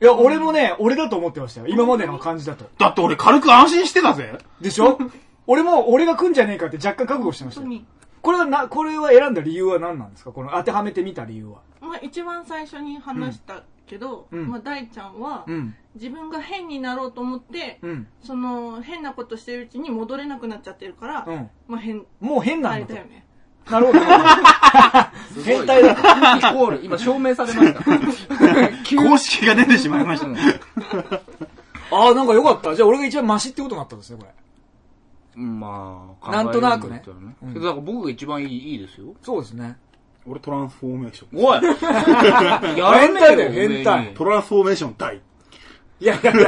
[SPEAKER 2] いや、俺もね、俺だと思ってましたよ。今までの感じだと。
[SPEAKER 1] だって俺軽く安心してたぜ。
[SPEAKER 2] でしょ俺も、俺が来んじゃねえかって若干覚悟してました
[SPEAKER 4] 本当
[SPEAKER 2] よ。
[SPEAKER 4] に。
[SPEAKER 2] これはな、これは選んだ理由は何なんですかこの当てはめてみた理由は。
[SPEAKER 4] まあ一番最初に話したけど、
[SPEAKER 2] うん
[SPEAKER 4] まあ大ちゃんは、
[SPEAKER 2] ん。
[SPEAKER 4] 自分が変になろうと思って、
[SPEAKER 2] うん。
[SPEAKER 4] その変なことしてるうちに戻れなくなっちゃってるから、
[SPEAKER 2] うん。
[SPEAKER 4] まあ変
[SPEAKER 2] もう変な
[SPEAKER 4] 態
[SPEAKER 2] んだ
[SPEAKER 4] だ
[SPEAKER 2] と
[SPEAKER 4] よ。ね。
[SPEAKER 2] なるほど。 変態だと。
[SPEAKER 5] イコール、今証明されました。
[SPEAKER 1] 公式が出てしまいました。
[SPEAKER 2] ああ、なんかよかった。じゃあ俺が一番マシってことになったんですね、これ。
[SPEAKER 5] まあ、
[SPEAKER 2] なんとなくね
[SPEAKER 5] 考えるんだった
[SPEAKER 2] う
[SPEAKER 5] ら
[SPEAKER 2] ん
[SPEAKER 5] ねだから僕が一番いい、いいですよ。
[SPEAKER 2] そうですね。
[SPEAKER 1] 俺トランスフォーメーション。
[SPEAKER 5] おいや
[SPEAKER 2] 変態だよ
[SPEAKER 5] 上に
[SPEAKER 2] 変態
[SPEAKER 1] トランスフォーメーション大。
[SPEAKER 2] いやいやいや、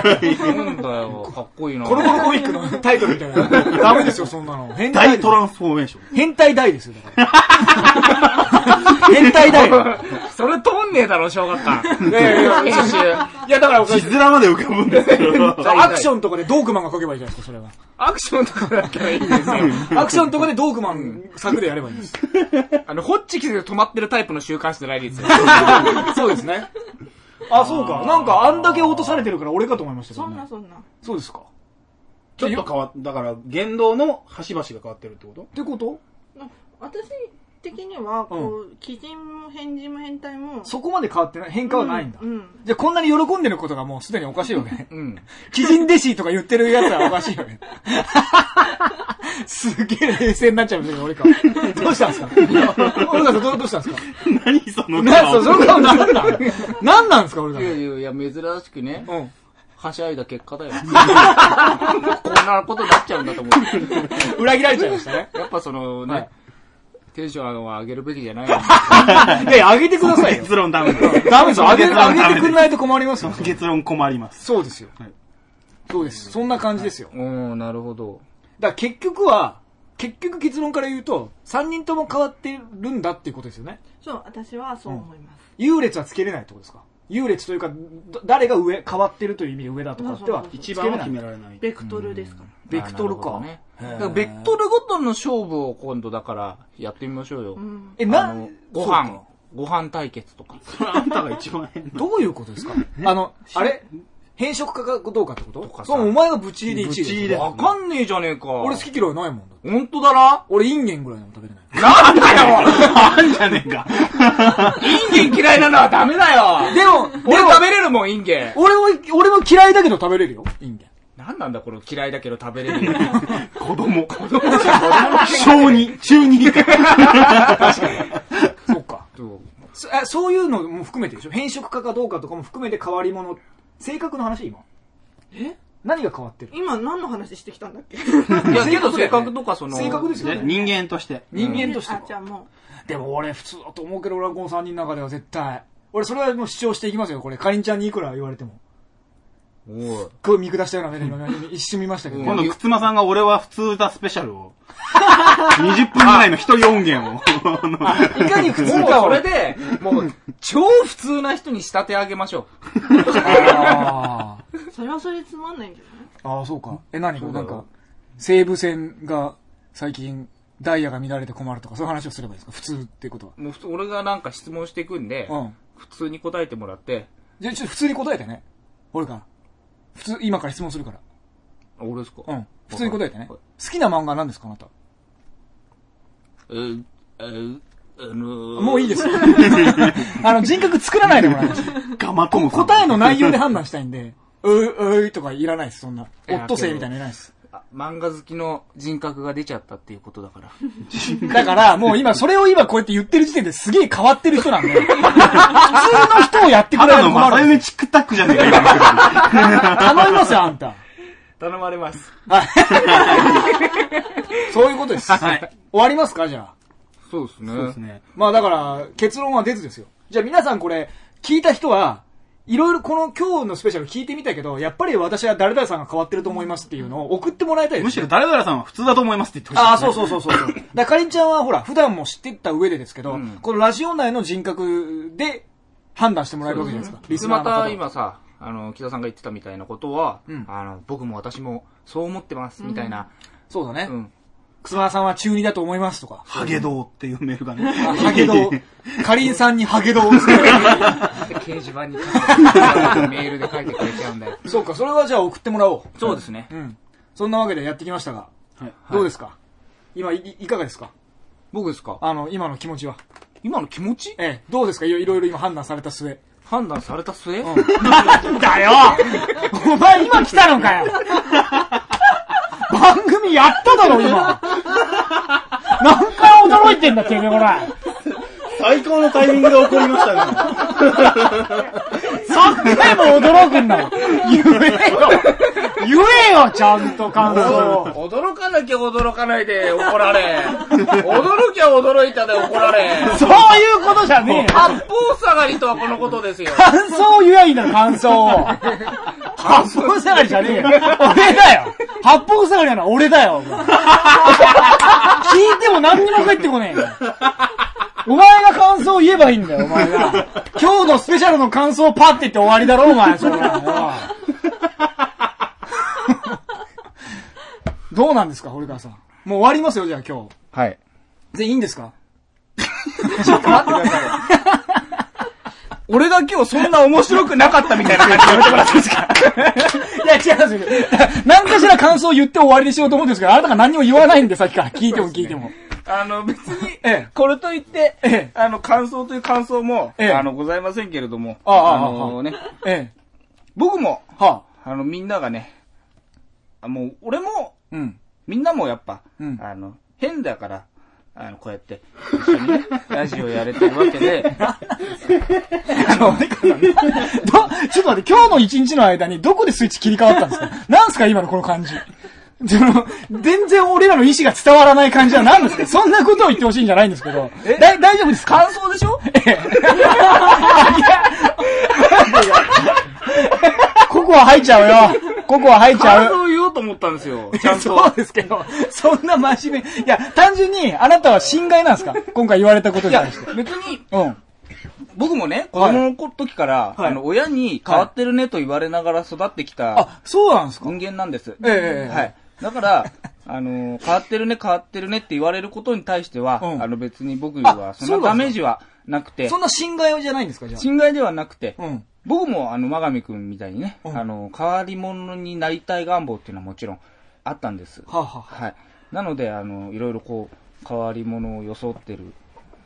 [SPEAKER 5] なんだよ、かっこいいな。
[SPEAKER 2] コロコロコミックのタイトルみたいな。ダメですよ、そんなの。変態で
[SPEAKER 1] 大
[SPEAKER 2] す
[SPEAKER 1] トランスフォーメーション。
[SPEAKER 2] 変態大ですよ、だから。変態大。い
[SPEAKER 5] それ通んねえだろ、小学館。
[SPEAKER 2] やいやいや、
[SPEAKER 5] 編集。
[SPEAKER 2] いやだからおかし
[SPEAKER 1] 字
[SPEAKER 2] い。
[SPEAKER 1] 面まで浮かぶんですけど。
[SPEAKER 2] アクションとかでドークマンが書けばいいじゃないですか、それは。
[SPEAKER 5] アクションとかだったらいいんですよ。
[SPEAKER 2] アクションとかでドークマン作でやればいいんです。
[SPEAKER 5] あの、ホッチキスで止まってるタイプの週刊誌じゃないですよ。
[SPEAKER 2] そうですね。あ、そうか。なんかあんだけ落とされてるから俺かと思いましたけ
[SPEAKER 4] そ
[SPEAKER 2] ど
[SPEAKER 4] ん
[SPEAKER 2] ね
[SPEAKER 4] な。そんな。
[SPEAKER 2] そうですか。っ
[SPEAKER 1] ちょっと変わっだから、言動の端々が変わってるってこと
[SPEAKER 2] てこと
[SPEAKER 4] あ私的には、こう、鬼人も変人も変態も、
[SPEAKER 2] そこまで変わってない、変化はないんだ。
[SPEAKER 4] うんうん
[SPEAKER 2] じゃあこんなに喜んでることがもうすでにおかしいよね。
[SPEAKER 5] うん。
[SPEAKER 2] 鬼人弟子とか言ってるやつはおかしいよね。すげえ冷静になっちゃうんだけど、俺か。 どうしたんですか俺かさんどう、どうしたんですか
[SPEAKER 1] 何その
[SPEAKER 2] な、そ
[SPEAKER 1] 顔
[SPEAKER 2] う、その顔なんだなんなんですか、俺か
[SPEAKER 5] いやいやいや、珍しくね、
[SPEAKER 2] うん。
[SPEAKER 5] はしゃいだ結 果だよ。こんなことになっちゃうんだと思う。
[SPEAKER 2] 裏切られちゃいましたね。
[SPEAKER 5] やっぱそのね、
[SPEAKER 2] はい
[SPEAKER 5] テンションは上げるべきじゃないよね
[SPEAKER 2] いやいや、上げてくださ いよ。
[SPEAKER 1] 結論ダメで
[SPEAKER 2] ダメですよ。上げ、
[SPEAKER 1] 結論ダメ
[SPEAKER 2] 上げてくんないと困りますよ。
[SPEAKER 1] す。結論困ります。
[SPEAKER 2] そうですよ
[SPEAKER 1] はい。
[SPEAKER 2] そうです。そんな感じですよ。
[SPEAKER 5] うん、なるほど。
[SPEAKER 2] だから結局は、結局結論から言うと、3人とも変わってるんだっていうことですよね。
[SPEAKER 4] そう、私はそう思います。
[SPEAKER 2] 優劣はつけれないってことですか優劣というか、ど誰が上、変わってるという意味で上だとかっては
[SPEAKER 4] そうそう、そ
[SPEAKER 1] 一
[SPEAKER 4] う
[SPEAKER 1] 番は決められない。
[SPEAKER 4] ベクトルですから。
[SPEAKER 2] ベクトルか
[SPEAKER 5] あなるほどねだからベクトルごとの勝負を今度だからやってみましょうよ。
[SPEAKER 4] うん。
[SPEAKER 2] え、
[SPEAKER 5] あ
[SPEAKER 2] な
[SPEAKER 5] の、、ご
[SPEAKER 2] そう
[SPEAKER 5] 飯
[SPEAKER 2] か、
[SPEAKER 5] ご飯対決とか。
[SPEAKER 1] それあんたが一番変な。
[SPEAKER 2] どういうことですかあの、あれ変色かかどうかってこと
[SPEAKER 5] かさ
[SPEAKER 2] そう、お前がブチ入り1位
[SPEAKER 1] ブチ入り
[SPEAKER 2] で
[SPEAKER 1] です
[SPEAKER 2] よ。
[SPEAKER 5] わかんねえじゃねえか。
[SPEAKER 2] 俺好き嫌いないもんだ。
[SPEAKER 5] 本当だな。
[SPEAKER 2] 俺インゲンぐらいのも食べれない。
[SPEAKER 5] なんだよ
[SPEAKER 1] あんじゃねえか。
[SPEAKER 5] インゲン嫌いなのはダメだよ
[SPEAKER 2] でも、
[SPEAKER 5] 俺
[SPEAKER 2] でも
[SPEAKER 5] 食べれるもん、インゲン。
[SPEAKER 2] 俺も、俺も嫌いだけど食べれるよ、インゲン。
[SPEAKER 5] なんなんだ、この嫌いだけど食べれる。
[SPEAKER 1] 子供。子供 小二、中二。
[SPEAKER 2] そっか。
[SPEAKER 5] そう
[SPEAKER 2] そあそういうのも含めてでしょ変色化かどうかとかも含めて変わり者。性格の話今。
[SPEAKER 4] え
[SPEAKER 2] 何が変わってる
[SPEAKER 4] 今何の話してきたんだっけ
[SPEAKER 5] いや、けど
[SPEAKER 2] 性格だ
[SPEAKER 5] 性
[SPEAKER 2] よね
[SPEAKER 5] 格とかその、
[SPEAKER 2] 性格ですよ
[SPEAKER 1] ね
[SPEAKER 2] ね。
[SPEAKER 1] 人間として。
[SPEAKER 2] 人間として
[SPEAKER 4] あ、じゃあ
[SPEAKER 2] か。
[SPEAKER 4] も
[SPEAKER 2] でも俺普通だと思うけど俺はこの3人の中では絶対。俺それはもう主張していきますよ、これ。かりんちゃんにいくら言われても。
[SPEAKER 5] おい
[SPEAKER 2] こう見下したような目で 今一瞬見ましたけど。
[SPEAKER 1] 今度、くつまさんが俺は普通だスペシャルを。20分ぐらいの一人音源を。あの
[SPEAKER 2] いかに普通
[SPEAKER 5] もう
[SPEAKER 2] か
[SPEAKER 5] そ
[SPEAKER 2] を
[SPEAKER 5] れ。で、もう、超普通な人に仕立て上げましょ
[SPEAKER 2] あー
[SPEAKER 4] う、それはそれつまんないんじゃない
[SPEAKER 2] あー、そうか。え、何これ
[SPEAKER 5] だ
[SPEAKER 2] な
[SPEAKER 5] よ
[SPEAKER 2] んか、西武線が最近ダイヤが乱れて困るとか、そういう話をすればいいですか普通っていうことは。
[SPEAKER 5] う。もう普通、俺がなんか質問していくんで、
[SPEAKER 2] うん。
[SPEAKER 5] 普通に答えてもらって、
[SPEAKER 2] じゃあちょっと普通に答えてね。俺から。普通、今から質問するから。
[SPEAKER 5] 俺ですか
[SPEAKER 2] うん。普通に答えてね。
[SPEAKER 5] は
[SPEAKER 2] 好きな漫画何ですかあなた。
[SPEAKER 5] えー、えー、あのー、
[SPEAKER 2] もういいですよ。 あの、人格作らないでもらいます。
[SPEAKER 1] ガマ友さん
[SPEAKER 2] 答えの内容で判断したいんで、うー、うーいとかいらないです、そんな。
[SPEAKER 5] い
[SPEAKER 2] オ
[SPEAKER 5] や
[SPEAKER 2] ットセイみたいなのいらないです。
[SPEAKER 5] あ漫画好きの人格が出ちゃったっていうことだから。
[SPEAKER 2] だから、もう今、それを今こうやって言ってる時点ですげえ変わってる人 なんで、普通の人をやってく
[SPEAKER 1] た
[SPEAKER 2] れない
[SPEAKER 1] だ
[SPEAKER 2] と
[SPEAKER 1] の
[SPEAKER 2] 困
[SPEAKER 1] マサ
[SPEAKER 2] るん
[SPEAKER 1] ユ
[SPEAKER 2] で
[SPEAKER 1] ネチックタックじゃねえか、
[SPEAKER 2] す。頼みますよ、あんた。
[SPEAKER 5] 頼まれます。
[SPEAKER 2] そういうことです。
[SPEAKER 1] 今はい。
[SPEAKER 2] 終わりますか、じゃあ。
[SPEAKER 5] そうですね。
[SPEAKER 1] そうですね。
[SPEAKER 2] まあだから、結論は出ずですよ。じゃあ皆さんこれ、聞いた人は、いろいろこの今日のスペシャル聞いてみたけど、やっぱり私は誰々さんが変わってると思いますっていうのを送ってもらいたいで
[SPEAKER 1] む
[SPEAKER 2] す
[SPEAKER 1] し
[SPEAKER 2] ね、
[SPEAKER 1] ろ、誰々さんは普通だと思いますって言ってほしい。
[SPEAKER 2] ああ、そうそうそうそうそう。だからかりんちゃんはほら、普段も知ってった上でですけど、
[SPEAKER 5] うん
[SPEAKER 2] このラジオ内の人格で判断してもらえるわけじゃないですか。リ
[SPEAKER 5] リ
[SPEAKER 2] ス
[SPEAKER 5] ス
[SPEAKER 2] ナーの
[SPEAKER 5] ま
[SPEAKER 2] 方
[SPEAKER 5] た
[SPEAKER 2] は
[SPEAKER 5] 今さ、あの、木田さんが言ってたみたいなことは、
[SPEAKER 2] うん
[SPEAKER 5] あの、僕も私もそう思ってます、みたいな。
[SPEAKER 2] そうだね。
[SPEAKER 5] うん。
[SPEAKER 2] くすまさんは中二だと思いますとか。
[SPEAKER 1] ハゲドウっていうメールがね。
[SPEAKER 2] あハゲドウ。かりんさんにハゲドウをつける
[SPEAKER 5] で掲示板に書いて メールで書いてくれちゃうんだよ。
[SPEAKER 2] そうか、それはじゃあ送ってもらおう。
[SPEAKER 5] そうですね
[SPEAKER 2] う。ん。そんなわけでやってきましたが、
[SPEAKER 1] はい
[SPEAKER 2] どうですか今い、いいかがですか
[SPEAKER 5] 僕ですか
[SPEAKER 2] あの、今の気持ちは。
[SPEAKER 5] 今の気持ち
[SPEAKER 2] ええ、どうですかいろいろいろ今判断された末。
[SPEAKER 5] 判断された末、
[SPEAKER 2] だよお前今来たのかよ番組やっただろ 今何回驚いてんだてめえこら
[SPEAKER 1] 最高のタイミングで起こりま したね。
[SPEAKER 2] 3回も驚くんだよ言えよ言えよちゃんと感想を
[SPEAKER 5] 驚かなきゃ驚かないで怒られ。驚きゃ驚いたで怒られ。
[SPEAKER 2] そういうことじゃねえよ
[SPEAKER 5] 八方下がりとはこのことですよ。
[SPEAKER 2] 感想を言えばいいんだよ、感想を。八方下がりじゃねえよ。俺だよ。八方下がりなのは俺だよ。お前聞いても何にも返ってこねえよ。お前が感想を言えばいいんだよ、お前が。今日のスペシャルの感想をパッて言って終わりだろ、お前。それはよどうなんですか、堀川さん。もう終わりますよ、じゃあ今日。
[SPEAKER 5] はい。
[SPEAKER 2] 全員いいんですか
[SPEAKER 5] 俺が今日そんな面白くなかったみたいな感じでやめてもらっていいですか
[SPEAKER 2] いや、違うんですよ。何かしら感想を言って終わりにしようと思うんですけど、あなたが何も言わないんで、さっきから。聞いても聞いても。
[SPEAKER 5] あの、別に
[SPEAKER 2] ええ、
[SPEAKER 5] これといって
[SPEAKER 2] ええ、
[SPEAKER 5] あの、感想という感想も、
[SPEAKER 2] ええ
[SPEAKER 5] あの、ございませんけれども、
[SPEAKER 2] ああああ
[SPEAKER 5] のね、
[SPEAKER 2] ええ、
[SPEAKER 5] 僕も、
[SPEAKER 2] はあ、
[SPEAKER 5] あの、みんながね、あもう、俺も、
[SPEAKER 2] うん。
[SPEAKER 5] みんなもやっぱ、
[SPEAKER 2] うん
[SPEAKER 5] あの、変だから、あの、こうやって、一緒に ね、ラジオやれてるわけで、
[SPEAKER 2] あの、ど、ちょっと待って、今日の一日の間にどこでスイッチ切り替わったんですかなんすか今のこの感じ。その、全然俺らの意思が伝わらない感じは何ですかそんなことを言ってほしいんじゃないんですけど。だ大丈夫ですか
[SPEAKER 5] 感想でしょ
[SPEAKER 2] ココア入っちゃうよ。ココア入っちゃ
[SPEAKER 5] 感
[SPEAKER 2] う。
[SPEAKER 5] 想を言おうと思ったんで すよ、ちゃんと。
[SPEAKER 2] そうですけど、 そんな真面目に。いや、単純に、あなたは侵害なんですか今回言われたこと
[SPEAKER 5] い
[SPEAKER 2] に
[SPEAKER 5] や
[SPEAKER 2] 対して。、
[SPEAKER 5] 別に、
[SPEAKER 2] うん。
[SPEAKER 5] 僕もね、子供の時から、
[SPEAKER 2] はい
[SPEAKER 5] あの、親に変わってるねと言われながら育ってきた
[SPEAKER 2] あ、そうなんですか
[SPEAKER 5] 人間なんです。
[SPEAKER 2] ええええ
[SPEAKER 5] はい。だから、あの、変わってるね、変わってるねって言われることに対しては、
[SPEAKER 2] うん
[SPEAKER 5] あの、別に僕
[SPEAKER 2] あ
[SPEAKER 5] は、そ
[SPEAKER 2] そうなん
[SPEAKER 5] の
[SPEAKER 2] ですか
[SPEAKER 5] ダメージはなくて
[SPEAKER 2] そ、んな侵害じゃないんですかじゃ
[SPEAKER 5] 侵害ではなくて、
[SPEAKER 2] あ。うん。
[SPEAKER 5] 僕も、あの、真上くんみたいにね、
[SPEAKER 2] うん
[SPEAKER 5] あの、変わり者になりたい願望っていうのはもちろんあったんです。
[SPEAKER 2] はあ、はあはあ、
[SPEAKER 5] はい。なので、あの、いろいろこう、変わり者を装ってる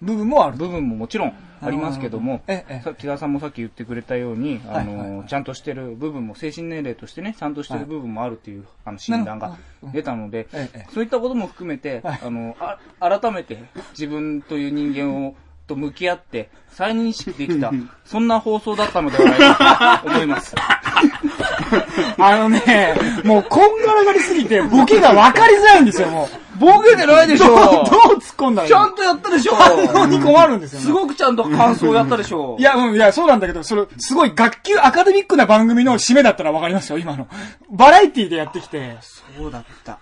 [SPEAKER 2] 部分もあると。
[SPEAKER 5] 部分ももちろんありますけども、
[SPEAKER 2] ええええ
[SPEAKER 5] さ木田さんもさっき言ってくれたように、あの、
[SPEAKER 2] はいはいは
[SPEAKER 5] ちゃんとしてる部分も、精神年齢としてね、ちゃんとしてる部分もあるっていう、あの、診断
[SPEAKER 2] な
[SPEAKER 5] が
[SPEAKER 2] るほど
[SPEAKER 5] 出たので、
[SPEAKER 2] ええええ
[SPEAKER 5] そういったことも含めて、
[SPEAKER 2] はい
[SPEAKER 5] あのあ、改めて自分という人間を、と向き合って、再認識 できた、そんな放送だったのではないかと思います。
[SPEAKER 2] あのね、もうこんがらがりすぎて、ボケが分かりづらいんですよ、もう。
[SPEAKER 5] ボケてないでし
[SPEAKER 2] どう、どう
[SPEAKER 5] ょ
[SPEAKER 2] 突っ込んだらいい
[SPEAKER 5] ちゃ
[SPEAKER 2] の
[SPEAKER 5] んとやったでしょ
[SPEAKER 2] 反応に困るんですよ、
[SPEAKER 5] すごくちゃんと感想やったでしょ
[SPEAKER 2] いや、うん、いや、そうなんだけど、それ、すごい学級アカデミックな番組の締めだったら分かりますよ、今の。バラエティでやってきて。
[SPEAKER 5] そうだった。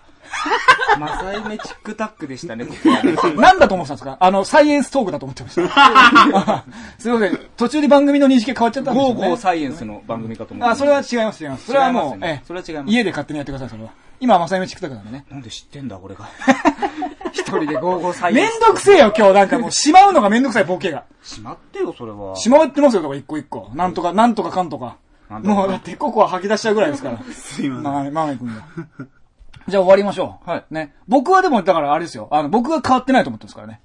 [SPEAKER 5] マサイメチックタックでしたね、ここはね
[SPEAKER 2] なんだと思ってたんですかあの、サイエンストークだと思ってま した。すいません。途中で番組の認識が変わっちゃったんです
[SPEAKER 5] ゴ
[SPEAKER 2] よ、
[SPEAKER 5] ー
[SPEAKER 2] ね。
[SPEAKER 5] ゴーサイエンスの番組かと思って。
[SPEAKER 2] あ、それは違います、違います。それはも
[SPEAKER 5] 違
[SPEAKER 2] う
[SPEAKER 5] い、ますよ
[SPEAKER 2] え
[SPEAKER 5] ね
[SPEAKER 2] え、
[SPEAKER 5] それは違います
[SPEAKER 2] 家で勝手にやってください、それは。今、まさゆめチックタクなんでね。
[SPEAKER 5] なんで知ってんだ、俺が。 一人でゴーゴーサイエ
[SPEAKER 2] め
[SPEAKER 5] ン
[SPEAKER 2] んどくせえよ、今日。なんかもう、しまうのがめんどくさい、ボケが。
[SPEAKER 5] ス。しまってよ、それは。
[SPEAKER 2] しまってますよ、とか、一個一個。なんとか、なんとかかんとか。
[SPEAKER 5] なんとか
[SPEAKER 2] もう、だって、ココア吐き出しちゃうぐらいですから。
[SPEAKER 1] すいません。
[SPEAKER 2] まあ、まあ、君が。じゃあ終わりましょう。
[SPEAKER 5] はい
[SPEAKER 2] ね。僕はでも、だからあれですよ。あの、僕が変わってないと思ってますからね。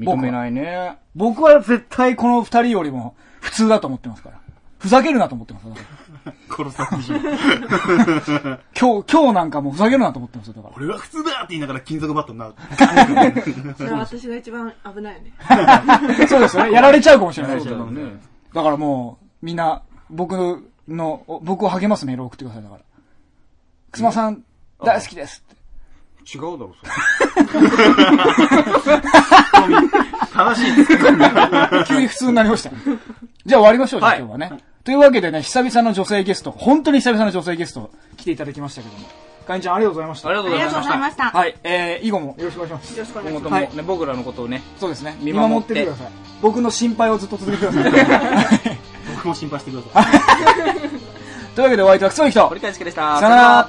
[SPEAKER 5] 認めないね。
[SPEAKER 2] 僕は絶対この二人よりも、普通だと思ってますから。ふざけるなと思ってます。だから
[SPEAKER 1] 殺されてしまう。
[SPEAKER 2] 今日、今日なんかもうふざけるなと思ってますよ、だから。
[SPEAKER 1] 俺は普通だって言いながら金属バットになる。
[SPEAKER 4] それは私が一番危ないよね。
[SPEAKER 2] そうですよね。やられちゃうかもしれないです
[SPEAKER 5] そう
[SPEAKER 2] よ
[SPEAKER 5] だよね。
[SPEAKER 2] だからもう、みんな、僕の、お僕を励ますメールを送ってください、だから。くすまさん、大好きですって。
[SPEAKER 5] 違うだろ、それ。
[SPEAKER 1] 正しいです。
[SPEAKER 2] 急に普通になりました。じゃあ終わりましょう、じゃあ今日はね。というわけでね、久々の女性ゲスト、本当に久々の女性ゲスト、来ていただきましたけども。かりんちゃん、ありがとうございました。
[SPEAKER 5] ありが
[SPEAKER 4] あ
[SPEAKER 5] とうございました。
[SPEAKER 4] ましたよ
[SPEAKER 2] はい、えー、以後もよろしくお願いします。
[SPEAKER 4] ろしくお願
[SPEAKER 5] 今
[SPEAKER 4] い
[SPEAKER 5] 後
[SPEAKER 4] し
[SPEAKER 5] とも
[SPEAKER 4] ま
[SPEAKER 2] はい
[SPEAKER 5] ね、僕らのことをね、
[SPEAKER 2] そうですね。見
[SPEAKER 5] 見
[SPEAKER 2] 守
[SPEAKER 5] 守
[SPEAKER 2] っ
[SPEAKER 5] ってて
[SPEAKER 2] てください。僕の心配をずっと続けてください。はい
[SPEAKER 1] 僕も心配してください。
[SPEAKER 2] というわけでお相手はクソリキと、
[SPEAKER 5] 堀田祐介でした。
[SPEAKER 2] さよなら。